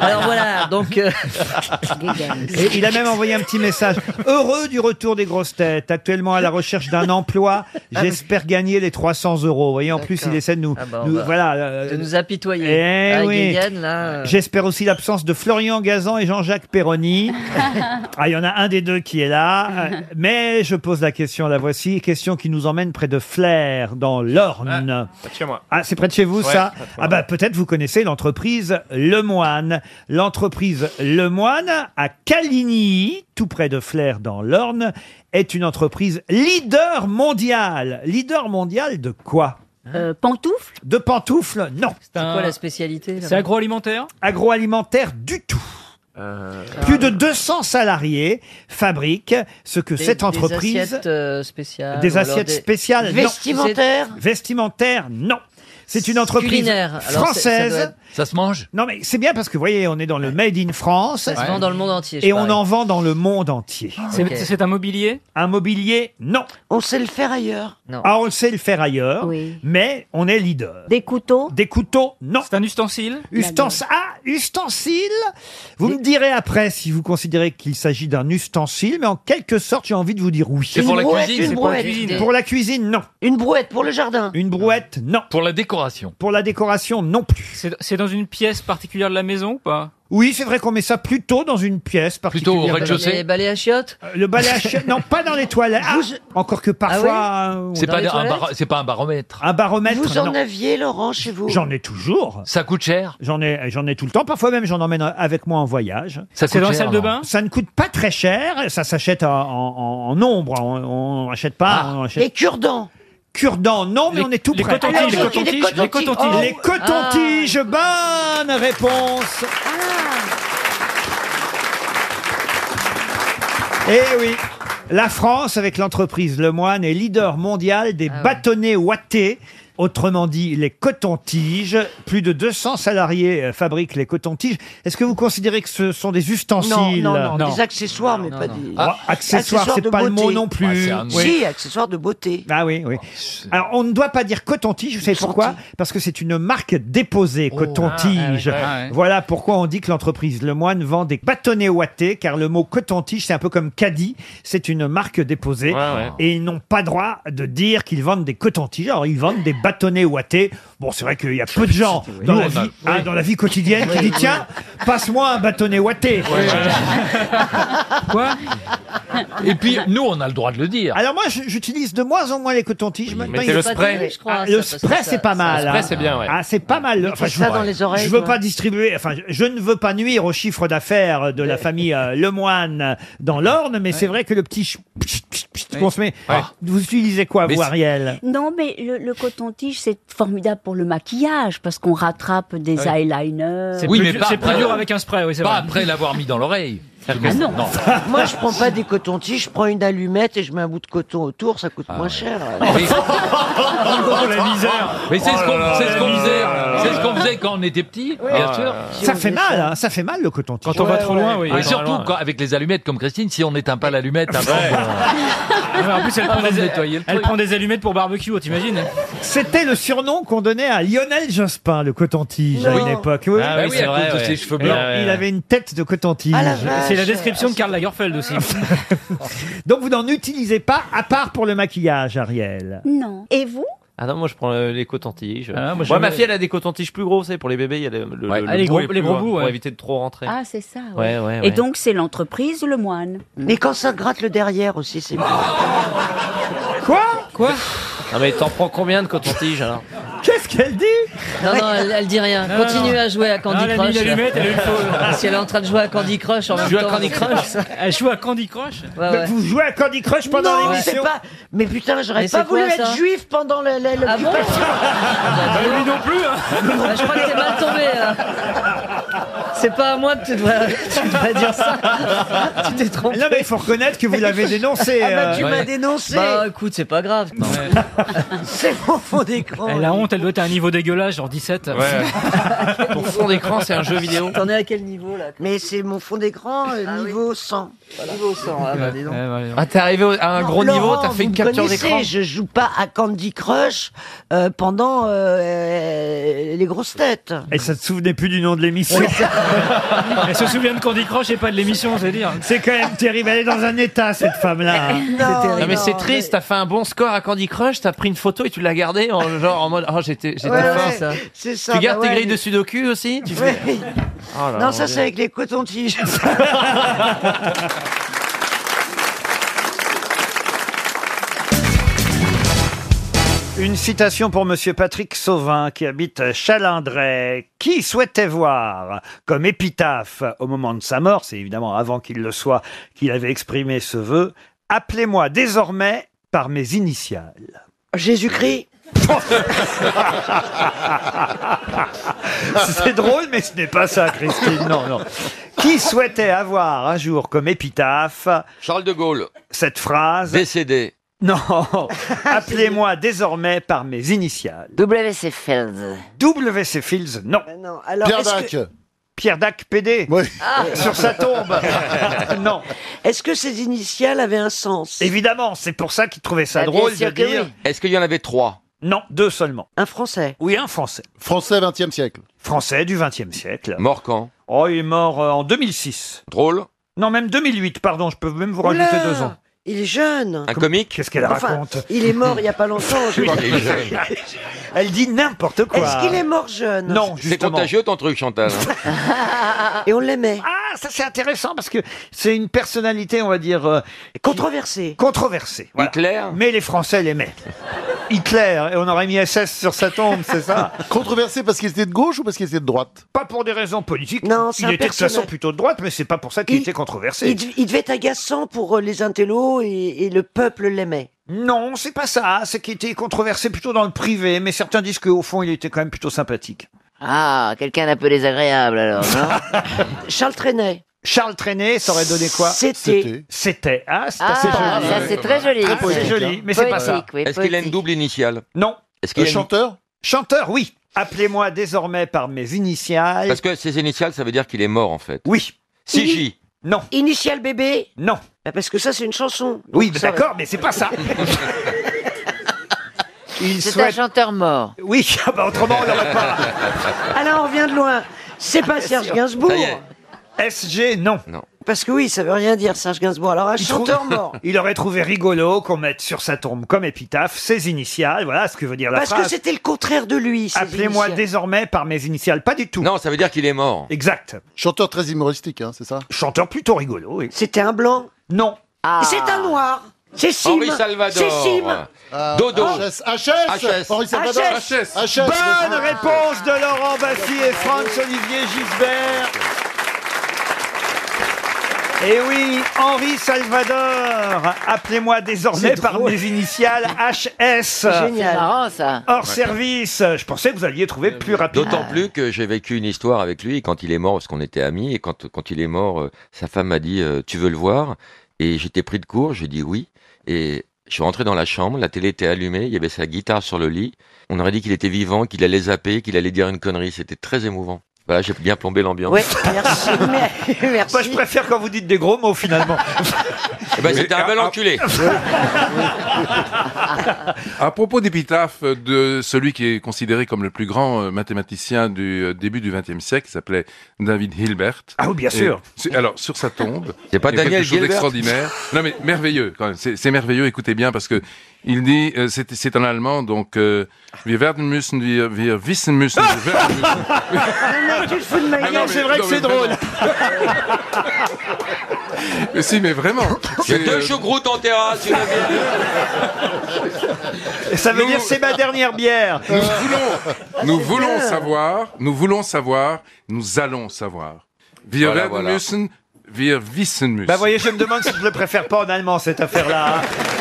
Speaker 22: Alors voilà, donc. euh,
Speaker 4: Et il a même envoyé un
Speaker 16: [laughs]
Speaker 4: petit message. Heureux du retour des grosses têtes, actuellement à la recherche d'un emploi.
Speaker 16: Ah
Speaker 4: J'espère gagner les 300 euros. Vous voyez, en plus, il essaie
Speaker 16: Ah
Speaker 4: de nous,
Speaker 22: bah, on
Speaker 4: nous-
Speaker 22: va-
Speaker 4: voilà, euh,
Speaker 22: de nous apitoyer.
Speaker 4: Eh
Speaker 22: Ah,
Speaker 4: oui.
Speaker 22: Guéguen, là. euh,
Speaker 4: J'espère aussi l'absence de Florian Gazan et Jean-Jacques [laughs] Perroni. Ah, il y en a un des deux qui est [laughs] là. Euh, Mais je pose la question, la voici. Question qui nous emmène près de Flair, dans l'Orne.
Speaker 25: Chez moi.
Speaker 4: Ah, c'est près de chez vous,
Speaker 25: Ouais,
Speaker 4: ça
Speaker 25: pas trop
Speaker 4: Ah bah peut-être vous connaissez l'entreprise Lemoine. L'entreprise Lemoine à Caligny, tout près de Flers dans l'Orne, est une entreprise leader mondial. Leader mondial de quoi
Speaker 3: Pantoufles
Speaker 4: De pantoufles, non. C'est
Speaker 22: quoi la spécialité là-bas
Speaker 4: agroalimentaire Agroalimentaire du tout.
Speaker 22: Euh, Ah.
Speaker 4: Plus de 200 salariés fabriquent ce que
Speaker 22: Des-
Speaker 4: cette entreprise...
Speaker 22: Des assiettes euh, spéciales.
Speaker 4: Des
Speaker 22: ou alors
Speaker 4: assiettes spéciales. non.
Speaker 22: Vestimentaires
Speaker 4: Vestimentaires, non. C'est une entreprise
Speaker 22: Culinaire, alors c'est- ça
Speaker 4: française.
Speaker 22: doit être-
Speaker 4: se mange Non, mais c'est bien parce que, vous voyez, on est dans le Made in France.
Speaker 22: Ça se vend dans le monde entier, je
Speaker 4: Et on
Speaker 22: parie.
Speaker 4: en vend dans le monde entier.
Speaker 22: C'est- ok. c'est
Speaker 4: un mobilier Un mobilier, non. On sait le faire ailleurs
Speaker 22: Non.
Speaker 4: Ah, on sait le faire ailleurs,
Speaker 3: Oui.
Speaker 4: mais on est leader. Des couteaux Des couteaux, non. C'est un ustensile Ustensile Ah, ustensile Vous me direz après si vous considérez qu'il s'agit d'un ustensile, mais en quelque sorte, j'ai envie de vous dire oui.
Speaker 6: C'est Une pour la brouette, cuisine, une c'est pour la brouette. cuisine.
Speaker 4: Pour la cuisine, non.
Speaker 6: Une brouette pour le jardin.
Speaker 4: Une brouette, non.
Speaker 1: Pour la décoration.
Speaker 4: Pour la décoration, non plus.
Speaker 15: C'est dans une pièce particulière de la maison ou pas
Speaker 4: Oui, c'est vrai qu'on met ça plutôt dans une pièce particulière.
Speaker 22: Les balais à chiottes
Speaker 4: Euh, Le balai à chiottes, non, pas dans les toilettes. Ah, encore que parfois. euh,
Speaker 1: C'est
Speaker 4: dans
Speaker 1: pas
Speaker 4: les
Speaker 1: un,
Speaker 4: toilettes.
Speaker 1: baro- c'est pas un baromètre.
Speaker 4: Un baromètre.
Speaker 6: Vous en
Speaker 4: non.
Speaker 6: aviez, Laurent, chez vous
Speaker 4: J'en ai toujours.
Speaker 1: Ça coûte cher
Speaker 4: J'en ai, j'en ai tout le temps. Parfois même, j'en emmène avec moi en voyage.
Speaker 1: Ça C'est coûte dans la cher, salle de non bain
Speaker 4: Ça ne coûte pas très cher. Ça s'achète en, en- en nombre. On n'achète pas.
Speaker 1: Ah.
Speaker 4: on achète-
Speaker 6: Les cure-dents.
Speaker 4: Cure-dents, non, mais on est tout
Speaker 6: les
Speaker 4: près.
Speaker 6: cotons-tiges, les Ah. cotons-tiges, les cotons-tiges.
Speaker 4: Les cotons-tiges, bonne réponse. Eh oui. La France, avec l'entreprise Lemoine, est leader mondial des
Speaker 6: Ah
Speaker 4: bâtonnets ouatés. Autrement dit, les cotons-tiges. Plus de 200 salariés euh, fabriquent les cotons-tiges. Est-ce que vous considérez que ce sont des ustensiles
Speaker 6: Non, non, non, des accessoires, mais pas des.
Speaker 4: Ah, accessoires, c'est
Speaker 6: de
Speaker 4: pas le mot
Speaker 6: beauté.
Speaker 4: non plus. Ouais, c'est un-
Speaker 6: Si,
Speaker 4: Oui.
Speaker 6: accessoires de beauté.
Speaker 4: Ah oui, oui. Alors, on ne doit pas dire coton-tige, vous savez pourquoi Parce que c'est une marque déposée, coton-tige.
Speaker 25: Ah, ah ouais, ouais.
Speaker 4: Voilà pourquoi on dit que l'entreprise Lemoine vend des bâtonnets ouatés, car le mot coton-tige, c'est un peu comme caddie, c'est une marque déposée. Et ils n'ont pas droit de dire qu'ils vendent des cotons-tiges, alors ils vendent des bâtonnets ouatés. Bon, c'est vrai qu'il y a peu de gens dans,
Speaker 25: Nous,
Speaker 4: la
Speaker 25: on a-
Speaker 4: vie, hein, dans la vie quotidienne qui
Speaker 25: Oui,
Speaker 4: disent
Speaker 25: oui.
Speaker 4: tiens, passe-moi un bâtonnet ouaté. Quoi
Speaker 1: Et puis, nous, on a le droit de le dire.
Speaker 4: alors moi, j- j'utilise de moins en moins les cotons-tiges. Maintenant,
Speaker 1: mettez
Speaker 4: ils-
Speaker 1: le spray.
Speaker 4: Ah, le spray, c'est pas mal.
Speaker 1: Le spray,
Speaker 4: hein.
Speaker 1: c'est bien, ouais.
Speaker 4: Ah, c'est pas mal.
Speaker 1: Mettez ça
Speaker 4: je-
Speaker 1: dans les oreilles,
Speaker 4: Je veux
Speaker 1: toi.
Speaker 4: pas distribuer. Enfin, je- je ne veux pas nuire au chiffre d'affaires de la famille euh, Lemoine dans l'Orne, mais c'est vrai que le petit ch- pchit, pchit, pchit qu'on se met. Ah, Vous utilisez quoi, vous, Ariel
Speaker 3: Non, mais le, le coton lentiges, c'est formidable pour le maquillage parce qu'on rattrape des
Speaker 1: Ah oui.
Speaker 3: eyeliners.
Speaker 1: Oui, mais pas après-
Speaker 15: un spray, oui, c'est
Speaker 1: Pas
Speaker 15: vrai.
Speaker 1: après l'avoir mis dans l'oreille.
Speaker 6: Ah non. [laughs] Moi, je prends pas des cotons-tiges, je prends une allumette et je mets un bout de coton autour, ça
Speaker 22: Ah
Speaker 6: coûte moins cher.
Speaker 1: Oh, la misère Mais c'est ce
Speaker 4: Oh là là,
Speaker 1: qu'on c'est
Speaker 4: la
Speaker 1: ce qu'on
Speaker 4: misère,
Speaker 1: faisait,
Speaker 4: oh là là.
Speaker 1: c'est ce qu'on faisait quand on était petit, bien sûr.
Speaker 4: Ça fait mal, hein, ça fait mal le coton
Speaker 15: Quand on va trop loin, oui.
Speaker 1: Et surtout quand- avec les allumettes comme Christine, si on n'éteint pas l'allumette avant.
Speaker 4: [laughs]
Speaker 15: Ouais, Ah, En
Speaker 13: Ah,
Speaker 15: plus, elle prend,
Speaker 1: Avant de
Speaker 15: des,
Speaker 1: nettoyer le
Speaker 15: elle
Speaker 1: truc.
Speaker 15: prend des allumettes pour barbecue, t'imagines hein.
Speaker 4: C'était le surnom qu'on donnait à Lionel Jospin, le coton-tige, à
Speaker 15: Non.
Speaker 4: une époque.
Speaker 15: Ah oui, c'est
Speaker 4: à
Speaker 15: vrai,
Speaker 4: cause de
Speaker 15: ouais.
Speaker 4: ses cheveux
Speaker 15: Et
Speaker 4: blancs.
Speaker 15: ouais, ouais.
Speaker 4: Il avait une tête de coton-tige.
Speaker 15: C'est Ah la description de Karl Lagerfeld aussi.
Speaker 4: Donc vous n'en utilisez pas, à part pour le maquillage, Ariel.
Speaker 3: Non. Et vous
Speaker 10: Ah non, moi je prends euh, les cotentiges.
Speaker 4: Ah, moi,
Speaker 10: moi,
Speaker 4: j'aime
Speaker 10: ma
Speaker 4: les-
Speaker 10: fille elle a des cotentiges plus gros, c'est pour les bébés, il y a le, le- le-
Speaker 15: Ah, les
Speaker 10: le
Speaker 15: gros-
Speaker 10: est plus
Speaker 15: les gros
Speaker 10: loin,
Speaker 15: bouts,
Speaker 10: pour
Speaker 15: ouais.
Speaker 10: éviter de trop rentrer.
Speaker 3: Ah, c'est ça.
Speaker 10: Ouais, ouais, ouais.
Speaker 3: Et donc, c'est l'entreprise, le moine.
Speaker 6: Mais quand ça gratte le derrière aussi, c'est bien.
Speaker 22: Ah.
Speaker 4: Quoi
Speaker 10: Quoi Non mais t'en prends combien de cotentiges alors
Speaker 4: Qu'est-ce qu'elle dit
Speaker 22: Non, non, elle, elle dit rien.
Speaker 10: Non,
Speaker 22: Continue
Speaker 10: non.
Speaker 22: à jouer à
Speaker 10: Non,
Speaker 22: Candy
Speaker 10: elle a mis
Speaker 22: Crush.
Speaker 10: une allumette, elle a eu le
Speaker 22: [laughs]
Speaker 10: faux.
Speaker 22: Si elle est en train de jouer à Candy Crush en
Speaker 10: Tu
Speaker 22: même
Speaker 10: joues à
Speaker 22: temps.
Speaker 10: Candy Crush
Speaker 15: Elle joue à Candy Crush
Speaker 22: Ouais, ouais.
Speaker 4: Vous jouez à Candy Crush pendant
Speaker 6: Non, mais
Speaker 4: l'émission
Speaker 6: c'est pas. Mais putain, j'aurais
Speaker 22: Mais
Speaker 6: pas
Speaker 22: c'est
Speaker 6: voulu
Speaker 22: quoi,
Speaker 6: être
Speaker 22: ça Ah
Speaker 6: juif pendant le. le- le-
Speaker 15: lui non plus
Speaker 6: hein.
Speaker 4: [laughs]
Speaker 22: Bah, je crois que t'es mal tombé. euh. là. C'est pas à moi que tu
Speaker 4: [laughs]
Speaker 22: devrais, tu devrais dire ça. tu t'es trompé.
Speaker 4: Non, mais il faut reconnaître que vous l'avez dénoncé.
Speaker 22: Ah bah,
Speaker 4: euh,
Speaker 22: tu m'as
Speaker 6: dénoncé.
Speaker 22: Bah écoute, c'est pas grave. non.
Speaker 6: [laughs] C'est mon fond d'écran.
Speaker 15: Elle a Eh, honte, elle doit être à un niveau dégueulasse, genre 17.
Speaker 10: Ton fond d'écran, c'est un jeu vidéo.
Speaker 22: T'en es à quel niveau là Ah
Speaker 6: Mais c'est mon fond d'écran euh, niveau 100.
Speaker 22: Niveau 100, ah bah dis donc.
Speaker 10: Ah t'es arrivé au- à un gros niveau,
Speaker 6: Laurent,
Speaker 10: t'as fait une
Speaker 6: vous me
Speaker 10: capture
Speaker 6: connaissez,
Speaker 10: d'écran.
Speaker 6: Je joue pas à Candy Crush euh, pendant euh, les grosses têtes.
Speaker 4: Et ça ne te souvenait plus du nom de l'émission. [laughs]
Speaker 15: Elle se souvient de Candy Crush et pas de l'émission, c'est dire.
Speaker 4: C'est quand même terrible. Elle est dans un état, cette femme-là.
Speaker 10: Non, mais c'est
Speaker 6: non,
Speaker 10: triste, t'as fait un bon score à Candy Crush, t'as pris une photo et tu l'as gardée en genre en mode oh j'étais j'étais
Speaker 6: Ouais,
Speaker 10: fin,
Speaker 6: ouais,
Speaker 10: ça.
Speaker 6: c'est ça,
Speaker 10: Tu gardes
Speaker 6: bah
Speaker 10: tes
Speaker 6: ouais.
Speaker 10: grilles de Sudoku aussi tu
Speaker 6: Ouais.
Speaker 10: fais... Oh là là,
Speaker 6: non, ça
Speaker 10: mon
Speaker 6: c'est
Speaker 10: Dieu.
Speaker 6: avec
Speaker 10: [laughs]
Speaker 6: les cotons-tiges.
Speaker 4: Une citation pour Monsieur Patrick Sauvin qui habite Chalindray. Qui souhaitait voir comme épitaphe au moment de sa mort, c'est évidemment avant qu'il le soit qu'il avait exprimé ce vœu, appelez-moi désormais par mes initiales.
Speaker 6: Jésus-Christ.
Speaker 4: C'est drôle, mais ce n'est pas ça, Christine. Non, non. Qui souhaitait avoir un jour comme épitaphe
Speaker 14: Charles de Gaulle,
Speaker 4: cette phrase
Speaker 14: décédé.
Speaker 4: Non. Appelez-moi désormais par mes initiales.
Speaker 5: W.C. Fields.
Speaker 4: W.C. Fields, non.
Speaker 6: non, alors,
Speaker 4: Pierre
Speaker 6: est-ce
Speaker 4: Dac.
Speaker 6: que-
Speaker 4: Pierre Dac, PD. Sur sa [laughs] tombe. non.
Speaker 6: Est-ce que ces initiales avaient un sens
Speaker 4: Évidemment, c'est pour ça qu'il trouvait ça
Speaker 14: Bah,
Speaker 6: Ah, bien
Speaker 4: drôle de
Speaker 6: sûr que
Speaker 4: dire.
Speaker 6: oui.
Speaker 14: Est-ce qu'il y en avait trois
Speaker 4: Non, deux seulement.
Speaker 6: Un Français.
Speaker 4: Oui, un Français.
Speaker 5: Français 20e siècle.
Speaker 4: Français du XXe siècle.
Speaker 14: Mort quand
Speaker 4: Oh, il est mort euh, en 2006.
Speaker 14: Drôle
Speaker 4: Non, même 2008, pardon, je peux même vous
Speaker 6: Oula,
Speaker 4: rajouter deux ans.
Speaker 6: Il est jeune.
Speaker 14: Un comique
Speaker 4: Qu'est-ce qu'elle
Speaker 6: Enfin,
Speaker 4: raconte
Speaker 6: Il est mort il y a pas
Speaker 4: [laughs]
Speaker 6: longtemps. je crois.
Speaker 4: Elle dit n'importe quoi.
Speaker 6: Est-ce qu'il est mort jeune
Speaker 4: Non,
Speaker 14: C'est
Speaker 4: justement.
Speaker 14: contagieux ton truc, Chantal. hein
Speaker 6: Et on l'aimait.
Speaker 4: Ah, ça c'est intéressant parce que c'est une personnalité, on va dire... euh, qui-
Speaker 6: Controversé.
Speaker 4: Controversée. voilà.
Speaker 14: Hitler
Speaker 4: Mais les Français l'aimaient. Hitler, et on aurait mis SS sur sa tombe, c'est ça
Speaker 5: [laughs] Controversé parce qu'il était de gauche ou parce qu'il était de droite
Speaker 4: Pas pour des raisons politiques.
Speaker 6: Non, c'est
Speaker 4: il
Speaker 6: un
Speaker 4: était de toute façon
Speaker 6: personnage.
Speaker 4: plutôt de droite, mais c'est pas pour ça qu'il
Speaker 6: Il-
Speaker 4: était controversé.
Speaker 6: Il, dev- il devait être agaçant pour euh, les intellos et, et le peuple l'aimait.
Speaker 4: Non, c'est pas ça. C'est qu'il était controversé plutôt dans le privé, mais certains disent qu'au fond, il était quand même plutôt sympathique.
Speaker 22: Ah, quelqu'un d'un peu désagréable alors, non
Speaker 6: Charles Trenet.
Speaker 4: Charles Trenet, ça aurait donné quoi
Speaker 6: C'était.
Speaker 4: C'était. Ah, c'est
Speaker 22: Ah,
Speaker 4: assez joli.
Speaker 22: ça, c'est très joli.
Speaker 4: Ah, c'est
Speaker 22: Poétique,
Speaker 4: joli,
Speaker 22: hein.
Speaker 4: mais c'est pas ça.
Speaker 22: Poétique, oui,
Speaker 14: Est-ce qu'il a une
Speaker 22: poétique.
Speaker 14: double initiale
Speaker 4: Non.
Speaker 14: Est-ce qu'il
Speaker 4: Euh,
Speaker 14: a une-
Speaker 4: chanteur Chanteur, oui. Appelez-moi désormais par mes initiales.
Speaker 14: Parce que ses initiales, ça veut dire qu'il est mort en fait.
Speaker 4: Oui.
Speaker 14: CJ.
Speaker 4: Non.
Speaker 6: Initial bébé
Speaker 4: Non.
Speaker 6: Bah, Parce que ça, c'est une chanson.
Speaker 4: Oui,
Speaker 6: Donc, ça va.
Speaker 4: d'accord, mais c'est
Speaker 6: [laughs]
Speaker 4: pas ça. Il
Speaker 22: C'est un
Speaker 4: souhaite-
Speaker 22: chanteur mort.
Speaker 4: Oui, ah bah autrement, on l'aurait pas.
Speaker 6: Alors, on revient de loin. C'est pas Serge Gainsbourg.
Speaker 14: Ça y est.
Speaker 4: SG, non.
Speaker 6: Parce que oui, ça veut rien dire, Serge Gainsbourg. Alors, un
Speaker 4: Il
Speaker 6: chanteur
Speaker 4: trouve-
Speaker 6: mort.
Speaker 4: [laughs] Il aurait trouvé rigolo qu'on mette sur sa tombe comme épitaphe ses initiales. Voilà ce que veut dire la
Speaker 6: Parce que
Speaker 4: phrase.
Speaker 6: c'était le contraire de lui. ces
Speaker 4: Appelez-moi
Speaker 6: initiales.
Speaker 4: désormais par mes initiales. Pas du tout.
Speaker 14: Non, ça veut dire qu'il est mort.
Speaker 4: Exact.
Speaker 5: Chanteur très humoristique, hein, c'est ça
Speaker 4: Chanteur plutôt rigolo. oui.
Speaker 6: C'était un blanc.
Speaker 4: Non.
Speaker 22: Ah.
Speaker 6: C'est un noir. C'est Sim.
Speaker 14: Henri
Speaker 6: C'est Sim.
Speaker 14: Salvador.
Speaker 5: Ah,
Speaker 14: Dodo.
Speaker 5: HS.
Speaker 14: HS.
Speaker 5: HS. Henri Salvador.
Speaker 14: HS.
Speaker 5: HS.
Speaker 4: Bonne réponse de Laurent Bassi et Franz Olivier Gisbert. Et oui, Henri Salvador, appelez-moi désormais par mes initiales HS.
Speaker 1: Génial. marrant, ça.
Speaker 4: Hors
Speaker 14: Ouais.
Speaker 4: service. Je pensais que vous alliez trouver plus Ah. rapidement.
Speaker 14: D'autant plus que j'ai vécu une histoire avec lui quand il est mort, parce qu'on était amis, et quand, quand il est mort, euh, sa femme m'a dit euh, Tu veux le voir Et j'étais pris de court, j'ai dit oui. Et je suis rentré dans la chambre, la télé était allumée, il y avait sa guitare sur le lit. On aurait dit qu'il était vivant, qu'il allait zapper, qu'il allait dire une connerie. C'était très émouvant. Voilà, j'ai bien plombé l'ambiance.
Speaker 4: Ouais, [laughs] Moi, je préfère quand vous dites des gros mots, finalement.
Speaker 14: Eh ben, c'était un bel
Speaker 25: ah,
Speaker 14: enculé.
Speaker 25: À propos d'épitaphe de celui qui est considéré comme le plus grand euh, mathématicien du euh, début du XXe siècle, qui s'appelait David Hilbert.
Speaker 4: Ah oui, bien
Speaker 25: Et
Speaker 4: sûr.
Speaker 25: c'est- alors, sur sa tombe,
Speaker 14: C'est pas
Speaker 25: il y a
Speaker 14: Daniel
Speaker 25: quelque chose
Speaker 16: [laughs]
Speaker 14: Gilbert
Speaker 25: d'extraordinaire. Non, mais merveilleux, quand même. C'est c'est merveilleux, écoutez bien, parce que il dit, euh, c'est c'est un Allemand, donc, euh, wir werden müssen, wir, wir wissen
Speaker 4: [laughs]
Speaker 25: müssen, wir werden müssen.
Speaker 7: mec, tu te fous de ma
Speaker 25: Ah non,
Speaker 7: gueule,
Speaker 25: mais-
Speaker 7: c'est vrai
Speaker 25: non,
Speaker 7: que
Speaker 25: mais
Speaker 7: c'est drôle.
Speaker 25: Mais si, mais vraiment.
Speaker 14: Il y
Speaker 25: c'est,
Speaker 14: a deux
Speaker 25: euh,
Speaker 14: choucroutes en terrasse, une
Speaker 25: [laughs]
Speaker 4: Ça veut dire c'est ma dernière bière.
Speaker 25: Nous
Speaker 4: Ah.
Speaker 25: voulons, nous voulons savoir, nous voulons savoir, nous allons savoir. Wir
Speaker 4: Voilà,
Speaker 25: werden
Speaker 4: voilà.
Speaker 25: müssen, wir wissen müssen.
Speaker 4: Bah voyez, je me demande si je le préfère pas en allemand cette affaire-là. hein.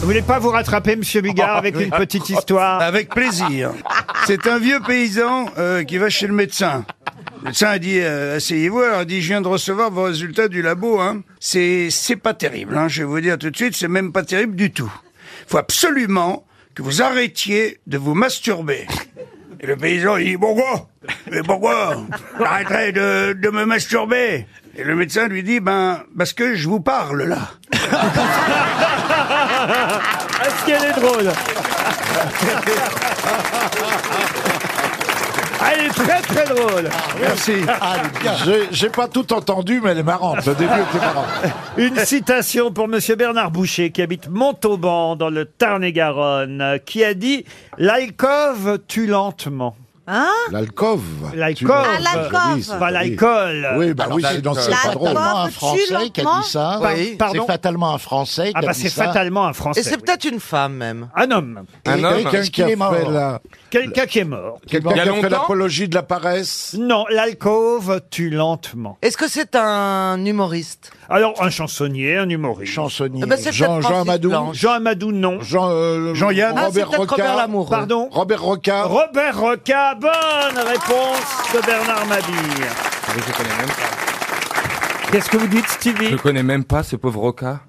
Speaker 4: Vous voulez pas vous rattraper, Monsieur Bigard, avec une petite histoire
Speaker 3: Avec plaisir. C'est un vieux paysan euh, qui va chez le médecin. Le médecin a dit euh, asseyez-vous. Alors il dit je viens de recevoir vos résultats du labo. Hein. C'est c'est pas terrible. Hein. Je vais vous dire tout de suite, c'est même pas terrible du tout. Faut absolument que vous arrêtiez de vous masturber. Et le paysan il dit pourquoi Mais pourquoi J'arrêterai de, de me masturber. Et le médecin lui dit ben parce que je vous parle là.
Speaker 4: Est-ce qu'elle est drôle Ah, Elle est très très drôle. Ah,
Speaker 16: Merci. J'ai- J'ai pas tout entendu, mais elle est marrante. Le début était marrant.
Speaker 4: [laughs] Une citation pour Monsieur Bernard Boucher, qui habite Montauban, dans le Tarn-et-Garonne, euh, qui a dit « L'alcove tue lentement ». Hein
Speaker 16: L'alcove.
Speaker 4: L'alcove.
Speaker 16: Ah,
Speaker 4: bah,
Speaker 16: l'alcove. Oui, c'est-
Speaker 4: Pas l'alcool.
Speaker 16: Oui, bah oui, sinon c'est pas drôle.
Speaker 11: L'alcove
Speaker 16: un Français qui a dit ça.
Speaker 11: Par-
Speaker 16: C'est
Speaker 11: pardon
Speaker 16: fatalement un Français qui
Speaker 11: Ah
Speaker 16: a
Speaker 11: bah,
Speaker 16: dit
Speaker 11: c'est
Speaker 16: ça.
Speaker 11: fatalement un
Speaker 16: Français,
Speaker 11: Et c'est
Speaker 16: oui.
Speaker 11: peut-être une femme même.
Speaker 4: Un homme.
Speaker 16: Et Un homme. quelqu'un qui a fait la-
Speaker 4: Quelqu'un qui est mort.
Speaker 16: Quelqu'un qui a fait
Speaker 4: l'apologie de la paresse Non, l'alcove tue lentement.
Speaker 11: Est-ce que c'est un humoriste
Speaker 4: Alors, un chansonnier, Ah, un humoriste. Chansonnier.
Speaker 11: Eh ben, c'est Jean- peut-être Jean Francis Amadou. Blanche.
Speaker 4: Jean Amadou, non. Jean,
Speaker 16: Jean-Yann. Ah, c'est peut-être Robert Lamoureux.
Speaker 4: Pardon Robert Roca. Robert Roca, bonne réponse de Bernard Mabille.
Speaker 5: Je connais même pas.
Speaker 4: Qu'est-ce que vous dites, Stevie
Speaker 5: Je connais même pas ce pauvre Roca.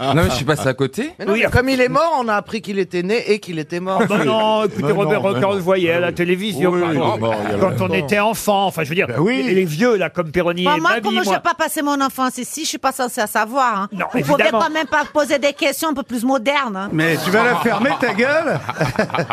Speaker 5: non, mais je suis passé à côté.
Speaker 11: Mais non, mais comme il est mort, on a appris qu'il était né et qu'il était mort.
Speaker 4: Ah bah non, écoutez, Robert Roca, on le voyait
Speaker 11: Ah
Speaker 4: à la télévision.
Speaker 16: Oui,
Speaker 4: par
Speaker 16: il est
Speaker 4: exemple,
Speaker 16: mort il y a
Speaker 4: quand on
Speaker 16: longtemps.
Speaker 4: était enfant, enfin, je veux dire, les, les vieux, là, comme Péroni
Speaker 6: Bon,
Speaker 4: et
Speaker 6: Bah, moi,
Speaker 4: Mabille,
Speaker 6: comme je
Speaker 4: moi.
Speaker 6: n'ai pas passé mon enfance ici, je suis pas censée à savoir. Hein. Vous pouvez
Speaker 4: évidemment.
Speaker 6: quand même pas poser des questions un peu plus modernes. hein.
Speaker 3: Mais tu vas la fermer ta gueule.
Speaker 16: [laughs]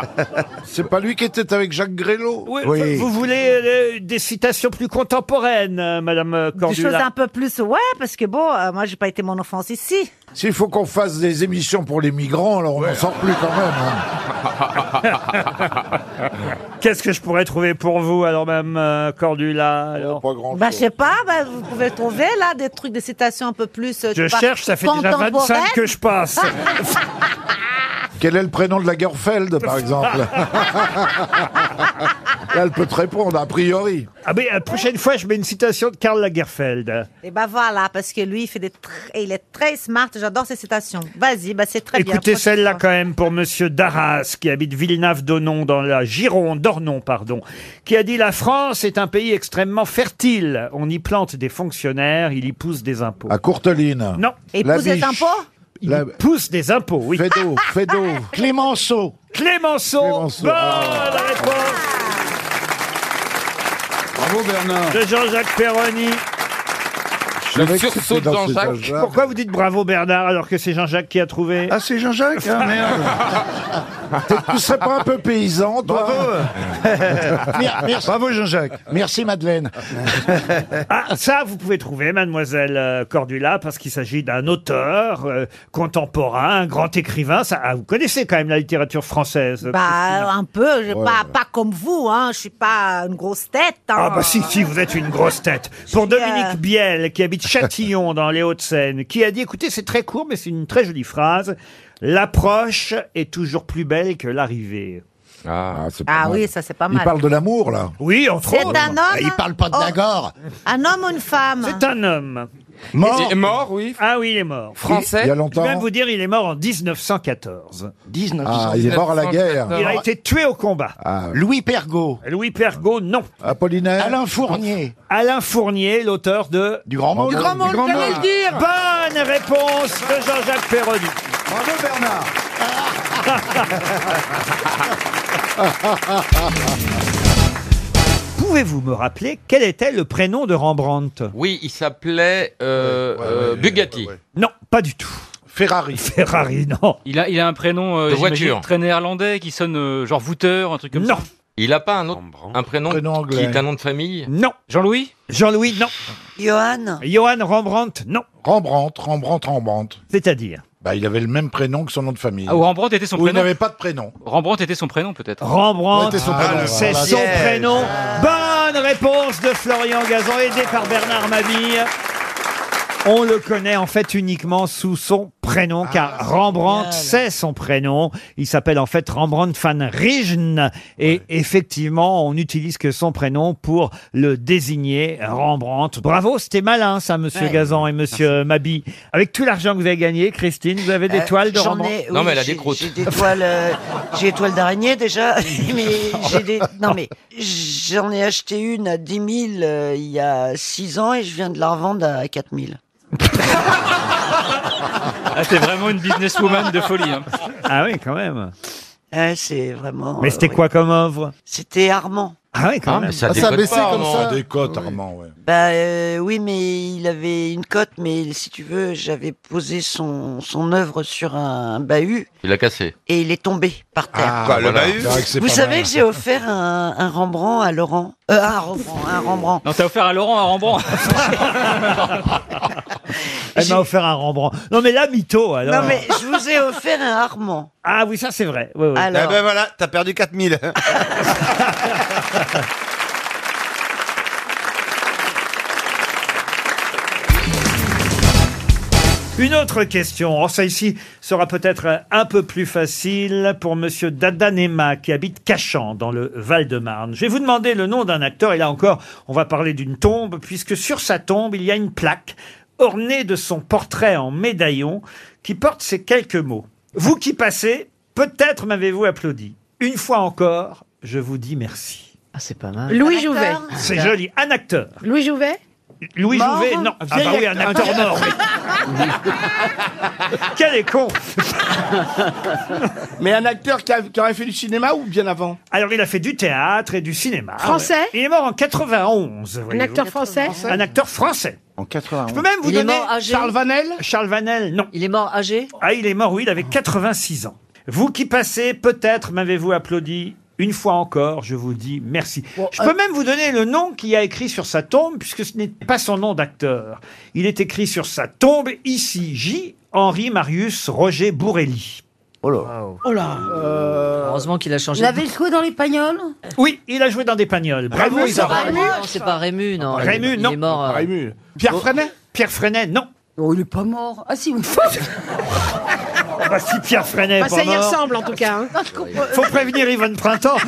Speaker 16: C'est pas lui qui était avec Jacques Grélo
Speaker 4: Oui, Vous voulez euh, des citations plus contemporaines, euh, Madame euh,
Speaker 6: Des choses un
Speaker 4: Cordula
Speaker 6: peu plus, ouais, parce que bon, euh, moi, j'ai pas été mon enfance ici.
Speaker 16: S'il faut qu'on fasse des émissions pour les migrants, alors on n'en sort plus quand même. hein.
Speaker 4: Qu'est-ce que je pourrais trouver pour vous, alors, Madame euh, Cordula alors
Speaker 6: Bah, je sais pas, bah, vous pouvez trouver là des trucs, des citations un peu plus. euh,
Speaker 4: Je
Speaker 6: tu vois,
Speaker 4: cherche, ça fait déjà 25 que je passe.
Speaker 16: Quel est le prénom de la Lagerfeld,
Speaker 4: [laughs]
Speaker 16: par exemple [laughs] Là, elle peut te répondre, a priori.
Speaker 4: Ah, mais la prochaine fois, je mets une citation de Karl Lagerfeld.
Speaker 6: [laughs] Et bah voilà, parce que lui, il, fait des tr- il est très smart, j'adore ses citations. Vas-y, bah, c'est très bien.
Speaker 4: Écoutez celle-là quand même pour Monsieur Darras, qui habite Villeneuve-d'Ornon, dans la Gironde, d'Ornon, pardon, qui a dit « La France est un pays extrêmement fertile. On y plante des fonctionnaires, il y pousse des impôts. »
Speaker 16: À Courteline.
Speaker 4: Non.
Speaker 6: Et
Speaker 4: La
Speaker 6: pousse des
Speaker 4: biche.
Speaker 6: impôts
Speaker 4: Il pousse des impôts, oui. Fédo, [laughs] Fédo.
Speaker 16: Clémenceau.
Speaker 4: Clémenceau. Bonne réponse
Speaker 3: Bravo Bernard.
Speaker 4: de Jean-Jacques Perroni.
Speaker 3: Je savais que sursaut c'était de dans ces Jean-Jacques. âges-là.
Speaker 4: Pourquoi vous dites bravo Bernard alors que c'est Jean-Jacques qui a trouvé
Speaker 3: Ah, c'est Jean-Jacques Ah, merde.
Speaker 16: Tu serais pas un peu paysan, toi [laughs] [laughs] Mer- merci.
Speaker 3: Bravo Jean-Jacques.
Speaker 16: Merci Madeleine.
Speaker 4: Ah, ça, vous pouvez trouver, mademoiselle euh, Cordula, parce qu'il s'agit d'un auteur euh, contemporain, un grand écrivain. Ça, ah, vous connaissez quand même la littérature française.
Speaker 6: Bah, un peu, je,
Speaker 4: Ouais,
Speaker 6: pas,
Speaker 4: ouais.
Speaker 6: pas comme vous, hein, je suis pas une grosse tête. hein.
Speaker 4: bah, Ah bah si, si, vous êtes une grosse tête. Pour Dominique Biel, qui habite Châtillon, [laughs] dans les Hauts-de-Seine, qui a dit, écoutez, c'est très court, mais c'est une très jolie phrase, l'approche est toujours plus belle que l'arrivée. Ah,
Speaker 30: pas Ah mal. oui, ça, c'est pas Il mal. parle de
Speaker 4: l'amour, là Oui, entre
Speaker 30: C'est
Speaker 4: autres.
Speaker 30: un homme Oh. Un homme ou une femme
Speaker 4: C'est un homme.
Speaker 30: Mort.
Speaker 31: Il est mort, oui.
Speaker 4: Ah oui, il est mort.
Speaker 31: Français. Il y a longtemps.
Speaker 4: Je vais même vous dire, il est mort en 1914. 1914.
Speaker 16: Ah, il est mort à la guerre. Ah,
Speaker 4: Il a été tué au combat. Louis Pergaud. Louis Pergaud, non.
Speaker 16: Apollinaire.
Speaker 4: Alain Fournier. Alain Fournier, l'auteur de Du Grand
Speaker 16: Monde. Du Grand Monde, j'allais le dire.
Speaker 4: Bonne réponse de Jean-Jacques Perroni.
Speaker 16: Bravo Bernard.
Speaker 4: Pouvez-vous me rappeler quel était le prénom de Rembrandt
Speaker 14: Oui, il s'appelait euh, euh, Bugatti.
Speaker 4: Non, pas du tout. Ferrari. Ferrari, non.
Speaker 15: [laughs] Il a, il a un prénom euh,
Speaker 14: De
Speaker 15: j'imagine,
Speaker 14: voiture.
Speaker 15: très néerlandais qui sonne euh, genre voûteur, un truc comme ça.
Speaker 14: Il a pas un autre un prénom, qui est un nom de famille
Speaker 4: Non. Jean-Louis Jean-Louis, non. Johan Johan Rembrandt, non.
Speaker 16: Rembrandt, Rembrandt, Rembrandt.
Speaker 4: C'est-à-dire
Speaker 16: bah, Il avait le même prénom que son nom de famille.
Speaker 15: Ah, ou Rembrandt était son
Speaker 16: Ou il
Speaker 15: prénom.
Speaker 16: n'avait pas de prénom.
Speaker 15: Rembrandt était son prénom peut-être.
Speaker 4: Rembrandt,
Speaker 16: Ouais, c'était son prénom.
Speaker 4: c'est
Speaker 16: Ah,
Speaker 4: son
Speaker 16: la piège.
Speaker 4: prénom.
Speaker 11: Ah.
Speaker 4: Bonne réponse de Florian Gazan, aidé par Bernard Mabille. On le connaît en fait uniquement sous son prénom,
Speaker 6: Ah,
Speaker 4: car Rembrandt, c'est son prénom. Il s'appelle en fait Rembrandt van Rijen. Et effectivement, on n'utilise que son prénom pour le désigner Rembrandt. Bravo, c'était malin ça, monsieur
Speaker 6: Ouais.
Speaker 4: Gazan et monsieur Mabi. Avec tout l'argent que vous avez gagné, Christine, vous avez des
Speaker 6: Euh,
Speaker 4: toiles de
Speaker 6: j'en
Speaker 4: Rembrandt
Speaker 6: ai- oui, j'ai- J'ai des toiles, euh, j'ai des toiles d'araignée déjà, mais j'ai des- non mais j'en ai acheté une à 10 000 euh, il y a 6 ans et je viens de la revendre à 4 000.
Speaker 15: Ah, c'est vraiment une businesswoman de folie. hein.
Speaker 4: Ah oui, quand même.
Speaker 6: Eh, c'est vraiment.
Speaker 4: Mais
Speaker 6: euh,
Speaker 4: c'était
Speaker 6: oui.
Speaker 4: quoi comme œuvre
Speaker 6: C'était Armand.
Speaker 4: Ah oui, quand même.
Speaker 16: décote, Armand, ouais.
Speaker 6: Bah euh, oui, mais il avait une cote, mais si tu veux, j'avais posé son son œuvre sur un bahut
Speaker 14: Il a cassé.
Speaker 6: et il est tombé par terre.
Speaker 14: Ah, bah, le voilà. bahut. C'est vrai que c'est
Speaker 6: Vous
Speaker 14: pas
Speaker 6: savez
Speaker 14: mal.
Speaker 6: que j'ai offert un, un Rembrandt à Laurent, euh, un Rembrandt, un Rembrandt.
Speaker 15: Non, t'as offert à Laurent un Rembrandt.
Speaker 4: Elle m'a offert un Rembrandt. Non, mais là, mytho, alors.
Speaker 6: [laughs] Non mais je vous ai offert un Armand.
Speaker 4: Ah oui, ça c'est vrai. Oui, oui.
Speaker 6: Alors. Eh ben
Speaker 31: voilà, t'as perdu 4000.
Speaker 4: Une autre question. Oh, ça ici sera peut-être un peu plus facile pour monsieur Dadanema qui habite Cachan dans le Val-de-Marne. Je vais vous demander le nom d'un acteur et là encore, on va parler d'une tombe puisque sur sa tombe, il y a une plaque ornée de son portrait en médaillon qui porte ces quelques mots. Vous qui passez, peut-être m'avez-vous applaudi. Une fois encore, je vous dis merci.
Speaker 22: Ah, c'est pas mal.
Speaker 11: Louis Jouvet.
Speaker 4: C'est joli. Un acteur.
Speaker 11: [laughs] Louis Jouvet
Speaker 4: Louis
Speaker 11: Mort
Speaker 4: Jouvet, non.
Speaker 11: Un
Speaker 4: Ah bah
Speaker 11: vieil
Speaker 4: oui, un
Speaker 11: acteur.
Speaker 4: acteur mort. oui.
Speaker 13: [laughs]
Speaker 4: Quel est con
Speaker 13: Mais un acteur qui, a- qui aurait fait du cinéma ou bien avant
Speaker 4: Alors, il a fait du théâtre et du cinéma.
Speaker 13: Français
Speaker 4: Ah ouais. Il est mort en 91.
Speaker 11: Un
Speaker 4: voyez-vous.
Speaker 11: acteur français
Speaker 4: Un acteur français.
Speaker 31: En 91.
Speaker 4: Je peux même vous
Speaker 11: Il est
Speaker 4: donner
Speaker 11: mort âgé
Speaker 4: Charles Vanel Charles Vanel, non. Il est mort âgé Ah, il est mort, oui, il avait 86 ans. Vous qui passez, peut-être m'avez-vous applaudi. Une fois encore, je vous dis merci. je peux même vous donner le nom qu'il y a écrit sur sa tombe, puisque ce n'est pas son nom d'acteur. Il est écrit sur sa tombe, ici, J. Henri Marius Roger Bourrelli. Oh là.
Speaker 11: Oh là
Speaker 4: Heureusement qu'il a changé.
Speaker 11: Il avait joué dans les pagnols
Speaker 4: Oui, il a joué dans des pagnoles. Bravo,
Speaker 11: Rému,
Speaker 4: Isabelle.
Speaker 11: c'est pas Rému
Speaker 4: Rému,
Speaker 11: C'est pas Rému, non. Il-
Speaker 4: non.
Speaker 11: Il est mort. euh,
Speaker 4: Pierre Freinet Pierre Freinet, non.
Speaker 11: Oh, il est pas mort. Ah si, une fois.
Speaker 4: Ah bah si Pierre Freinet est
Speaker 11: Bah,
Speaker 4: pas
Speaker 11: ça y
Speaker 4: mort.
Speaker 11: ressemble en tout cas. hein.
Speaker 4: Faut prévenir Yvonne Printemps.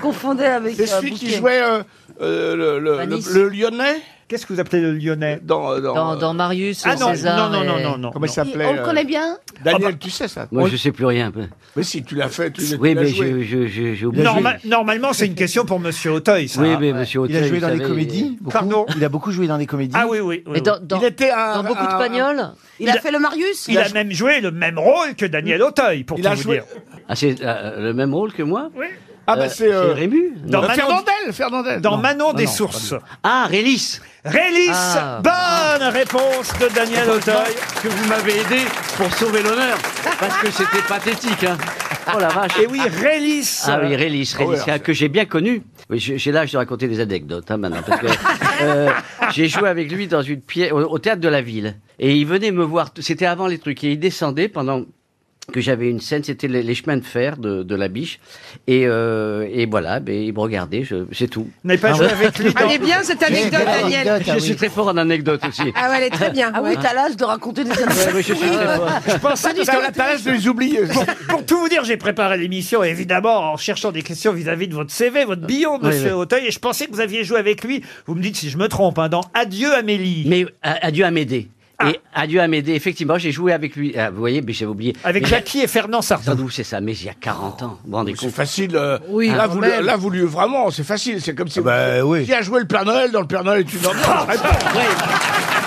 Speaker 11: Confondez avec.
Speaker 13: C'est celui qui jouait euh, euh, le, le- le- le Lyonnais
Speaker 4: Qu'est-ce que vous appelez le Lyonnais
Speaker 13: dans,
Speaker 11: Dans- dans Marius,
Speaker 13: Ah non,
Speaker 11: César
Speaker 13: non, non,
Speaker 11: et-
Speaker 13: non, non, non. Comment il s'appelait
Speaker 11: On le connaît bien
Speaker 6: euh,
Speaker 13: Daniel, tu sais ça
Speaker 17: Moi,
Speaker 13: On-
Speaker 17: je sais plus rien.
Speaker 13: Mais si, tu l'as fait, tu l'as
Speaker 17: Oui,
Speaker 13: tu l'as
Speaker 17: mais
Speaker 13: joué.
Speaker 17: je- je- je- j'ai oublié.
Speaker 4: Norma- normalement, c'est une question pour Monsieur Auteuil, ça.
Speaker 17: Oui, mais monsieur
Speaker 4: Il a
Speaker 17: Auteuil,
Speaker 4: joué
Speaker 17: vous
Speaker 4: dans les
Speaker 17: savez, euh,
Speaker 4: comédies
Speaker 31: Pardon Il a beaucoup joué dans des comédies.
Speaker 4: Ah oui, oui. oui,
Speaker 11: Mais dans,
Speaker 4: oui.
Speaker 11: dans- dans beaucoup de pagnols Il, a, fait le Marius
Speaker 4: Il a même joué le même rôle que Daniel Auteuil, pour
Speaker 17: Il
Speaker 4: tout
Speaker 17: a
Speaker 4: vous
Speaker 17: joué-
Speaker 4: dire.
Speaker 17: Ah, c'est euh, le même rôle que moi
Speaker 4: Oui.
Speaker 13: Ah, bah, c'est, euh,
Speaker 17: Rému
Speaker 4: Dans
Speaker 17: Non.
Speaker 4: Manon-
Speaker 13: Fernandel, Fernandel.
Speaker 4: Dans Manon
Speaker 17: Non,
Speaker 4: des
Speaker 17: non,
Speaker 4: Sources.
Speaker 17: Ah, Rélis
Speaker 4: Rélis,
Speaker 17: Ah.
Speaker 4: bonne réponse de Daniel Auteuil.
Speaker 17: que vous m'avez aidé pour sauver l'honneur, parce que c'était pathétique. Hein. Oh la vache.
Speaker 4: Et oui, Rélis.
Speaker 17: Ah oui, Rélis,
Speaker 13: Oh,
Speaker 17: Rélis,
Speaker 4: Ah ouais.
Speaker 17: que j'ai bien connu. Oui, j'ai j'ai l'âge de raconter des anecdotes hein, maintenant.
Speaker 4: [laughs]
Speaker 17: parce que, euh, j'ai joué avec lui dans une pièce au, au théâtre de la ville. Et il venait me voir, t- c'était avant les trucs, et il descendait pendant
Speaker 30: que j'avais une scène, c'était les, les chemins de fer de, de la biche. Et, euh, et voilà, ben, il me regardait, je- c'est tout.
Speaker 4: N'avez
Speaker 17: Ah
Speaker 4: pas joué
Speaker 17: [laughs]
Speaker 4: avec lui
Speaker 8: Elle est bien, cette anecdote, Daniel.
Speaker 30: Je suis très fort en anecdote aussi.
Speaker 8: Ah ouais, elle est très bien.
Speaker 30: Ah oui,
Speaker 8: t'as l'âge de raconter des
Speaker 4: [laughs]
Speaker 8: anecdotes.
Speaker 30: oui, je suis très fort.
Speaker 4: Je pensais
Speaker 8: Pas
Speaker 4: que
Speaker 8: du
Speaker 4: ça
Speaker 8: tout.
Speaker 4: m'intéresse de les oublier. Pour, pour tout vous dire, j'ai préparé l'émission, évidemment, en cherchant des questions vis-à-vis de votre CV, votre billon,
Speaker 30: Oui,
Speaker 4: monsieur
Speaker 30: oui.
Speaker 4: Auteuil, et je pensais que vous aviez joué avec lui. Vous me dites si je me trompe, hein, dans Adieu Amélie. Ah.
Speaker 30: Mais euh, Adieu Amédée. Et adieu Amédée, effectivement, j'ai joué avec lui. Ah, vous voyez, mais j'avais oublié.
Speaker 4: Avec
Speaker 30: Mais
Speaker 4: Jackie et Fernand Sardou.
Speaker 30: c'est ça, mais il y a 40 ans.
Speaker 18: C'est facile. euh, là, vous, le- là, vous lui- vraiment, c'est facile. C'est comme si. vous, Qui a joué le Père Noël dans le Père Noël est une ambiance on se répond.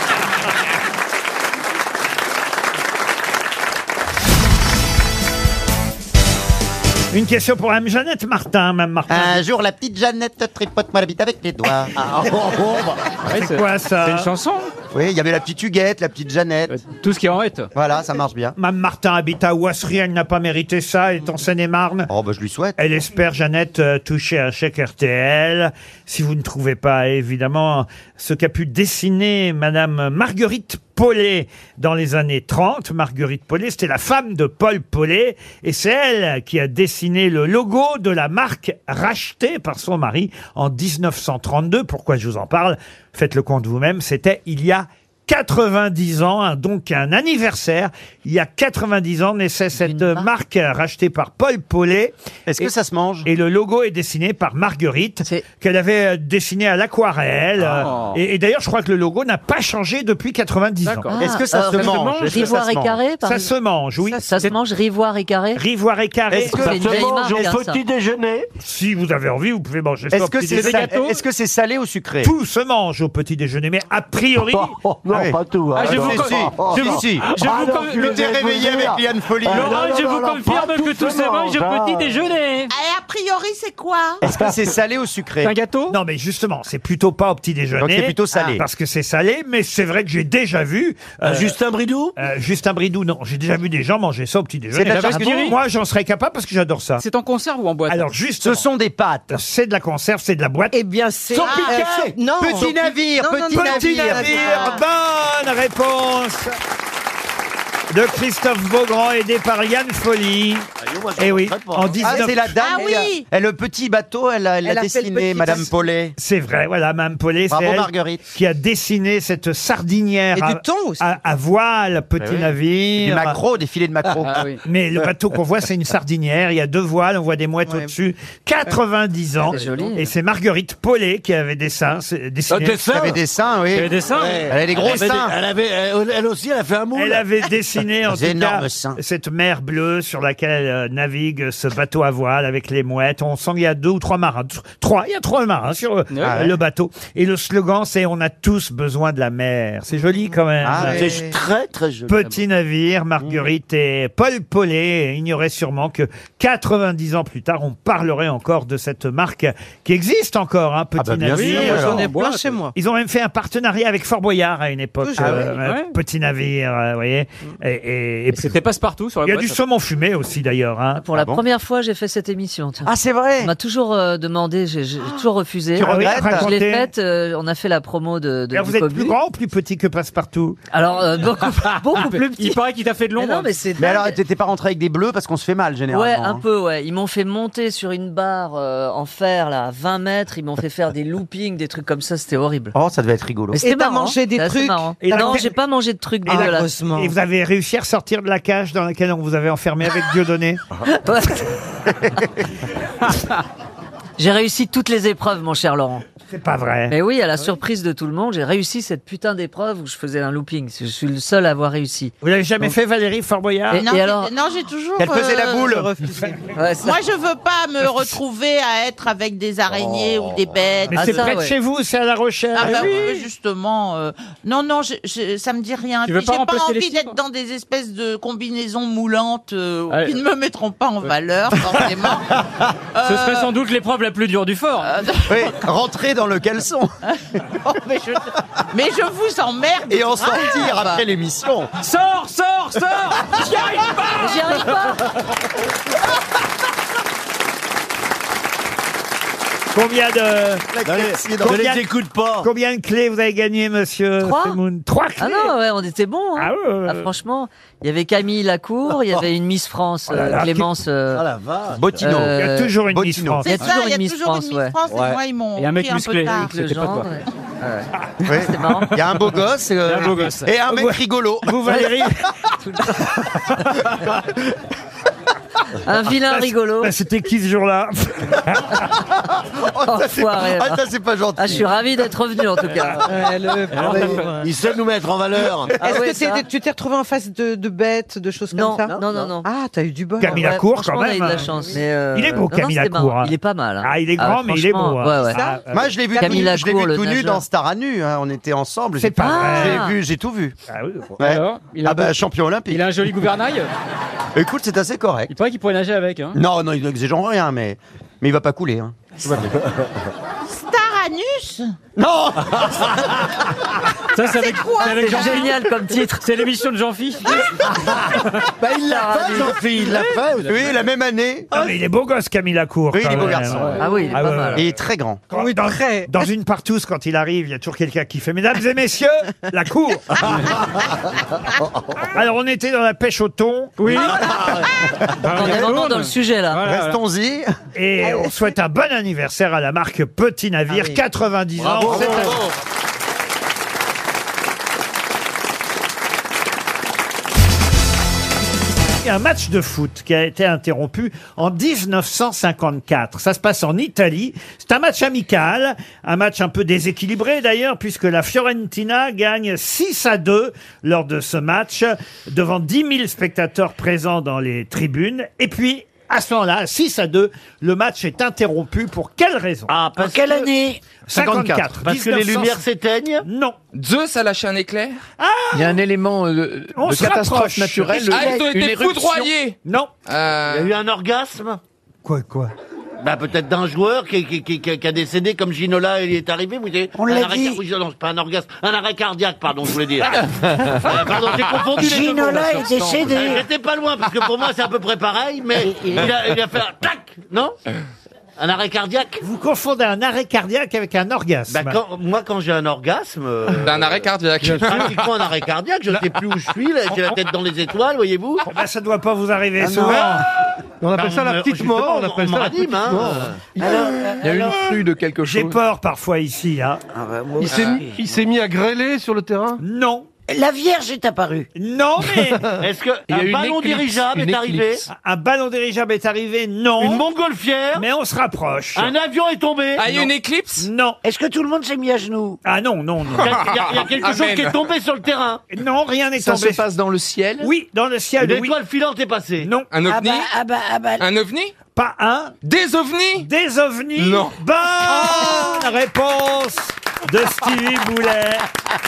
Speaker 4: Une question pour Mme Jeannette Martin, Mme Martin.
Speaker 2: Un jour, la petite Jeannette tripote moi la bite avec les doigts.
Speaker 4: Ah, oh, oh, bah. C'est quoi, ça
Speaker 2: C'est une chanson Oui, il y avait la petite Huguette, la petite Jeannette. Tout ce qui est en est. Voilà, ça marche bien.
Speaker 4: Mme Martin habite à Ouasserie, elle n'a pas mérité ça, elle est en Seine-et-Marne.
Speaker 2: Oh, bah, je lui souhaite.
Speaker 4: Elle espère, Jeannette, euh, toucher un chèque RTL. Si vous ne trouvez pas, évidemment, ce qu'a pu dessiner Madame Marguerite Paulet dans les années 30. Marguerite Paulet, c'était la femme de Paul Paulet, et c'est elle qui a dessiné le logo de la marque rachetée par son mari en 1932. Pourquoi je vous en parle Faites le compte vous-même, c'était il y a 90 ans, hein, donc un anniversaire. Il y a 90 ans naissait cette marque rachetée par Paul Paulet. Est-ce que ça se mange Et le logo est dessiné par Marguerite, qu'elle avait euh, dessiné à l'aquarelle. euh,
Speaker 3: Oh.
Speaker 4: Et, et d'ailleurs, je crois que le logo n'a pas changé depuis 90 ans.
Speaker 3: D'accord. Ah, Est-ce que ça alors, se ça se mange mange Est-ce que Rivoire ça se et mange Carré, par
Speaker 4: Ça se
Speaker 3: exemple
Speaker 4: mange, oui.
Speaker 3: Ça se mange Rivoire et Carré
Speaker 4: Rivoire et Carré.
Speaker 3: Est-ce que ça se mange au petit déjeuner
Speaker 4: Si vous avez envie, vous pouvez manger ça
Speaker 3: Est-ce
Speaker 4: au
Speaker 3: que
Speaker 4: petit
Speaker 3: c'est
Speaker 4: déjeuner. Eh,
Speaker 3: sa- est-ce que c'est salé ou sucré
Speaker 4: Tout se mange au petit déjeuner, mais a priori.
Speaker 3: [laughs] non, pas tout, hein. Ah, je vous Si, con- si, je vous- si, si. je vous Ah, con- non, tu Ah, le-
Speaker 2: t'es réveillé avec Liane Folie.
Speaker 15: Laurent, je vous confirme que tout
Speaker 2: se
Speaker 15: se mange au petit déjeuner.
Speaker 8: Ah, Et a priori, c'est quoi
Speaker 4: Est-ce que c'est salé ou sucré
Speaker 3: C'est un
Speaker 4: gâteau Non, mais justement, c'est plutôt pas au petit déjeuner.
Speaker 3: Donc c'est plutôt salé.
Speaker 4: Ah, Parce que c'est salé, mais c'est vrai que j'ai déjà vu.
Speaker 3: Un Ah, Justin
Speaker 4: Bridou Justin Bridou, non. J'ai déjà vu des gens manger ça au petit déjeuner.
Speaker 3: C'est de la charcuterie
Speaker 4: Moi, j'en serais capable parce que j'adore ça.
Speaker 3: C'est en conserve ou en boîte
Speaker 4: Alors, justement.
Speaker 3: Ce sont des pâtes.
Speaker 4: C'est de la conserve, c'est de la boîte.
Speaker 3: Eh bien, c'est.
Speaker 4: Ah, euh,
Speaker 3: non, petit navire, petit navire.
Speaker 4: Bonne réponse de Christophe Beaugrand, aidé par Yann Folly. Eh oui, en 19...
Speaker 2: Ah, c'est la dame. elle a- elle, le petit bateau, elle a, elle l'a
Speaker 4: Elle a fait le
Speaker 2: dessiné,
Speaker 4: petit
Speaker 2: Madame
Speaker 4: bassin.
Speaker 2: Paulet.
Speaker 4: C'est vrai, voilà, Mme Paulet, c'est
Speaker 2: Bravo,
Speaker 4: elle
Speaker 2: Marguerite.
Speaker 4: qui a dessiné cette sardinière
Speaker 2: Et du
Speaker 4: à, à- à voile, petit
Speaker 2: Eh oui.
Speaker 4: navire.
Speaker 2: Du maquereau, des filets de maquereau. Ah,
Speaker 3: [laughs]
Speaker 2: oui.
Speaker 4: Mais le bateau qu'on voit, c'est une sardinière. Il y a deux voiles, on voit des mouettes au-dessus. 90
Speaker 2: Ah,
Speaker 4: ans. Et c'est Marguerite Paulet qui avait des seins. c'est- dessiné.
Speaker 3: Ah, des seins Qui avait des seins, oui. Qui avait des seins. Ouais. Elle a des gros Elle avait des- seins. elle avait- elle- elle aussi, elle a fait un moule.
Speaker 4: Elle avait dessiné,
Speaker 3: [laughs]
Speaker 4: en tout
Speaker 3: Des énormes
Speaker 4: cas,
Speaker 3: seins.
Speaker 4: cette mer bleue sur laquelle euh, navigue ce bateau à voile avec les mouettes. On sent qu'il y a deux ou trois marins. Tr- Trois, il y a trois marins sur euh,
Speaker 3: Ouais.
Speaker 4: le bateau. Et le slogan, c'est On a tous besoin de la mer. C'est joli quand même.
Speaker 3: Ah, C'est ouais. très, très joli.
Speaker 4: Petit navire, Marguerite et Paul Paulet ignoraient sûrement que 90 ans plus tard, on parlerait encore de cette marque qui existe encore, hein, Petit
Speaker 3: bah, bien
Speaker 4: navire.
Speaker 3: sûr, j'en ai plein chez moi.
Speaker 4: Ils ont même fait un partenariat avec Fort Boyard à une époque.
Speaker 3: Ah ouais.
Speaker 4: euh,
Speaker 3: Ouais. Mm.
Speaker 4: Petit navire, euh, vous voyez. Et, c'était passe-partout sur
Speaker 3: la
Speaker 4: Il y a
Speaker 3: boîte,
Speaker 4: du
Speaker 3: ça.
Speaker 4: saumon fumé aussi d'ailleurs.
Speaker 22: Ah,
Speaker 4: hein.
Speaker 3: Ah
Speaker 22: Pour la première fois, j'ai fait cette émission. Ah,
Speaker 2: c'est vrai
Speaker 22: On m'a toujours euh, demandé, j'ai j'ai toujours refusé.
Speaker 4: Tu Ah oui, regrettes
Speaker 22: Je l'ai
Speaker 4: racontez.
Speaker 22: faite, euh, on a fait la promo de, de
Speaker 4: Alors, vous
Speaker 22: du
Speaker 4: êtes
Speaker 22: Cobu.
Speaker 4: plus grand ou plus petit que passe-partout
Speaker 22: Alors,
Speaker 2: [laughs]
Speaker 22: euh, beaucoup, beaucoup plus petit.
Speaker 2: qu'il t'a fait de
Speaker 22: Mais non, mais c'est
Speaker 2: Mais
Speaker 22: dingue.
Speaker 2: alors, t'étais pas rentré avec des bleus parce qu'on se fait mal, généralement.
Speaker 22: Ouais, un
Speaker 2: hein.
Speaker 22: peu, ouais. Ils m'ont fait monter sur une barre euh, en fer, là, à 20 mètres. Ils m'ont fait faire des loopings, des trucs comme ça. C'était horrible.
Speaker 2: Oh, ça devait être rigolo.
Speaker 22: Mais c'était marrant. C'était assez marrant.
Speaker 4: Et Ah,
Speaker 22: Non,
Speaker 4: la-
Speaker 22: j'ai pas mangé de trucs
Speaker 4: Et, la-
Speaker 22: dégueulasses.
Speaker 4: et vous avez réussi à ressortir de la cage dans laquelle on vous avait enfermé
Speaker 22: [laughs]
Speaker 4: avec Dieudonné
Speaker 22: [laughs] J'ai réussi toutes les épreuves, mon cher Laurent.
Speaker 4: C'est pas vrai.
Speaker 22: Mais oui, à la surprise de tout le monde, j'ai réussi cette putain d'épreuve où je faisais un looping. Je suis le seul à avoir réussi.
Speaker 4: Vous l'avez jamais fait, Valérie Fort Boyard
Speaker 22: Et,
Speaker 8: non,
Speaker 22: et
Speaker 8: j'ai-
Speaker 22: alors
Speaker 8: non, j'ai toujours. euh,
Speaker 22: Elle faisait
Speaker 4: euh,
Speaker 22: la boule.
Speaker 4: [laughs]
Speaker 22: Ouais, ça-
Speaker 8: Moi, je veux pas me retrouver à être avec des araignées
Speaker 22: Oh.
Speaker 8: ou des bêtes.
Speaker 22: Ah,
Speaker 4: Mais c'est près de chez vous, c'est à La Rochelle.
Speaker 8: Ah bah
Speaker 4: Oui.
Speaker 8: oui, justement. euh, non, non, je, je- ça me dit rien.
Speaker 4: Tu
Speaker 8: Puis
Speaker 4: veux pas
Speaker 8: J'ai pas,
Speaker 4: remplacer les
Speaker 8: envie
Speaker 4: chiffres
Speaker 8: d'être dans des espèces de combinaisons moulantes euh,
Speaker 15: Ouais.
Speaker 8: qui ne me mettront pas en valeur,
Speaker 4: [laughs]
Speaker 8: forcément.
Speaker 15: Ce serait sans doute l'épreuve la plus dure du fort.
Speaker 2: Oui, rentrer dans le caleçon.
Speaker 8: Oh, mais, je, mais je vous emmerde.
Speaker 2: Et en sortir
Speaker 8: grave.
Speaker 2: après l'émission.
Speaker 15: Sors, sors, sors
Speaker 8: [laughs]
Speaker 15: J'y arrive pas
Speaker 8: J'y arrive pas.
Speaker 4: Combien de.
Speaker 22: Ne les- ne les
Speaker 4: écoute pas. Combien de clés vous avez gagné, monsieur
Speaker 22: Trois.
Speaker 4: Semoun Trois clés.
Speaker 22: Ah non, ouais, on était bons. hein.
Speaker 4: Ah ouais, ouais, ouais.
Speaker 22: Ah, franchement, il y avait Camille Lacour, il y avait une Miss France,
Speaker 4: Oh là
Speaker 22: euh,
Speaker 4: là,
Speaker 22: Clémence. euh,
Speaker 4: Bottino. Il y a toujours une Miss
Speaker 22: Bottino.
Speaker 4: France.
Speaker 22: Il y a
Speaker 4: C'est
Speaker 22: toujours
Speaker 4: ça, il y a
Speaker 22: une Miss
Speaker 4: toujours une
Speaker 22: France,
Speaker 4: Miss
Speaker 22: ouais.
Speaker 4: France, et moi, ils m'ont
Speaker 22: Et un mec
Speaker 4: pris un peu
Speaker 22: musclé.
Speaker 4: tard.
Speaker 22: avec le
Speaker 4: C'était pas
Speaker 22: genre,
Speaker 4: toi.
Speaker 22: ouais.
Speaker 2: Ouais.
Speaker 22: C'était marrant.
Speaker 2: Il y a un beau gosse, euh,
Speaker 22: Il y a un beau gosse.
Speaker 2: et un mec
Speaker 22: Vous-
Speaker 2: rigolo.
Speaker 22: vous, Valérie Un vilain
Speaker 4: Bah, c'est-
Speaker 22: rigolo.
Speaker 4: bah, C'était qui ce jour-là [laughs]
Speaker 22: Oh, ça, c'est pas- Enfoiré.
Speaker 3: hein.
Speaker 22: ah, ça, c'est
Speaker 2: pas gentil.
Speaker 22: Ah, je suis ravi d'être revenu en tout cas.
Speaker 3: Il sait nous mettre en valeur.
Speaker 22: Ah
Speaker 11: Est-ce
Speaker 22: ouais,
Speaker 11: que t'es-
Speaker 22: ça.
Speaker 11: tu t'es retrouvé en face de, de bêtes, de choses
Speaker 22: Non,
Speaker 11: comme ça
Speaker 22: non, non, non, non.
Speaker 11: Ah, t'as eu du bol.
Speaker 4: Camille
Speaker 22: Ouais,
Speaker 4: Lacour,
Speaker 22: franchement, on
Speaker 4: quand
Speaker 22: a eu
Speaker 4: même.
Speaker 22: de la chance.
Speaker 4: Mais, euh, Il est beau,
Speaker 22: non, non,
Speaker 4: Camille
Speaker 22: c'était
Speaker 4: Lacour,
Speaker 22: marrant.
Speaker 4: hein.
Speaker 22: Il est pas mal. hein.
Speaker 4: Ah, il est grand, mais il est
Speaker 22: franchement,
Speaker 4: beau, hein.
Speaker 22: ouais, ouais.
Speaker 4: Ça Ah,
Speaker 2: Moi, je l'ai vu, tout,
Speaker 22: Camille
Speaker 2: nu- je l'ai vu
Speaker 22: Lacour, le
Speaker 2: tout nu
Speaker 22: nageur.
Speaker 2: dans Star à nu. hein, on était ensemble.
Speaker 22: C'est
Speaker 2: j'ai-
Speaker 22: pas vrai.
Speaker 2: J'ai vu, j'ai tout vu.
Speaker 4: Ah oui.
Speaker 2: Alors,
Speaker 15: il a
Speaker 2: ah bah
Speaker 15: beau-
Speaker 2: champion olympique.
Speaker 15: il a un joli gouvernail
Speaker 2: [laughs] Écoute, c'est assez correct. Il paraît qu'il pourrait nager avec. hein. Non, non, il n'exagère rien, mais mais il va pas couler. Hein.
Speaker 7: Staranus
Speaker 2: non. [laughs]
Speaker 15: Ça, c'est avec,
Speaker 7: quoi
Speaker 15: c'est avec
Speaker 7: C'est
Speaker 15: Jean-Phi.
Speaker 7: génial
Speaker 22: comme titre.
Speaker 15: C'est l'émission de Jean-Phi.
Speaker 2: bah, il l'a
Speaker 4: Ah,
Speaker 2: fait, Jean-Phil, il l'a fait. Oui, la même année.
Speaker 4: Ah, mais il est beau gosse, Camille Lacour.
Speaker 2: Oui, il
Speaker 4: quand
Speaker 2: est beau
Speaker 4: même.
Speaker 2: garçon. Ah oui, il est pas
Speaker 4: ouais,
Speaker 2: mal.
Speaker 4: ouais.
Speaker 2: Il est très grand.
Speaker 4: Quand- dans, dans une partouze, quand il arrive, il y a toujours quelqu'un qui fait Mesdames et messieurs, la
Speaker 2: [laughs]
Speaker 4: cour Alors, on était dans la pêche au thon. Oui.
Speaker 2: Ah,
Speaker 22: Ah, On est vraiment dans le sujet là.
Speaker 2: Restons-y.
Speaker 4: Et on souhaite un bon anniversaire à la marque Petit Navire,
Speaker 22: Ah oui.
Speaker 4: 90 ans.
Speaker 22: Bravo,
Speaker 4: cette année.
Speaker 22: bravo.
Speaker 4: Il y a un match de foot qui a été interrompu en 1954. Ça se passe en Italie. C'est un match amical, un match un peu déséquilibré d'ailleurs, puisque la Fiorentina gagne 6 à 2 lors de ce match, devant 10 000 spectateurs présents dans les tribunes. Et puis, à ce moment-là, à 6 à 2, le match est interrompu. Pour quelle raison ah,
Speaker 3: parce quelle que- année
Speaker 4: 54.
Speaker 3: Parce que les lumières
Speaker 4: s'éteignent Non. Ah
Speaker 3: Zeus a lâché un éclair
Speaker 25: Il y a un élément euh, de,
Speaker 4: On
Speaker 25: de
Speaker 4: se
Speaker 25: catastrophe
Speaker 4: rapproche.
Speaker 25: naturelle.
Speaker 3: Ah, ils ont
Speaker 25: une
Speaker 3: été
Speaker 25: éruption.
Speaker 3: foudroyés
Speaker 4: Non.
Speaker 3: Il y a eu un orgasme
Speaker 4: Quoi, quoi
Speaker 3: bah peut-être d'un joueur qui, qui, qui, qui a décédé comme Ginola il est arrivé, vous savez.
Speaker 6: On
Speaker 3: un
Speaker 6: l'a
Speaker 3: arrêt
Speaker 6: dit.
Speaker 3: car- oui, non, c'est pas un orgasme, un arrêt cardiaque, pardon, je voulais
Speaker 4: [laughs]
Speaker 3: dire. Euh, pardon, j'ai confondu les deux mots.
Speaker 6: Ginola est décédé.
Speaker 3: Euh, J'étais pas loin parce que pour moi c'est à peu près pareil, mais il a, il a fait un tac, non Un arrêt cardiaque
Speaker 4: Vous confondez un arrêt cardiaque avec un orgasme.
Speaker 3: Bah quand, moi quand j'ai un orgasme, euh,
Speaker 4: [laughs] Un arrêt cardiaque.
Speaker 3: j'ai pratiquement un arrêt cardiaque, je sais plus où je suis, là, j'ai la tête dans les étoiles, voyez-vous.
Speaker 4: Ah, ça doit pas vous arriver souvent.
Speaker 3: On appelle ça la petite mort, on appelle ça la petite
Speaker 4: hein.
Speaker 3: mort.
Speaker 25: Il y a eu une flux de quelque chose.
Speaker 4: J'ai peur parfois ici. Hein.
Speaker 25: Il s'est mis- il s'est mis à grêler sur le terrain
Speaker 4: Non.
Speaker 6: La Vierge est apparue.
Speaker 4: Non,
Speaker 3: [laughs]
Speaker 4: mais.
Speaker 3: Est-ce que
Speaker 4: Il y a
Speaker 3: un
Speaker 4: une
Speaker 3: ballon
Speaker 4: éclipse,
Speaker 3: dirigeable
Speaker 4: une
Speaker 3: est arrivé
Speaker 4: éclipse. Un ballon dirigeable est arrivé, non.
Speaker 3: Une montgolfière
Speaker 4: Mais on se rapproche.
Speaker 3: Un avion est tombé
Speaker 6: Ah, il y a une
Speaker 3: éclipse
Speaker 4: Non.
Speaker 6: Est-ce que tout le monde s'est mis à genoux
Speaker 4: Ah non, non, non.
Speaker 3: Il y a, il y a- il y a
Speaker 6: [laughs]
Speaker 3: quelque chose
Speaker 4: [laughs] Amen.
Speaker 3: qui est tombé sur le terrain.
Speaker 4: Non, rien n'est tombé.
Speaker 3: dans le ciel
Speaker 4: Oui, dans le ciel.
Speaker 3: Une
Speaker 4: oui.
Speaker 3: étoile filante est passée.
Speaker 4: Non.
Speaker 3: Un
Speaker 6: Ah bah, ah bah, ah bah.
Speaker 3: ovni
Speaker 4: Pas un.
Speaker 3: Des ovnis
Speaker 4: Des ovnis
Speaker 3: Non.
Speaker 4: Bonne réponse de Stevie Boulet.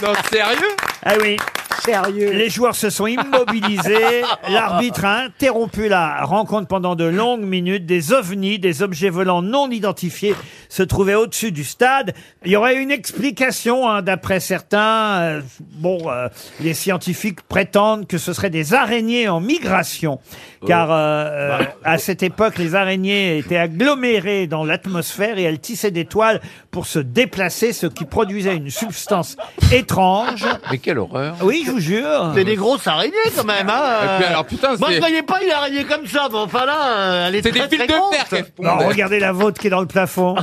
Speaker 3: Non, sérieux
Speaker 4: Ah oui.
Speaker 6: Sérieux.
Speaker 4: Les joueurs se sont immobilisés. L'arbitre a interrompu la rencontre pendant de longues minutes. Des ovnis, des objets volants non identifiés se trouvaient au-dessus du stade. Il y aurait une explication, hein, d'après certains. Euh, bon, euh, les scientifiques prétendent que ce seraient des araignées en migration. Car euh, euh, à cette époque, les araignées étaient agglomérées dans l'atmosphère et elles tissaient des toiles pour se déplacer, ce qui produisait une substance étrange.
Speaker 25: Mais quelle horreur.
Speaker 4: Oui, je vous jure.
Speaker 3: C'est des grosses araignées quand même, hein
Speaker 25: Et puis alors, putain,
Speaker 3: Moi
Speaker 25: c'est-
Speaker 3: je voyais pas une araignée comme ça, mais enfin là, euh, elle est
Speaker 25: C'est
Speaker 3: très
Speaker 25: des fils
Speaker 3: très
Speaker 25: de
Speaker 3: grosse.
Speaker 25: fer qu'elles
Speaker 4: Non, regardez la vôtre qui est dans le plafond.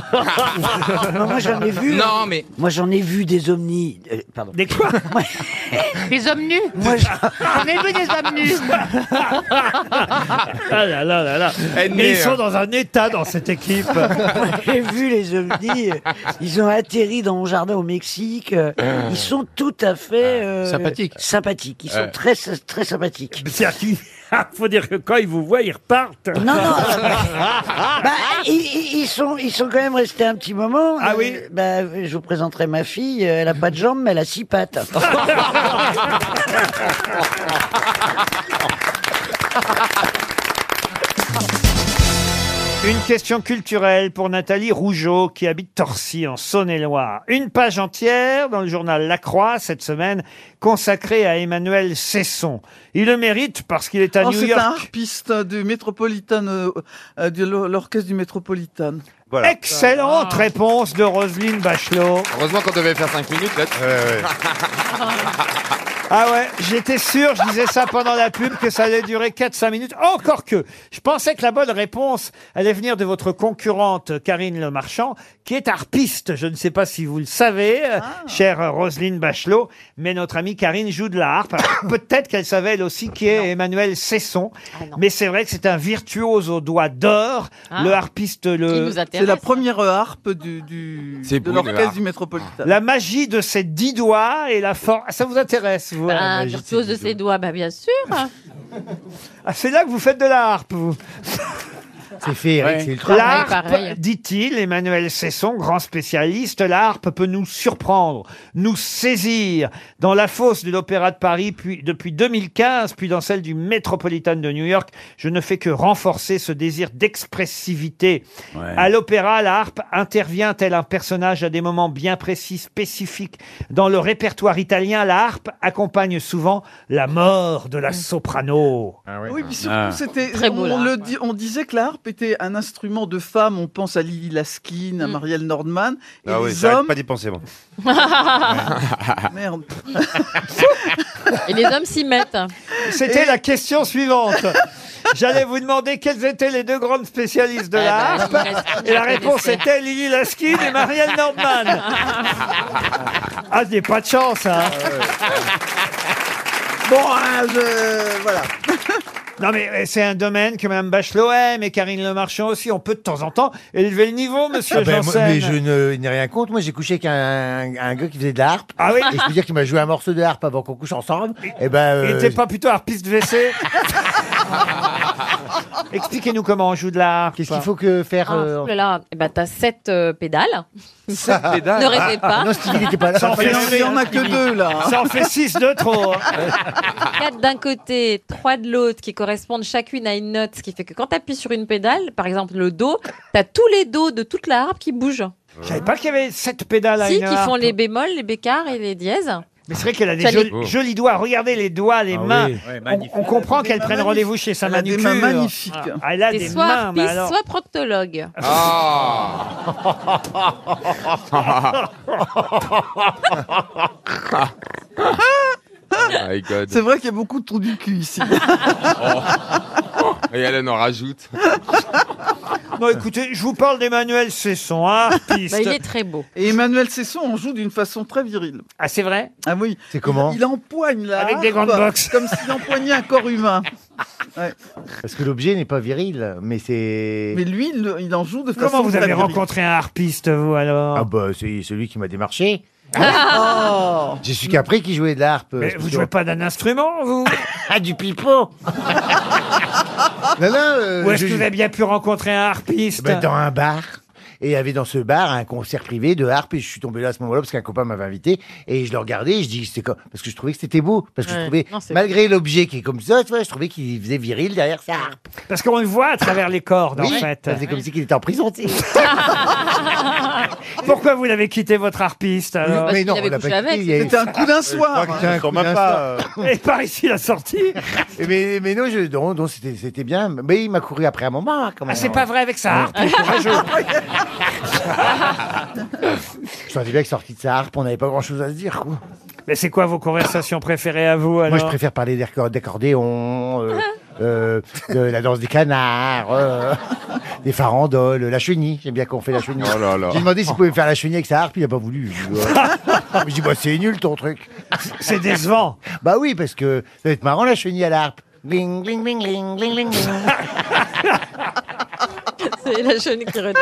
Speaker 6: Non, moi j'en ai vu. hein.
Speaker 25: Non, mais-
Speaker 6: Moi j'en ai vu des omnis. euh, pardon.
Speaker 4: Des quoi
Speaker 7: [laughs] Des hommes nus
Speaker 6: Moi, je-
Speaker 7: On est vu des hommes nus
Speaker 4: Ah là là là là.
Speaker 25: Elle
Speaker 4: Mais ils
Speaker 25: naît,
Speaker 6: euh,
Speaker 4: sont
Speaker 25: hein.
Speaker 4: dans un état dans cette équipe.
Speaker 6: Moi, [laughs] J'ai vu les ovnis, euh, ils ont atterri dans mon jardin au Mexique. euh, Ils sont tout à fait euh,
Speaker 4: Sympathiques.
Speaker 6: Sympathiques. Euh. Ils sont
Speaker 4: Ouais.
Speaker 6: très très sympathiques.
Speaker 4: C'est-à-dire [laughs] qu'il Ah, faut dire que quand ils vous voient, ils repartent.
Speaker 6: Non, non.
Speaker 4: [laughs]
Speaker 6: Bah, ils, ils- ils sont, ils sont quand même restés un petit moment. Ah oui. Bah, je vous présenterai ma fille. euh, Elle a pas de jambes, mais elle a six
Speaker 4: [laughs]
Speaker 6: pattes.
Speaker 4: Une question culturelle pour Nathalie Rougeau qui habite Torcy en Saône-et-Loire. Une page entière dans le journal La Croix cette semaine consacrée à Emmanuel Cesson. Il le mérite parce qu'il est à
Speaker 5: Oh,
Speaker 4: New
Speaker 5: c'est un
Speaker 4: York.
Speaker 5: harpiste du Metropolitan, euh, euh, de l'or- l'orchestre du Metropolitan.
Speaker 4: Voilà. Excellente réponse de Roselyne Bachelot.
Speaker 1: Heureusement qu'on devait faire 5 minutes là.
Speaker 4: Ah ouais, j'étais sûr, je disais ça pendant la pub, que ça allait durer 4-5 minutes. Encore que, je pensais que la bonne réponse allait venir de votre concurrente Karine Le Marchand, qui est harpiste. Je ne sais pas si vous le savez, euh, chère Roselyne Bachelot, mais notre amie Karine joue de la harpe. Alors, Peut-être qu'elle savait elle aussi qui est Emmanuel Cesson. mais c'est vrai que c'est un virtuose au doigt d'or.
Speaker 29: Ah.
Speaker 4: le harpiste, le...
Speaker 29: C'est la première harpe du, du-
Speaker 4: C'est
Speaker 29: de
Speaker 4: beau, le
Speaker 29: l'orchestre
Speaker 4: harpe.
Speaker 29: du métropolitain.
Speaker 4: La magie de ses dix doigts et la forme. Ah, Ça vous intéresse, vous la
Speaker 10: Un
Speaker 4: magie de ses
Speaker 10: virtuose
Speaker 4: dix
Speaker 10: Ah, de ses doigts, bah bien sûr.
Speaker 4: Ah, c'est là que vous faites de la harpe, vous. C'est
Speaker 2: féerique, c'est ultra.
Speaker 4: L'harpe,
Speaker 10: Pareil, pareil.
Speaker 4: dit-il, Emmanuel Cesson, grand spécialiste, l'harpe peut nous surprendre, nous saisir. Dans la fosse de l'Opéra de Paris puis, depuis 2015, puis dans celle du Metropolitan de New York, je ne fais que renforcer ce désir d'expressivité. À l'opéra, la harpe intervient tel un personnage à des moments bien précis, spécifiques. Dans le répertoire italien, la harpe accompagne souvent la mort de la soprano.
Speaker 29: Mm. Oui, puis surtout,
Speaker 4: Ah.
Speaker 29: c'était,
Speaker 10: Très beau,
Speaker 29: on,
Speaker 10: la
Speaker 29: le di- on disait que la harpe était un instrument de femme. On pense à Lily Laskin,
Speaker 10: Mm.
Speaker 29: à Marielle Nordman. Et
Speaker 2: Ah oui,
Speaker 29: les
Speaker 2: j'arrête
Speaker 29: hommes.
Speaker 2: pas d'y penser, moi.
Speaker 29: Merde.
Speaker 10: Et les hommes s'y mettent.
Speaker 4: C'était la question suivante. J'allais vous demander quelles étaient les deux grandes spécialistes de
Speaker 10: Eh
Speaker 4: la
Speaker 10: ben,
Speaker 4: harpe.
Speaker 10: il reste une
Speaker 4: Et la réponse
Speaker 10: connaissait.
Speaker 4: était Lily Laskin et Marielle
Speaker 7: [laughs]
Speaker 4: Nordman. Ah, je n'ai pas de chance, hein. Bon, hein, je- voilà. Non mais euh, c'est un domaine que Mme Bachelot aime et Karine Le Marchand aussi. On peut de temps en temps élever le niveau, Monsieur
Speaker 3: Ah ben, moi,
Speaker 4: Janssen.
Speaker 3: mais je ne- il n'ai rien contre. Moi, j'ai couché avec un, un gars qui faisait de la harpe.
Speaker 4: Ah oui
Speaker 3: Et je peux dire qu'il m'a joué un morceau de harpe avant qu'on couche ensemble. Et ben,
Speaker 4: Il
Speaker 3: euh,
Speaker 4: était pas plutôt harpiste
Speaker 3: [laughs]
Speaker 4: WC Expliquez-nous comment on joue de la harpe.
Speaker 3: Qu'est-ce qu'il faut que faire
Speaker 10: Ah,
Speaker 3: euh,
Speaker 10: oh là là, eh ben, t'as sept euh, pédales.
Speaker 3: [laughs] Sept pédales
Speaker 10: Ne rêvez
Speaker 3: Ah,
Speaker 10: pas.
Speaker 3: non, Stevie n'était pas là. Ça en fait- il y en a que deux, là. hein.
Speaker 4: Ça en fait six de trop. hein.
Speaker 10: [laughs] Quatre d'un côté, trois de l'autre, qui correspondent chacune à une note, ce qui fait que quand t'appuies sur une pédale, par exemple le Do, t'as tous les Do de toute la harpe qui bougent.
Speaker 4: Je savais pas qu'il y avait sept pédales à
Speaker 10: Si,
Speaker 4: une
Speaker 10: qui
Speaker 4: harpe.
Speaker 10: font les bémols, les bécars et les dièses.
Speaker 4: Mais c'est vrai qu'elle a des
Speaker 10: Ça
Speaker 4: joli-
Speaker 10: les-
Speaker 4: jolis, doigts. Regardez les doigts, les
Speaker 10: Ah
Speaker 4: mains.
Speaker 10: oui.
Speaker 4: On- on, comprend qu'elle prenne rendez-vous chez sa
Speaker 29: Elle a des
Speaker 4: manucure.
Speaker 29: mains magnifiques.
Speaker 4: Ah, elle a
Speaker 10: T'es
Speaker 4: des
Speaker 10: soit
Speaker 4: mains, mais
Speaker 10: harpiste,
Speaker 4: alors-
Speaker 10: soit proctologue.
Speaker 2: Ah.
Speaker 4: Ah,
Speaker 1: my God.
Speaker 29: C'est vrai qu'il y a beaucoup de trous
Speaker 10: [laughs]
Speaker 29: du cul ici.
Speaker 10: Bah,
Speaker 1: Et elle en rajoute.
Speaker 4: [laughs] Non, écoutez, je vous parle d'Emmanuel Cesson, hein, artiste.
Speaker 29: Bah, il est
Speaker 10: très beau.
Speaker 29: Et Emmanuel Cesson en joue d'une façon très virile.
Speaker 4: Ah, c'est vrai
Speaker 29: Ah oui.
Speaker 3: C'est comment
Speaker 29: Il, il empoigne la
Speaker 4: Avec des
Speaker 29: harpe
Speaker 4: grandes boxes.
Speaker 29: Comme s'il empoignait un corps humain. Ouais.
Speaker 4: Ah.
Speaker 3: Parce que l'objet n'est pas viril, mais c'est.
Speaker 29: Mais lui, il, il en joue de façon
Speaker 4: Comment vous
Speaker 29: très
Speaker 4: avez
Speaker 29: virile.
Speaker 4: rencontré un harpiste, vous, alors
Speaker 3: Ah bah, c'est celui qui m'a démarché.
Speaker 10: Ah.
Speaker 29: Oh.
Speaker 3: J'ai su qu'après qu'il jouait de la harpe.
Speaker 4: Mais vous jouez pas d'un instrument, vous
Speaker 3: Ah, du
Speaker 10: [laughs]
Speaker 3: pipeau Non, non, euh,
Speaker 4: Où est-ce
Speaker 3: je-
Speaker 4: que vous avez bien pu rencontrer un harpiste
Speaker 3: Ben, dans un bar. Et il y avait dans ce bar un concert privé de harpe. Et je suis tombé là à ce moment-là parce qu'un copain m'avait invité. Et je le regardais et je dis, c'est quoi Parce que je trouvais que c'était beau. Parce que
Speaker 10: Ouais.
Speaker 3: je trouvais,
Speaker 10: Non, c'est
Speaker 3: malgré l'objet qui est comme ça, tu vois, je trouvais qu'il faisait viril derrière sa harpe.
Speaker 4: Parce qu'on le voit à travers les cordes, en
Speaker 3: Oui,
Speaker 4: fait.
Speaker 3: ça faisait comme si qu'il était en prison. tu sais.
Speaker 4: [laughs] Pourquoi vous l'avez quitté, votre harpiste, alors
Speaker 3: Parce Mais qu'il non, avait on l'a couché pas quitté, avec, il y a-
Speaker 29: C'était un coup d'un soir.
Speaker 3: crois que
Speaker 4: Ah,
Speaker 3: c'était un coup d'un soir.
Speaker 4: Et par ici, la sortie
Speaker 3: [laughs] Et mais, mais non, je, non, non, c'était, c'était bien. Mais il m'a couru après un moment. hein, quand
Speaker 4: Ah,
Speaker 3: même.
Speaker 4: c'est pas vrai avec sa harpe, il
Speaker 7: [laughs]
Speaker 4: est courageux.
Speaker 3: Je sentais bien que sorti de sa harpe, on n'avait pas grand-chose à se dire. quoi.
Speaker 4: Mais c'est quoi vos conversations préférées à vous, alors
Speaker 3: Moi, je préfère parler d'accor- d'accordéon, euh, euh, de la danse des canards, euh, des farandoles, la chenille. J'aime bien qu'on fait la chenille.
Speaker 1: Oh là là.
Speaker 3: J'ai demandé s'il pouvait me faire la chenille avec sa harpe, il n'a pas voulu.
Speaker 4: [laughs]
Speaker 3: Je dis, bah, c'est nul ton truc.
Speaker 4: C'est décevant.
Speaker 3: Bah oui, parce que ça va être marrant la chenille à la harpe. Bling, bling, bling, bling, bling,
Speaker 4: [laughs]
Speaker 3: bling. bling.
Speaker 10: C'est la chenille qui
Speaker 7: Oh,
Speaker 10: redonne.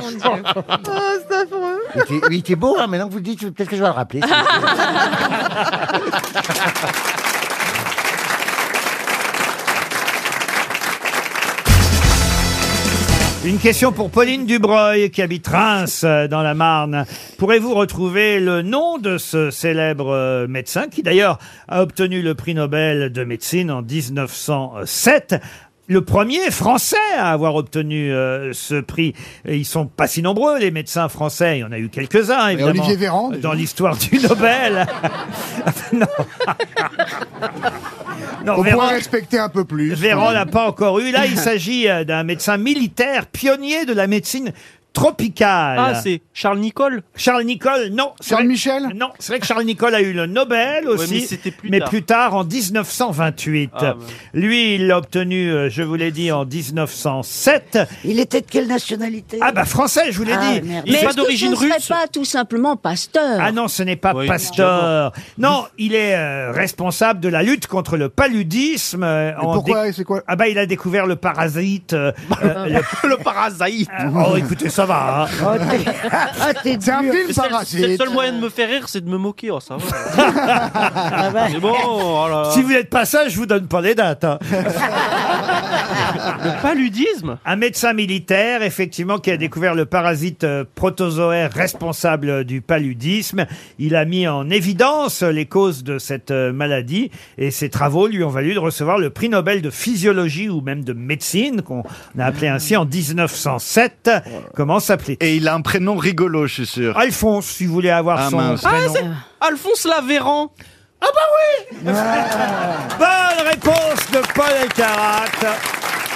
Speaker 10: Mon Dieu.
Speaker 29: Ah, c'est affreux.
Speaker 3: Il était, il était beau, hein, maintenant que vous le dites, peut-être que je vais le rappeler.
Speaker 4: Ah, Une question pour Pauline Dubreuil qui habite Reims euh, dans la Marne. Pourrez-vous retrouver le nom de ce célèbre euh, médecin qui d'ailleurs a obtenu le prix Nobel de médecine en 1907 le premier français à avoir obtenu euh, ce prix. Et ils sont pas si nombreux, les médecins français. Il y en a eu quelques-uns, évidemment.
Speaker 9: Olivier Véran,
Speaker 4: Dans l'histoire du Nobel. non. Non,
Speaker 9: On
Speaker 4: Véran-
Speaker 9: pourrait respecter un peu plus.
Speaker 4: Véran l'a pas encore eu. Là, il s'agit euh, d'un médecin militaire, pionnier de la médecine tropicale.
Speaker 15: Ah, c'est
Speaker 4: Charles Nicole Charles Nicole, non. Charles Michel Non, c'est vrai que Charles Nicole a eu le Nobel
Speaker 15: Ouais,
Speaker 4: aussi,
Speaker 15: mais c'était plus tard.
Speaker 4: tard, en 1928.
Speaker 15: Ah,
Speaker 4: Lui, il l'a obtenu, euh, je vous l'ai dit, en 1907.
Speaker 6: Il était de quelle nationalité
Speaker 4: Ah bah français, je vous l'ai
Speaker 5: Ah,
Speaker 4: dit.
Speaker 5: merde.
Speaker 4: Il
Speaker 5: Mais
Speaker 4: fait-
Speaker 5: est-ce que ce ne serait pas tout simplement Pasteur
Speaker 4: Ah non, ce n'est pas Pasteur. Non, il est euh, responsable de la lutte contre le paludisme. euh, en
Speaker 12: pourquoi
Speaker 4: dé- Ah bah il a découvert le
Speaker 15: [laughs]
Speaker 4: parasite. euh, euh, le... parasite. [laughs] oh, écoutez, ça va. hein.
Speaker 5: Oh,
Speaker 12: C'est un
Speaker 15: Ah, C'est le- Ah,
Speaker 12: film
Speaker 15: c'est le
Speaker 12: parasite.
Speaker 15: seul moyen de me faire rire, c'est de me moquer, oh, ça
Speaker 4: [laughs]
Speaker 15: va.
Speaker 4: Ah, bah.
Speaker 15: Mais bon, oh là là.
Speaker 4: Si vous n'êtes pas ça, je vous donne pas les dates. hein. le paludisme Un médecin militaire, effectivement, qui a découvert le parasite euh, protozoaire responsable euh, du paludisme. Il a mis en évidence les causes de cette euh, maladie et ses travaux lui ont valu de recevoir le prix Nobel de physiologie ou même de médecine, qu'on a appelé ainsi en 1907. Comment s'appelait-il Et il a un prénom rigolo, je suis sûr. Ah, Alphonse, si vous voulez avoir
Speaker 2: Ah,
Speaker 4: son prénom.
Speaker 15: Ah, c'est Alphonse Lavéran. Ah bah oui
Speaker 7: [laughs]
Speaker 4: Bonne réponse de Paul Elkarat.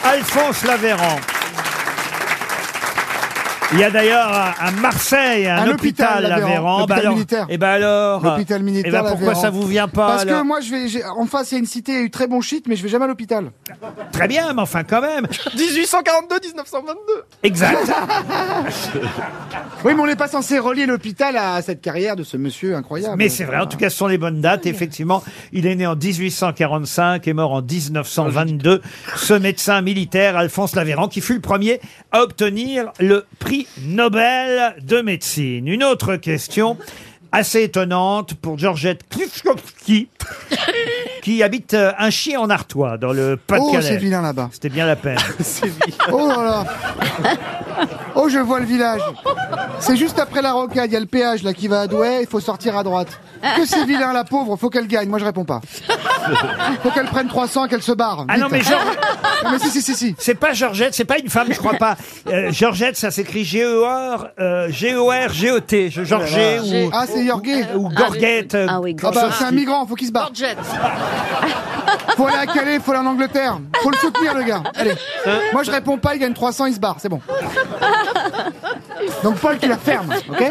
Speaker 4: Alphonse Lavéran. Il y a d'ailleurs à- à Marseille un,
Speaker 12: Un hôpital, Lavéran. L'hôpital
Speaker 4: Lavéran. Bah alors-
Speaker 12: militaire.
Speaker 4: Et ben alors.
Speaker 12: L'hôpital militaire.
Speaker 4: Et ben pourquoi
Speaker 12: Lavéran.
Speaker 4: ça vous vient pas
Speaker 12: Parce
Speaker 4: alors
Speaker 12: que moi, je vais. j'ai- En face, il y a une cité, il y a eu très bon shit, mais je vais jamais à l'hôpital.
Speaker 4: Très bien, mais enfin
Speaker 12: [laughs]
Speaker 4: quand même.
Speaker 12: 1842-1922.
Speaker 4: Exact.
Speaker 15: [laughs]
Speaker 12: Oui, mais on n'est pas censé relier l'hôpital à cette carrière de ce monsieur incroyable.
Speaker 4: Mais c'est vrai, en tout cas, ce sont les bonnes dates, effectivement. Il est né en 1845 et mort en 1922. Ce médecin militaire, Alphonse Lavéran, qui fut le premier à obtenir le prix Nobel de médecine. Une autre question assez étonnante pour Georgette
Speaker 12: [laughs]
Speaker 4: Klitschkowski, qui habite euh, un chien en Artois, dans le Pas-de-Calais.
Speaker 12: Oh, c'est vilain là-bas.
Speaker 4: C'était bien
Speaker 12: [laughs]
Speaker 4: la peine. [laughs]
Speaker 12: Oh là là. Oh, je vois le village. C'est juste après la rocade, il y a le péage là qui va à Douai, il faut sortir à droite. Que c'est vilain la pauvre, faut qu'elle gagne, moi je réponds pas. Faut qu'elle prenne 300 qu'elle se barre.
Speaker 4: Ah non,
Speaker 12: vite.
Speaker 4: mais Geor-
Speaker 12: Non, [laughs] mais si, si, si, si.
Speaker 4: C'est pas Georgette, c'est pas une femme, je crois pas. Euh, Georgette, ça s'écrit G-E-R, euh, G-O-R, G-E-T.
Speaker 12: Oh
Speaker 4: Je- Georgette ou.
Speaker 12: Ah, c'est Yorguet
Speaker 4: Ou Gorguette. euh,
Speaker 12: Ah bah, c'est un
Speaker 4: Georgette.
Speaker 12: migrant, faut qu'il se barre. [laughs] Faut aller à Calais, faut aller en Angleterre. Faut le soutenir, le gars. Allez.
Speaker 15: Hein
Speaker 12: Moi, je réponds pas, il gagne 300, il se barre, c'est bon. Donc, Paul, tu la fermes, ok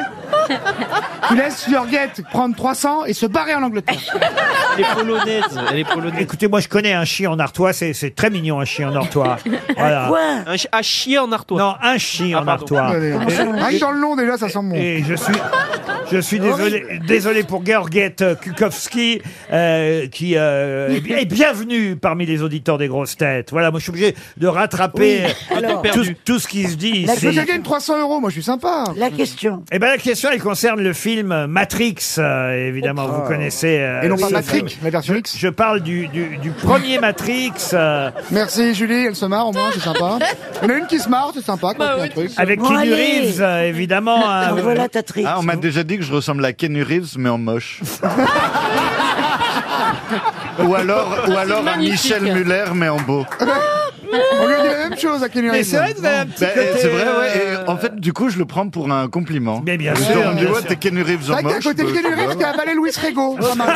Speaker 12: Tu laisses Yorguette prendre 300 et se barrer en Angleterre.
Speaker 15: Elle est polonaise, elle est polonaise.
Speaker 4: Écoutez, moi je connais un chien en artois, c'est c'est très mignon un chien en artois. Voilà.
Speaker 15: un, chi- un chien en artois.
Speaker 4: Non, un chien en artois.
Speaker 12: Allez. Rien que dans le nom, déjà, ça sent bon.
Speaker 4: Et je suis, je suis désolé, désolé pour Georgette Kukowski, euh, qui euh, est bien- est bienvenue parmi les auditeurs des grosses têtes. Voilà, moi je suis obligé de rattraper
Speaker 12: Oui,
Speaker 4: euh,
Speaker 12: alors-
Speaker 4: tout, tout ce qui se dit
Speaker 12: Je veux
Speaker 4: ici.
Speaker 12: qu'elle gagne 300 euros, moi, je suis sympa.
Speaker 6: La question.
Speaker 4: Eh ben la question, elle concerne le film Matrix. euh, évidemment, vous connaissez. euh,
Speaker 12: Et non pas
Speaker 4: ce
Speaker 12: Matrix,
Speaker 4: film.
Speaker 12: la version X.
Speaker 4: Je parle du, du, du premier Matrix. euh,
Speaker 12: Merci Julie, elle se marre au moins, c'est sympa. Il y en a une qui se marre, c'est sympa quand il y a un truc.
Speaker 4: Avec Keanu Reeves, euh, évidemment. hein, euh,
Speaker 9: Ah, on m'a déjà dit que je ressemble à Ken Reeves, mais en moche. ou alors, ou alors à Michel Muller, mais en beau.
Speaker 12: On lui a dit la même chose à Kenny Ah, Reeves. Bah,
Speaker 9: Ben, c'est vrai, ouais. et en fait, du coup, je le prends pour un compliment. Mais
Speaker 4: euh, bien
Speaker 12: sûr,
Speaker 9: On me dit,
Speaker 12: eh, bien
Speaker 9: ouais,
Speaker 12: sûr.
Speaker 9: t'es Ken Reeves en
Speaker 12: C'est vrai
Speaker 9: moche.
Speaker 12: qu'à côté de
Speaker 9: bah,
Speaker 12: Kenny
Speaker 9: ouais.
Speaker 12: Reeves, t'as avalé Louis
Speaker 4: [laughs]
Speaker 12: Rego.
Speaker 4: Oh,
Speaker 12: Pas mal.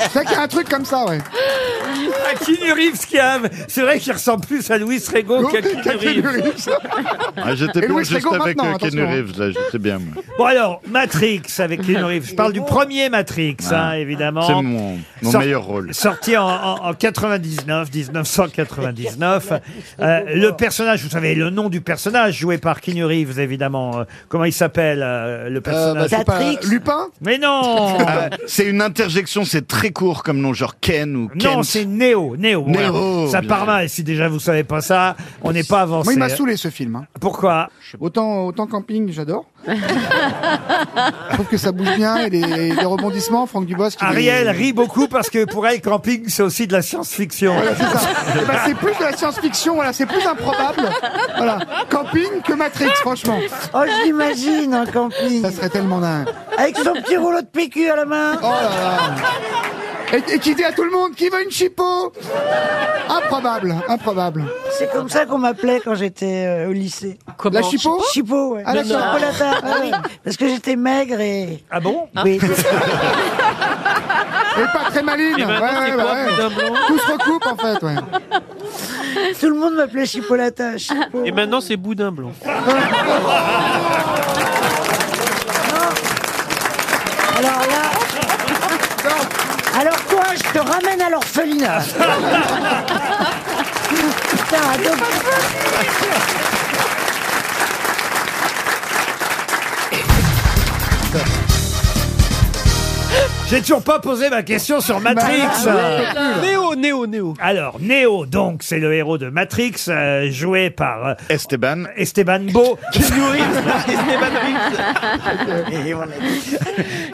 Speaker 12: C'est vrai qu'il y a un truc comme ça, ouais.
Speaker 4: à Ah, Keanu Reeves qui a- C'est vrai qu'il ressemble plus à Louis
Speaker 7: Oh,
Speaker 4: Rego qu'à Keanu Reeves.
Speaker 7: [laughs]
Speaker 9: Ah, j'étais
Speaker 4: Et
Speaker 9: bien
Speaker 4: Louis
Speaker 9: juste
Speaker 4: Rego
Speaker 9: avec
Speaker 4: maintenant,
Speaker 9: euh, Ken
Speaker 4: attention.
Speaker 9: Reeves, là, j'étais bien. moi.
Speaker 4: Bon alors, Matrix avec Keanu Reeves. Je parle du premier Matrix, hein, évidemment.
Speaker 9: C'est mon- mon meilleur rôle.
Speaker 4: Sorti en, en- en 99, 1999. Euh, le personnage, vous savez, le nom du personnage joué par Keanu Reeves, évidemment. Euh, comment il s'appelle, euh, le personnage
Speaker 9: bah, c'est pas Matrix.
Speaker 12: Lupin
Speaker 4: Mais non
Speaker 9: [laughs] Ah, c'est une interjection, c'est très court comme nom, genre Ken ou Ken.
Speaker 4: Non, c'est Néo. Néo. voilà.
Speaker 9: Neo,
Speaker 4: Ça
Speaker 9: oh, bien
Speaker 4: part
Speaker 9: sûr.
Speaker 4: mal. Si déjà vous savez pas ça, on n'est pas avancé.
Speaker 12: Moi, il m'a saoulé ce film. hein.
Speaker 4: Pourquoi
Speaker 12: Autant, autant camping, j'adore. Je trouve que ça bouge bien et les, les rebondissements, Franck Dubosc. il est-
Speaker 4: Ariel rit beaucoup parce que pour elle, camping, c'est aussi de la science-fiction.
Speaker 12: Voilà, c'est ça. Eh ben, c'est plus de la science-fiction, voilà, c'est plus improbable. Voilà. Camping que Matrix, franchement.
Speaker 6: Oh, je l'imagine, un camping.
Speaker 12: Ça serait tellement dingue.
Speaker 6: Avec son petit rouleau de PQ à la main.
Speaker 12: Oh là là. Et, et qui dit à tout le monde qui veut une chipot Improbable, improbable.
Speaker 6: C'est comme ça qu'on m'appelait quand j'étais euh, au lycée.
Speaker 12: Comment La chipot
Speaker 6: Chipot, ouais.
Speaker 12: Ah,
Speaker 6: Le
Speaker 12: d'accord.
Speaker 6: chipolatin, ah oui. Parce que j'étais maigre et...
Speaker 4: Ah bon
Speaker 12: [laughs]
Speaker 6: Oui.
Speaker 12: Et pas très maline.
Speaker 6: Et maintenant,
Speaker 12: Ouais,
Speaker 6: c'est
Speaker 12: ouais,
Speaker 6: quoi,
Speaker 12: ouais.
Speaker 6: plus d'un blanc
Speaker 12: Tout se recoupe en fait. Ouais.
Speaker 6: Tout le monde m'appelait Chipolata. Chipo.
Speaker 3: Et ben- maintenant, c'est Boudin Blanc.
Speaker 6: Alors là. Alors quoi, je te ramène à l'orphelinat. Putain, donc-
Speaker 4: [laughs] J'ai toujours pas posé ma question sur Matrix.
Speaker 3: Bah, ah oui. Néo,
Speaker 4: Néo, Néo. Alors, Néo, donc, c'est le héros de Matrix, euh, joué par... Esteban. Esteban Beau.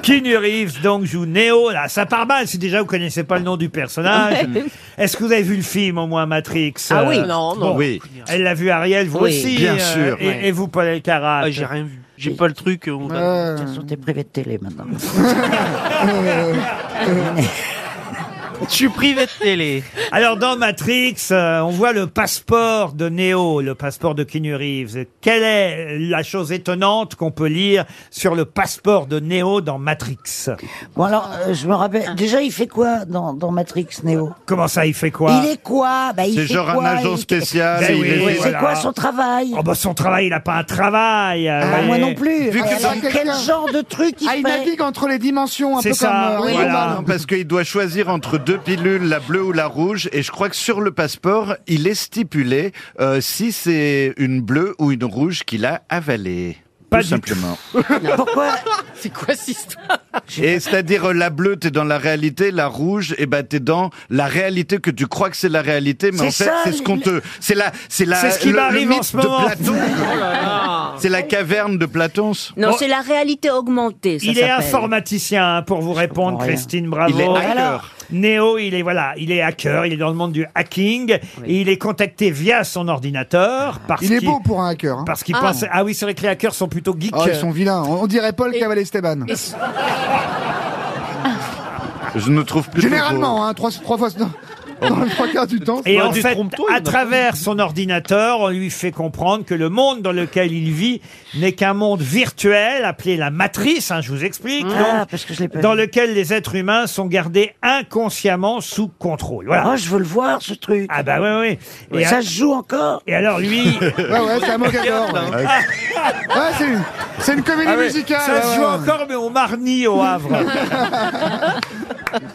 Speaker 4: Keanu Reeves, donc, joue Néo. Là, ça part mal, si déjà vous connaissez pas le nom du personnage.
Speaker 3: Ouais.
Speaker 4: Est-ce que vous avez vu le film, au moins, Matrix
Speaker 3: Ah oui.
Speaker 4: Euh,
Speaker 3: Non, non. Oui.
Speaker 4: Elle l'a vu, Ariel, vous
Speaker 3: Oui.
Speaker 4: aussi.
Speaker 3: Bien
Speaker 4: euh,
Speaker 3: sûr.
Speaker 4: Et, et vous, Paul Elkarat.
Speaker 3: Ah, j'ai rien vu. J'ai pas le truc. On va...
Speaker 6: De toute
Speaker 3: façon, t'es
Speaker 6: privé de télé
Speaker 12: [laughs]
Speaker 6: maintenant. [laughs]
Speaker 4: Je suis privé de télé. Alors dans Matrix, euh, on voit le passeport de Neo, le passeport de Keanu Reeves. Quelle est la chose étonnante qu'on peut lire sur le passeport de Neo dans Matrix
Speaker 6: Bon alors, euh, je me rappelle. Déjà, il fait quoi dans, dans Matrix Neo
Speaker 4: Comment ça, il fait quoi
Speaker 6: Il est quoi Bah, il
Speaker 4: C'est
Speaker 6: fait
Speaker 4: genre un
Speaker 6: quoi
Speaker 4: agent
Speaker 6: Il-
Speaker 4: spécial,
Speaker 6: Ben
Speaker 4: il
Speaker 6: oui,
Speaker 4: est-
Speaker 6: oui, C'est
Speaker 4: voilà.
Speaker 6: quoi son travail
Speaker 4: Oh bah son travail, il a pas un travail. euh,
Speaker 6: Ah,
Speaker 4: vous
Speaker 6: Moi
Speaker 4: voyez.
Speaker 6: non plus.
Speaker 4: Vu que
Speaker 6: Alors,
Speaker 4: dans-
Speaker 6: quel genre de truc il
Speaker 12: Ah, il
Speaker 6: fait
Speaker 12: navigue entre les dimensions, un peu
Speaker 6: C'est
Speaker 12: comme.
Speaker 6: ça,
Speaker 12: euh,
Speaker 6: voilà.
Speaker 12: Iron Man.
Speaker 9: Parce qu'il doit choisir entre deux pilules, la bleue ou la rouge, et je crois que sur le passeport, il est stipulé euh, si c'est une bleue ou une rouge qu'il a avalée.
Speaker 4: Pas
Speaker 9: tout
Speaker 4: [laughs]
Speaker 9: simplement.
Speaker 6: Pourquoi
Speaker 5: C'est quoi cette histoire
Speaker 9: Et c'est-à-dire euh, la bleue, t'es dans la réalité, la rouge, et ben t'es dans la réalité que tu crois que c'est la réalité, mais en fait
Speaker 4: C'est ça,
Speaker 9: c'est ce qu'on te, c'est la, c'est la,
Speaker 4: C'est ce qui
Speaker 9: le- le
Speaker 4: m'arrive en
Speaker 9: mythe
Speaker 4: ce
Speaker 9: de
Speaker 4: moment. [laughs] Oh
Speaker 9: Platon.
Speaker 24: Ah.
Speaker 9: c'est la caverne de Platon.
Speaker 24: Non,
Speaker 4: Bon.
Speaker 24: c'est la réalité augmentée. Ça
Speaker 4: il est
Speaker 24: s'appelle.
Speaker 4: informaticien hein, pour vous répondre,
Speaker 24: rien.
Speaker 4: Christine Bravo.
Speaker 9: Il est hacker.
Speaker 4: Néo, il est voilà, il est hacker, il est dans le monde du hacking et il est contacté via son
Speaker 24: Ah.
Speaker 4: ordinateur parce
Speaker 12: Il est
Speaker 4: qu'il-
Speaker 12: beau pour un hacker. hein.
Speaker 4: parce qu'il pense ah oui c'est vrai que les hackers sont plutôt geeks.
Speaker 12: Oh, ils sont vilains. On on dirait Paul Cavalesteban.
Speaker 9: Je ne trouve plus.
Speaker 12: Généralement, hein, trois, trois fois non, dans les trois quarts du temps.
Speaker 4: Oh. Et en fait, à travers son ordinateur, on lui fait comprendre que le monde dans lequel il vit n'est qu'un monde virtuel appelé la matrice, hein, je vous explique,
Speaker 6: Ah,
Speaker 4: donc,
Speaker 6: parce que je l'ai pas
Speaker 4: dans
Speaker 6: vu.
Speaker 4: lequel les êtres humains sont gardés inconsciemment sous contrôle. Voilà.
Speaker 6: Oh, je veux le voir ce truc.
Speaker 4: Ah bah oui, oui.
Speaker 6: Ça se joue encore
Speaker 4: Et alors lui...
Speaker 12: [laughs]
Speaker 4: hein.
Speaker 12: Ouais, ouais, c'est un mogador. Ouais, Ouais, c'est une, c'est une comédie
Speaker 4: Ah ouais,
Speaker 12: musicale.
Speaker 4: Ça se
Speaker 12: ouais,
Speaker 4: joue
Speaker 12: ouais.
Speaker 4: encore, mais au Marny, au Havre.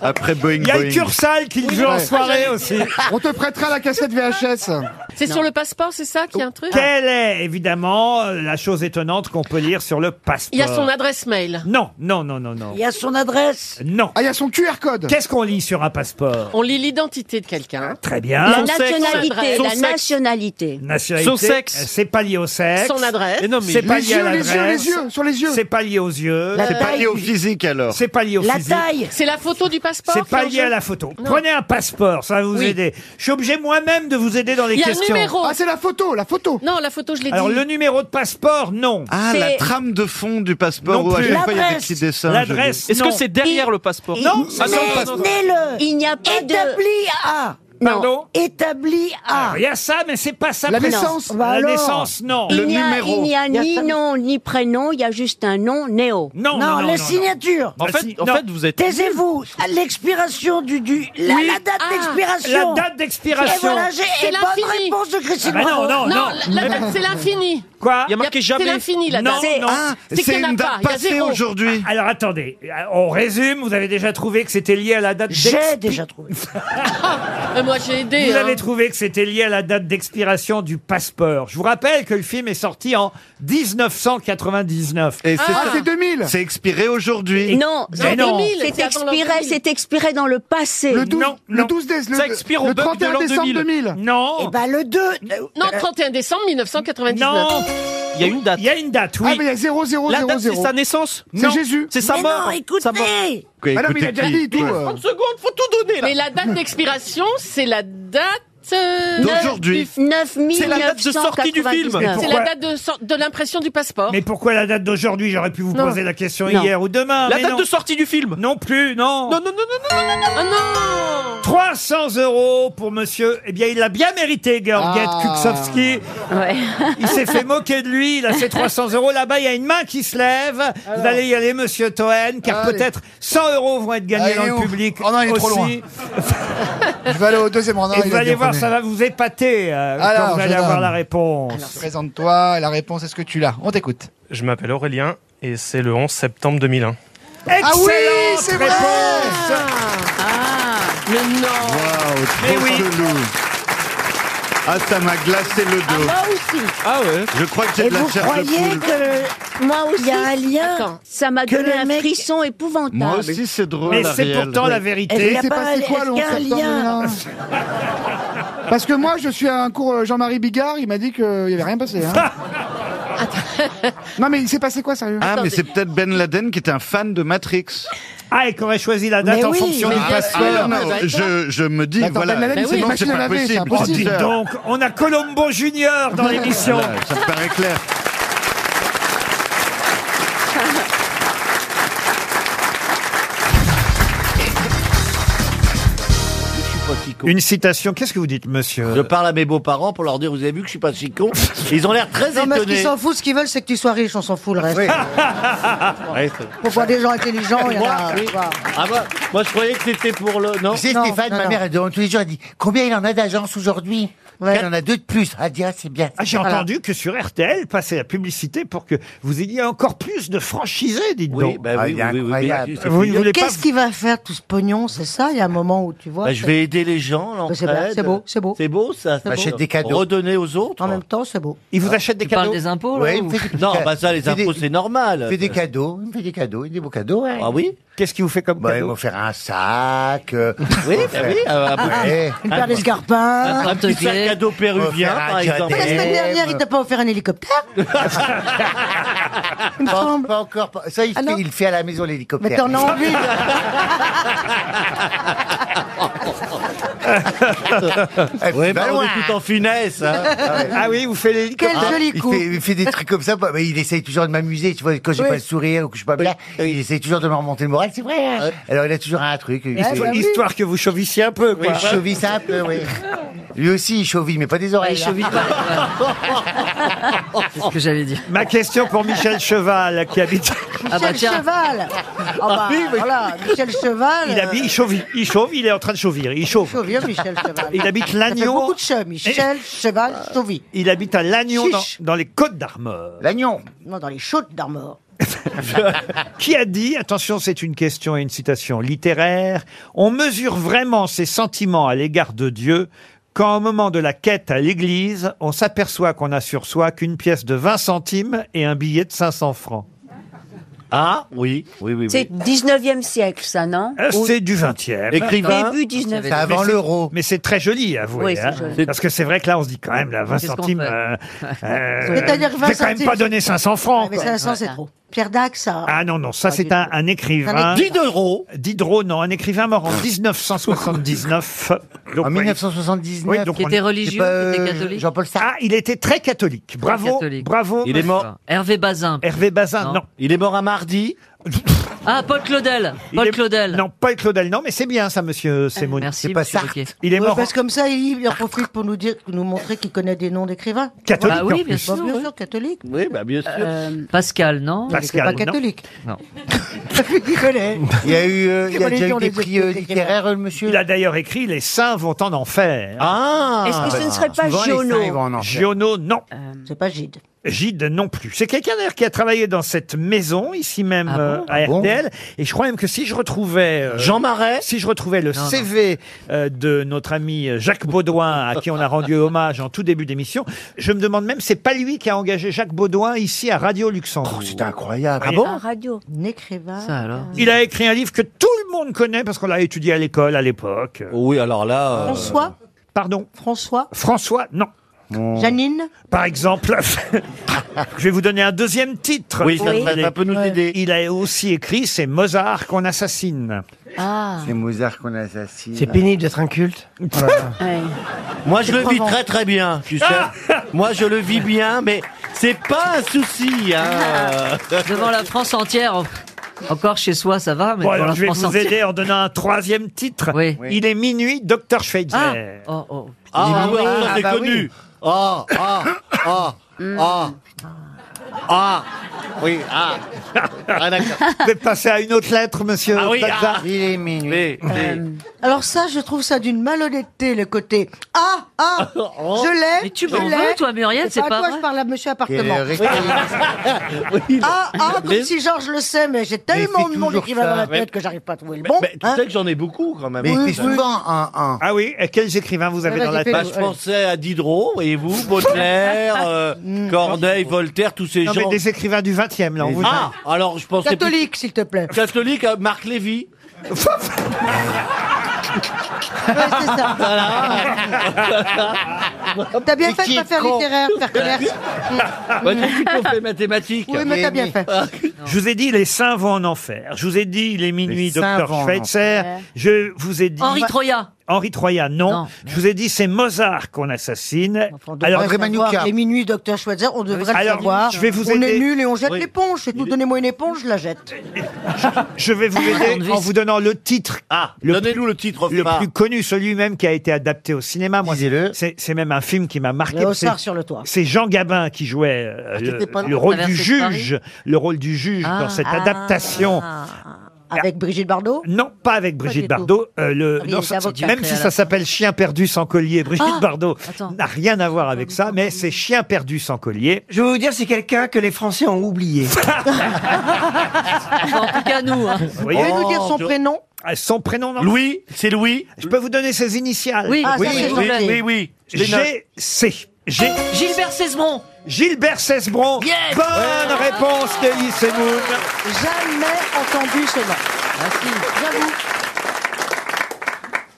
Speaker 9: Après Boeing.
Speaker 4: Il y a le
Speaker 9: Boeing.
Speaker 4: Cursal qui le joue en
Speaker 12: Ouais.
Speaker 4: soirée aussi.
Speaker 12: On te prêtera la cassette VHS.
Speaker 8: C'est sur le passeport, c'est ça qu'il y a un truc
Speaker 4: Quelle est évidemment euh, la chose étonnante qu'on peut lire sur le passeport
Speaker 8: Il y a son adresse mail.
Speaker 4: Non, non, non, non, non.
Speaker 6: Il y a son adresse
Speaker 4: Non.
Speaker 12: Ah, il y a son QR code.
Speaker 4: Qu'est-ce qu'on lit sur un passeport
Speaker 8: On lit l'identité de quelqu'un.
Speaker 4: Très bien.
Speaker 24: La nationalité,
Speaker 8: Son
Speaker 24: la
Speaker 8: sexe.
Speaker 24: nationalité.
Speaker 4: Nationalité,
Speaker 8: Son sexe.
Speaker 4: euh, C'est pas lié au sexe.
Speaker 8: Son adresse. Mais non, mais
Speaker 4: C'est pas
Speaker 9: les
Speaker 4: lié à
Speaker 9: yeux, les
Speaker 4: l'adresse.
Speaker 9: yeux, les yeux,
Speaker 12: sur les yeux.
Speaker 4: C'est pas lié aux yeux.
Speaker 9: C'est pas lié au physique alors.
Speaker 4: C'est pas lié au physique.
Speaker 8: C'est la photo du passeport
Speaker 4: C'est
Speaker 8: qui est
Speaker 4: pas
Speaker 8: en
Speaker 4: lié à
Speaker 8: jeu
Speaker 4: la photo.
Speaker 8: Non.
Speaker 4: Prenez un passeport, ça va vous
Speaker 8: Oui.
Speaker 4: aider. Je suis obligé moi-même de vous aider dans les
Speaker 8: Il y a le
Speaker 4: questions.
Speaker 8: numéro.
Speaker 12: Ah, c'est la photo, la photo.
Speaker 8: Non, la photo, je l'ai dit.
Speaker 4: Alors le numéro de passeport, non.
Speaker 9: Ah, la trame de fond du passeport
Speaker 4: Non
Speaker 9: où à
Speaker 4: plus.
Speaker 9: chaque fois il y a des
Speaker 4: L'adresse.
Speaker 9: petits dessins.
Speaker 4: L'adresse,
Speaker 9: jolis.
Speaker 4: Est-ce que non. c'est
Speaker 3: derrière le passeport
Speaker 4: Non, c'est
Speaker 3: Ah, non,
Speaker 4: pas-
Speaker 3: non, non.
Speaker 6: Nez-le
Speaker 24: Il n'y a pas de...
Speaker 6: Établi à
Speaker 4: Pardon
Speaker 6: Établi à
Speaker 4: Alors, Il y a ça, mais c'est pas ça.
Speaker 12: La
Speaker 4: prénom.
Speaker 12: naissance.
Speaker 4: La
Speaker 6: Bah alors.
Speaker 4: naissance, non.
Speaker 24: Il n'y a, il n'y a
Speaker 6: Il y a
Speaker 24: ni
Speaker 6: ça.
Speaker 24: nom ni prénom, il y a juste un nom, Néo.
Speaker 4: Non, non,
Speaker 6: Non,
Speaker 4: non,
Speaker 6: la
Speaker 4: non,
Speaker 6: signature
Speaker 3: En
Speaker 4: La
Speaker 3: fait,
Speaker 4: Ah, si-
Speaker 3: en
Speaker 4: non.
Speaker 3: fait, vous êtes.
Speaker 6: Taisez-vous
Speaker 5: Ah,
Speaker 6: à L'expiration du... du la,
Speaker 4: Oui.
Speaker 6: la date
Speaker 8: Ah,
Speaker 6: d'expiration
Speaker 4: La date
Speaker 6: Et
Speaker 4: d'expiration.
Speaker 6: voilà, j'ai
Speaker 8: C'est
Speaker 6: et bonne
Speaker 8: l'infini.
Speaker 6: réponse de
Speaker 4: Ah
Speaker 6: Christine
Speaker 4: bah non,
Speaker 6: Bravo.
Speaker 4: non, non.
Speaker 8: La date, c'est l'infini.
Speaker 4: Quoi
Speaker 3: Il y a marqué
Speaker 8: C'est
Speaker 3: jamais.
Speaker 8: l'infini, la
Speaker 4: Non,
Speaker 8: date.
Speaker 4: non.
Speaker 9: Ah,
Speaker 8: C'est qu'il y
Speaker 9: c'est
Speaker 8: en a
Speaker 9: une
Speaker 8: pas,
Speaker 9: date
Speaker 8: il y a
Speaker 9: passée
Speaker 8: zéro.
Speaker 9: aujourd'hui.
Speaker 4: Ah, Alors attendez, euh, on résume, vous avez déjà trouvé que c'était lié à la date
Speaker 6: J'ai
Speaker 4: d'expiration.
Speaker 6: déjà trouvé.
Speaker 8: Mais moi, j'ai aidé.
Speaker 4: Vous
Speaker 8: hein.
Speaker 4: avez trouvé que c'était lié à la date d'expiration du passeport. Je vous rappelle que le film est sorti en 1999.
Speaker 9: Et c'est-
Speaker 12: Ah, c'est 2000.
Speaker 9: c'est expiré aujourd'hui.
Speaker 24: Non,
Speaker 4: Mais non.
Speaker 8: 2000,
Speaker 24: c'est
Speaker 8: c'est avant l'an
Speaker 24: expiré,
Speaker 8: 2000.
Speaker 24: c'est expiré dans le passé.
Speaker 12: Le 12,
Speaker 4: Non,
Speaker 12: le
Speaker 4: non.
Speaker 12: 12 déce- le,
Speaker 3: Ça expire au
Speaker 12: le
Speaker 3: bug de
Speaker 12: 31
Speaker 3: l'an
Speaker 12: décembre
Speaker 3: 2000.
Speaker 12: 2000.
Speaker 6: Et
Speaker 4: Non,
Speaker 6: bah le Euh, 2
Speaker 8: Non,
Speaker 3: Euh,
Speaker 8: 31 décembre 1999.
Speaker 4: non,
Speaker 3: Il y a une date.
Speaker 4: il y a une date,
Speaker 12: Ah,
Speaker 4: oui.
Speaker 12: mais il y a 0, 0,
Speaker 3: La
Speaker 12: 0,
Speaker 3: date, c'est
Speaker 12: 0.
Speaker 3: sa naissance.
Speaker 12: C'est Jésus.
Speaker 3: C'est sa
Speaker 6: Mais
Speaker 3: mort.
Speaker 6: Eh non,
Speaker 3: Sa mort.
Speaker 6: écoutez
Speaker 9: Quoi,
Speaker 8: Bah,
Speaker 12: Ah non, mais il a
Speaker 9: écoutez
Speaker 12: déjà
Speaker 9: qui
Speaker 12: dit tout. euh.
Speaker 3: 30 secondes, faut tout donner là.
Speaker 8: Mais la date d'expiration, c'est la date. euh,
Speaker 9: D'aujourd'hui.
Speaker 24: 9
Speaker 3: C'est la date de sortie du film.
Speaker 24: 999.
Speaker 8: C'est
Speaker 4: Pourquoi
Speaker 8: la date de, sor- de l'impression du passeport.
Speaker 4: Mais pourquoi la date d'aujourd'hui J'aurais pu vous
Speaker 8: Non.
Speaker 4: poser la question
Speaker 24: Non.
Speaker 4: hier ou demain.
Speaker 3: La
Speaker 4: mais
Speaker 3: date
Speaker 4: non.
Speaker 3: de sortie du film.
Speaker 4: Non plus, non.
Speaker 3: Non, non, non, non, non, non, non.
Speaker 8: Oh non
Speaker 4: 300 euros pour monsieur. Eh bien, il l'a bien mérité, Georgette
Speaker 12: Ah.
Speaker 4: Kuksowski.
Speaker 24: Ouais.
Speaker 4: Il s'est fait moquer de lui. Il a ses 300 euros. Là-bas, il y a une main qui se lève. Vous allez y aller, monsieur Toen, car
Speaker 12: Ah, Allez.
Speaker 17: Ah,
Speaker 12: Ah,
Speaker 4: peut-être 100 euros vont être gagnés
Speaker 12: Allez,
Speaker 4: dans le
Speaker 12: ouf.
Speaker 4: public.
Speaker 12: Oh non, il est trop
Speaker 4: aussi.
Speaker 12: Je vais aller au deuxième
Speaker 17: Oh
Speaker 12: rang. Non,
Speaker 4: Et
Speaker 12: il
Speaker 4: vous
Speaker 12: a dit
Speaker 4: allez
Speaker 12: au
Speaker 4: voir,
Speaker 12: premier.
Speaker 4: ça va vous épater euh, quand
Speaker 12: Alors,
Speaker 4: vous allez
Speaker 12: jeune
Speaker 4: avoir
Speaker 12: homme.
Speaker 4: la réponse.
Speaker 12: Alors, présente-toi, et la réponse, est-ce que tu l'as On t'écoute.
Speaker 13: Je m'appelle Aurélien et c'est le 11 septembre 2001.
Speaker 12: Ah oui,
Speaker 4: Excellente
Speaker 12: c'est vrai
Speaker 4: réponse.
Speaker 7: Ah.
Speaker 13: Mais non
Speaker 9: Waouh, trop chelou. Ah, ça m'a glacé le dos.
Speaker 24: bah
Speaker 5: Moi aussi.
Speaker 9: Ah ouais Je crois que j'ai
Speaker 5: Et
Speaker 9: de la
Speaker 5: vous
Speaker 9: chair de
Speaker 5: croyez
Speaker 9: poule.
Speaker 5: que moi aussi, il y a un lien Ça m'a donné un frisson épouvantable.
Speaker 9: Moi
Speaker 24: Ah,
Speaker 9: aussi, c'est drôle, Mais c'est Ariel. pourtant la vérité.
Speaker 5: Est-ce qu'il y a
Speaker 12: C'est
Speaker 5: pas
Speaker 12: passé
Speaker 5: un-
Speaker 12: quoi,
Speaker 5: est-ce
Speaker 12: le
Speaker 5: qu'il y a
Speaker 12: 11
Speaker 5: un
Speaker 12: septembre
Speaker 5: lien
Speaker 12: 2001? [laughs] Parce que moi, je suis à un cours euh, Jean-Marie Bigard, il m'a dit qu'il n'y avait rien passé.
Speaker 8: [laughs]
Speaker 12: hein. non, mais il s'est passé quoi, sérieux
Speaker 9: Ah, mais c'est peut-être Ben Laden qui était un fan de Matrix.
Speaker 4: Ah, et qu'on aurait choisi la date
Speaker 12: Mais
Speaker 4: en
Speaker 12: oui,
Speaker 4: fonction
Speaker 12: mais
Speaker 4: du
Speaker 12: bien
Speaker 9: Ah,
Speaker 4: passeport.
Speaker 9: non, non, je, je me dis,
Speaker 4: Attends,
Speaker 9: voilà,
Speaker 4: Ben Laden, c'est une
Speaker 9: non, c'est
Speaker 4: machine à
Speaker 9: pas
Speaker 4: laver, c'est
Speaker 9: possible. Oh,
Speaker 4: impossible. Oh, dis donc, on a Colombo Junior dans l'émission.
Speaker 9: Voilà, ça me paraît clair.
Speaker 7: [laughs]
Speaker 4: Une citation, qu'est-ce que vous dites, monsieur
Speaker 8: Je parle à mes beaux-parents pour leur dire, vous avez vu que je suis pas si con. Ils ont l'air très
Speaker 17: Non, mais ce qu'ils
Speaker 8: étonnés.
Speaker 17: s'en foutent, ce qu'ils veulent, c'est que tu sois riche, on s'en fout le reste. Pour voir des gens intelligents, il y en
Speaker 8: Moi,
Speaker 17: a.
Speaker 8: oui.
Speaker 17: tu vois.
Speaker 8: Ah, moi, moi, je croyais que c'était pour le. Non,
Speaker 17: C'est Non, Stéphane, non, ma non. mère,
Speaker 8: elle demande tous les jours, elle dit Combien il en a d'agences aujourd'hui Elle en a deux de plus. Ah, dit, c'est bien.
Speaker 4: Ah, J'ai entendu que sur RTL passait la publicité pour que vous ayez encore plus de franchisés, dites
Speaker 8: Oui,
Speaker 4: donc.
Speaker 8: bah oui, oui, oui, oui, bien sûr, c'est
Speaker 4: Vous ne
Speaker 8: fini.
Speaker 4: voulez pas
Speaker 17: Qu'est-ce qu'il va faire tout ce pognon C'est ça, il y a un moment où tu vois.
Speaker 8: Bah, je
Speaker 17: c'est-
Speaker 8: vais aider les gens,
Speaker 17: Bah, c'est bien,
Speaker 8: l'entraide.
Speaker 17: c'est beau, c'est beau.
Speaker 8: C'est beau, ça.
Speaker 17: C'est beau. Achète des cadeaux.
Speaker 8: Redonner aux autres.
Speaker 17: En même temps, c'est beau.
Speaker 4: Il vous achète des
Speaker 17: Tu parles
Speaker 8: cadeaux
Speaker 17: des impôts, là,
Speaker 8: Oui,
Speaker 17: ou-
Speaker 4: [laughs]
Speaker 8: Non, bah ça, les
Speaker 3: Fais des-
Speaker 8: impôts, c'est normal.
Speaker 3: Il fait des cadeaux, il me fait des cadeaux, il fait des beaux cadeaux. ouais.
Speaker 8: Ah oui
Speaker 4: Qu'est-ce qu'il vous fait comme
Speaker 3: bah,
Speaker 4: cadeau
Speaker 3: Il m'a offert un sac. euh, il m'a
Speaker 8: Oui, bah
Speaker 3: offert-
Speaker 8: oui, euh, un
Speaker 3: Ouais.
Speaker 17: Une paire d'escarpins.
Speaker 8: Un petit sac cadeau péruvien,
Speaker 3: Offert un
Speaker 8: par exemple.
Speaker 17: La semaine dernière, il t'a pas offert un
Speaker 3: [laughs]
Speaker 17: hélicoptère Il me
Speaker 3: Pas-
Speaker 17: semble.
Speaker 3: pas encore. pas- Ça, il,
Speaker 17: Ah,
Speaker 3: fait,
Speaker 17: non.
Speaker 3: il fait à la maison l'hélicoptère.
Speaker 17: Mais t'en as
Speaker 3: [laughs]
Speaker 8: [laughs]
Speaker 17: envie.
Speaker 3: Ouais,
Speaker 8: bah, on est tout en finesse. hein.
Speaker 4: Ah oui, vous faites l'hélicoptère.
Speaker 17: Quel joli
Speaker 3: il
Speaker 17: coup.
Speaker 3: Fait, il fait des trucs comme ça. bah, mais il essaye toujours de m'amuser. Tu vois, quand j'ai
Speaker 17: Oui.
Speaker 3: pas le sourire ou que je suis pas bien, il essaye toujours de me remonter le moral. C'est vrai. hein. Alors, il a toujours un truc. Il fait-
Speaker 8: Ah
Speaker 4: Histoire, histoire que vous chauvissiez un peu,
Speaker 3: Oui,
Speaker 4: quoi.
Speaker 3: je chauvisse un peu, oui. Lui aussi, il chauville, mais pas des
Speaker 8: Ah,
Speaker 3: oreilles.
Speaker 17: Il
Speaker 3: là.
Speaker 17: chauville
Speaker 3: [laughs]
Speaker 4: C'est ce que j'allais dire. Ah, bah, Ma question pour [laughs] Michel Cheval, qui habite.
Speaker 17: Michel [laughs] Cheval. Ah bah,
Speaker 4: oui, mais-
Speaker 17: voilà, Michel Cheval. euh,
Speaker 4: Il habite, il chauffe, il chauffe, il est en train de chauvir, il chauffe.
Speaker 17: Chauvir, Michel Cheval.
Speaker 4: Il habite Lannion.
Speaker 17: Ça fait beaucoup de che, Michel Cheval Chauvi.
Speaker 4: Eh. Il habite à Lannion, dans,
Speaker 17: Chiche.
Speaker 4: dans les Côtes d'Armor.
Speaker 3: L'agnon.
Speaker 17: Non, dans les chaudes d'Armor.
Speaker 4: [laughs] Qui a dit, attention, c'est une question et une citation littéraire, on mesure vraiment ses sentiments à l'égard de Dieu quand au moment de la quête à l'église, on s'aperçoit qu'on a sur soi qu'une pièce de 20 centimes et un billet de 500 francs.
Speaker 8: Ah, oui, oui, oui.
Speaker 5: C'est 19e siècle, ça, non
Speaker 4: Euh,
Speaker 5: Ou-
Speaker 4: C'est du 20e.
Speaker 5: Écrivain. Début 19e. C'est avant
Speaker 4: Mais c'est-
Speaker 3: l'euro.
Speaker 4: Mais c'est très joli, avouez.
Speaker 5: Oui, c'est
Speaker 4: hein.
Speaker 5: joli.
Speaker 4: Parce que c'est vrai que là, on se dit quand même, là, 20
Speaker 17: Qu'est-ce qu'on
Speaker 4: centimes.
Speaker 17: fait
Speaker 4: euh, euh,
Speaker 17: C'est-à-dire 20
Speaker 4: je vais quand même
Speaker 17: centimes,
Speaker 4: pas
Speaker 17: c'est-
Speaker 4: donner 500 francs.
Speaker 17: Mais
Speaker 4: quoi.
Speaker 17: 500, c'est trop. Pierre Dax, ça.
Speaker 4: Ah non, non, ça c'est un, un écrivain.
Speaker 17: Un écrivain.
Speaker 4: Diderot. Diderot, non, un écrivain mort en 1979. Donc,
Speaker 3: En
Speaker 4: oui.
Speaker 3: 1979.
Speaker 4: Oui, donc
Speaker 3: Qui
Speaker 4: on-
Speaker 3: était religieux,
Speaker 4: c'est pas-
Speaker 3: qui était catholique. Jean-Paul
Speaker 4: Ah, il était très catholique. Bravo,
Speaker 22: catholique.
Speaker 4: bravo.
Speaker 22: Il est mort. Hervé Bazin.
Speaker 4: Hervé Bazin, non.
Speaker 22: Non.
Speaker 4: Il est mort à [laughs] mardi.
Speaker 22: Ah, Paul Claudel.
Speaker 4: Il
Speaker 22: Paul
Speaker 4: est-
Speaker 22: Claudel. Ah,
Speaker 4: Non, Paul Claudel, non, mais c'est bien ça, monsieur Semoun.
Speaker 22: Merci,
Speaker 4: c'est pas
Speaker 22: monsieur
Speaker 4: Sartre.
Speaker 22: Ruquier.
Speaker 4: Il est
Speaker 17: Ouais,
Speaker 4: mort.
Speaker 17: parce que comme ça, il il en profite pour nous dire, nous montrer qu'il connaît des noms d'écrivains.
Speaker 4: Catholique,
Speaker 17: Bah
Speaker 4: en
Speaker 17: oui,
Speaker 4: plus.
Speaker 17: bien sûr,
Speaker 4: Bah,
Speaker 17: bien sûr, catholique. [laughs]
Speaker 8: Oui, bah, bien sûr.
Speaker 22: Euh, Pascal, non
Speaker 17: Il était pas
Speaker 4: Pascal, non.
Speaker 17: catholique.
Speaker 22: [laughs] Non.
Speaker 17: il connaît.
Speaker 3: [laughs] Il y a eu, euh, il y a
Speaker 17: Quel
Speaker 3: déjà
Speaker 17: est
Speaker 3: eu
Speaker 17: ton
Speaker 3: des
Speaker 17: des-
Speaker 3: prix euh,
Speaker 17: des-
Speaker 3: littéraires, euh, monsieur.
Speaker 4: Il a d'ailleurs écrit Les saints vont en enfer.
Speaker 3: Ah
Speaker 5: Est-ce que ce ne serait
Speaker 3: Souvent,
Speaker 5: pas
Speaker 3: les saints,
Speaker 5: Giono Euh,
Speaker 3: ils vont en enfer.
Speaker 4: Giono, non.
Speaker 17: C'est pas Gide.
Speaker 4: Gide non plus. C'est quelqu'un d'ailleurs qui a travaillé dans cette maison ici même
Speaker 3: Ah
Speaker 4: euh, à RTL et je crois même que si je retrouvais euh,
Speaker 8: Jean Marais
Speaker 4: si je retrouvais le CV euh, de notre ami euh, Jacques Baudouin à qui on
Speaker 3: [laughs]
Speaker 4: a rendu hommage en tout début d'émission, je me demande même c'est pas lui qui a engagé Jacques Baudouin ici à Radio Luxembourg.
Speaker 3: C'était Oh, incroyable.
Speaker 4: Ah bon
Speaker 5: Un radio.
Speaker 17: Un écrivain.
Speaker 8: alors
Speaker 4: Il a écrit un livre que tout le monde connaît parce qu'on l'a étudié à l'école à l'époque.
Speaker 8: Oui, alors là. euh,
Speaker 17: François
Speaker 4: Pardon.
Speaker 17: François
Speaker 4: François, non.
Speaker 17: Janine
Speaker 4: Par exemple, [laughs] je vais vous donner un deuxième titre.
Speaker 8: Oui, ça- Oui. ça- ça peut nous Ouais. aider.
Speaker 4: Il a aussi écrit C'est Mozart qu'on assassine.
Speaker 17: Ah.
Speaker 3: C'est Mozart qu'on assassine.
Speaker 22: pénible d'être un
Speaker 4: [laughs]
Speaker 22: culte. Oh
Speaker 8: Moi, je
Speaker 22: C'est
Speaker 8: le vis
Speaker 22: Provence.
Speaker 8: très très bien, tu sais.
Speaker 3: Ah.
Speaker 8: Moi, je le vis bien, mais c'est pas un souci. Hein.
Speaker 22: Ah. Devant la France entière. Encore chez soi, ça va, mais devant
Speaker 4: Bon, alors
Speaker 22: la
Speaker 4: je vais
Speaker 22: France
Speaker 4: vous
Speaker 22: entière.
Speaker 4: aider en donnant un troisième titre.
Speaker 22: Oui.
Speaker 4: Il est minuit, Dr Schweitzer.
Speaker 22: Ah, oh, oh.
Speaker 8: Ah, ouais, ça, c'est
Speaker 3: bah
Speaker 17: Mm.
Speaker 8: connu. Ah, ah, ah, ah, ah, Oui. Ah. Ah, d'accord.
Speaker 4: Vous êtes passer à une autre lettre, monsieur
Speaker 8: Ah oui,
Speaker 4: Plaza
Speaker 8: ah. Il est minuit.
Speaker 17: Euh, alors ça, je trouve ça d'une malhonnêteté, le côté « Ah, ah,
Speaker 22: Oh.
Speaker 17: je l'ai !»
Speaker 22: Mais tu
Speaker 17: je
Speaker 22: m'en
Speaker 17: l'ai.
Speaker 22: veux, toi, Muriel, c'est pas
Speaker 17: à toi,
Speaker 22: vrai.
Speaker 17: je parle à monsieur appartement.
Speaker 8: [laughs]
Speaker 22: Quel récit.
Speaker 17: ah, ah, comme
Speaker 8: Mais-
Speaker 17: si Georges le sait, mais j'ai tellement de monde qui va dans la tête que j'arrive pas à trouver le bon.
Speaker 8: Mais, Ben, tu
Speaker 17: hein.
Speaker 8: sais que j'en ai beaucoup quand même.
Speaker 17: Mais Oui, c'est oui. souvent
Speaker 8: un,
Speaker 4: Ah oui, et quels écrivains vous avez dans la
Speaker 8: Bah,
Speaker 4: tête
Speaker 8: je pensais à Diderot, voyez-vous, Baudelaire,
Speaker 4: [laughs]
Speaker 8: euh, Corneille, Voltaire, tous ces
Speaker 4: Hmm. Non, mais
Speaker 8: gens.
Speaker 4: des écrivains du 20 e là, on vous
Speaker 8: Ah, alors je pensais.
Speaker 17: Catholique, s'il te plaît.
Speaker 8: plus- Catholique, euh, Marc
Speaker 4: [laughs]
Speaker 8: Lévy.
Speaker 17: c'est
Speaker 8: Ah,
Speaker 17: ça. T'as bien fait de pas faire littéraire, faire commerce.
Speaker 8: Ah,
Speaker 17: Mm.
Speaker 8: Ouais, tout de suite, on fait mathématiques.
Speaker 17: Oui, mais t'as bien fait.
Speaker 4: Je vous ai dit les saints vont en enfer. Je vous ai dit il est minuit,
Speaker 22: saints
Speaker 4: docteur
Speaker 22: vont en
Speaker 4: Schweitzer.
Speaker 22: enfer.
Speaker 4: Je vous ai dit
Speaker 22: Henri Troya.
Speaker 4: Henri Troya, non. Je vous ai dit c'est Mozart qu'on assassine. Alors Ah
Speaker 17: Les minuit, docteur Schweitzer, on devrait
Speaker 4: Alors,
Speaker 17: le savoir.
Speaker 4: je vais vous
Speaker 17: on
Speaker 4: aider.
Speaker 17: est nuls et on jette
Speaker 4: Oui.
Speaker 17: l'éponge. C'est tout. Donnez-moi une éponge, je la jette.
Speaker 4: je vais vous aider en vous donnant le titre. Ah, donnez-nous
Speaker 8: le titre.
Speaker 4: Le plus connu, celui même qui a été adapté au cinéma. Moi, c'est c'est même un film qui m'a marqué.
Speaker 17: Le Hussard
Speaker 4: C'est-
Speaker 17: sur le toit.
Speaker 4: C'est Jean Gabin qui jouait euh,
Speaker 17: t'étais Ah, pas
Speaker 4: le,
Speaker 17: là.
Speaker 4: le rôle du
Speaker 17: Traversée de Paris. Ah,
Speaker 4: juge, le rôle du juge
Speaker 6: Ah,
Speaker 4: dans cette adaptation.
Speaker 17: Avec Brigitte Bardot
Speaker 4: Non, pas avec Brigitte
Speaker 17: du
Speaker 4: Bardot. euh, le,
Speaker 17: Ah, il
Speaker 4: non,
Speaker 17: était
Speaker 4: ça-
Speaker 17: avocat,
Speaker 4: même
Speaker 17: après,
Speaker 4: si
Speaker 17: à la
Speaker 4: ça
Speaker 17: fin.
Speaker 4: s'appelle Chien perdu sans collier, Brigitte
Speaker 17: Ah,
Speaker 4: Bardot
Speaker 17: attends.
Speaker 4: n'a rien à voir avec ça, mais c'est Chien perdu sans collier.
Speaker 11: Je vais vous dire, c'est quelqu'un que les Français ont oublié.
Speaker 17: En tout cas, nous.
Speaker 22: hein.
Speaker 17: Vous
Speaker 4: voyez
Speaker 17: pouvez nous dire son
Speaker 4: Oh,
Speaker 17: prénom
Speaker 4: Ah, [laughs] Son prénom, non Louis, c'est Louis. Je peux vous donner ses initiales
Speaker 17: Oui, Ah, ça, oui, c'est oui, gentil. oui, oui. Je les note.
Speaker 4: GC. G-
Speaker 22: Gilbert Cesbron.
Speaker 4: Gilbert Cesbron.
Speaker 22: Yes
Speaker 4: Bonne réponse d'Elie Semoun.
Speaker 17: Jamais entendu ce nom. Merci. J'avoue.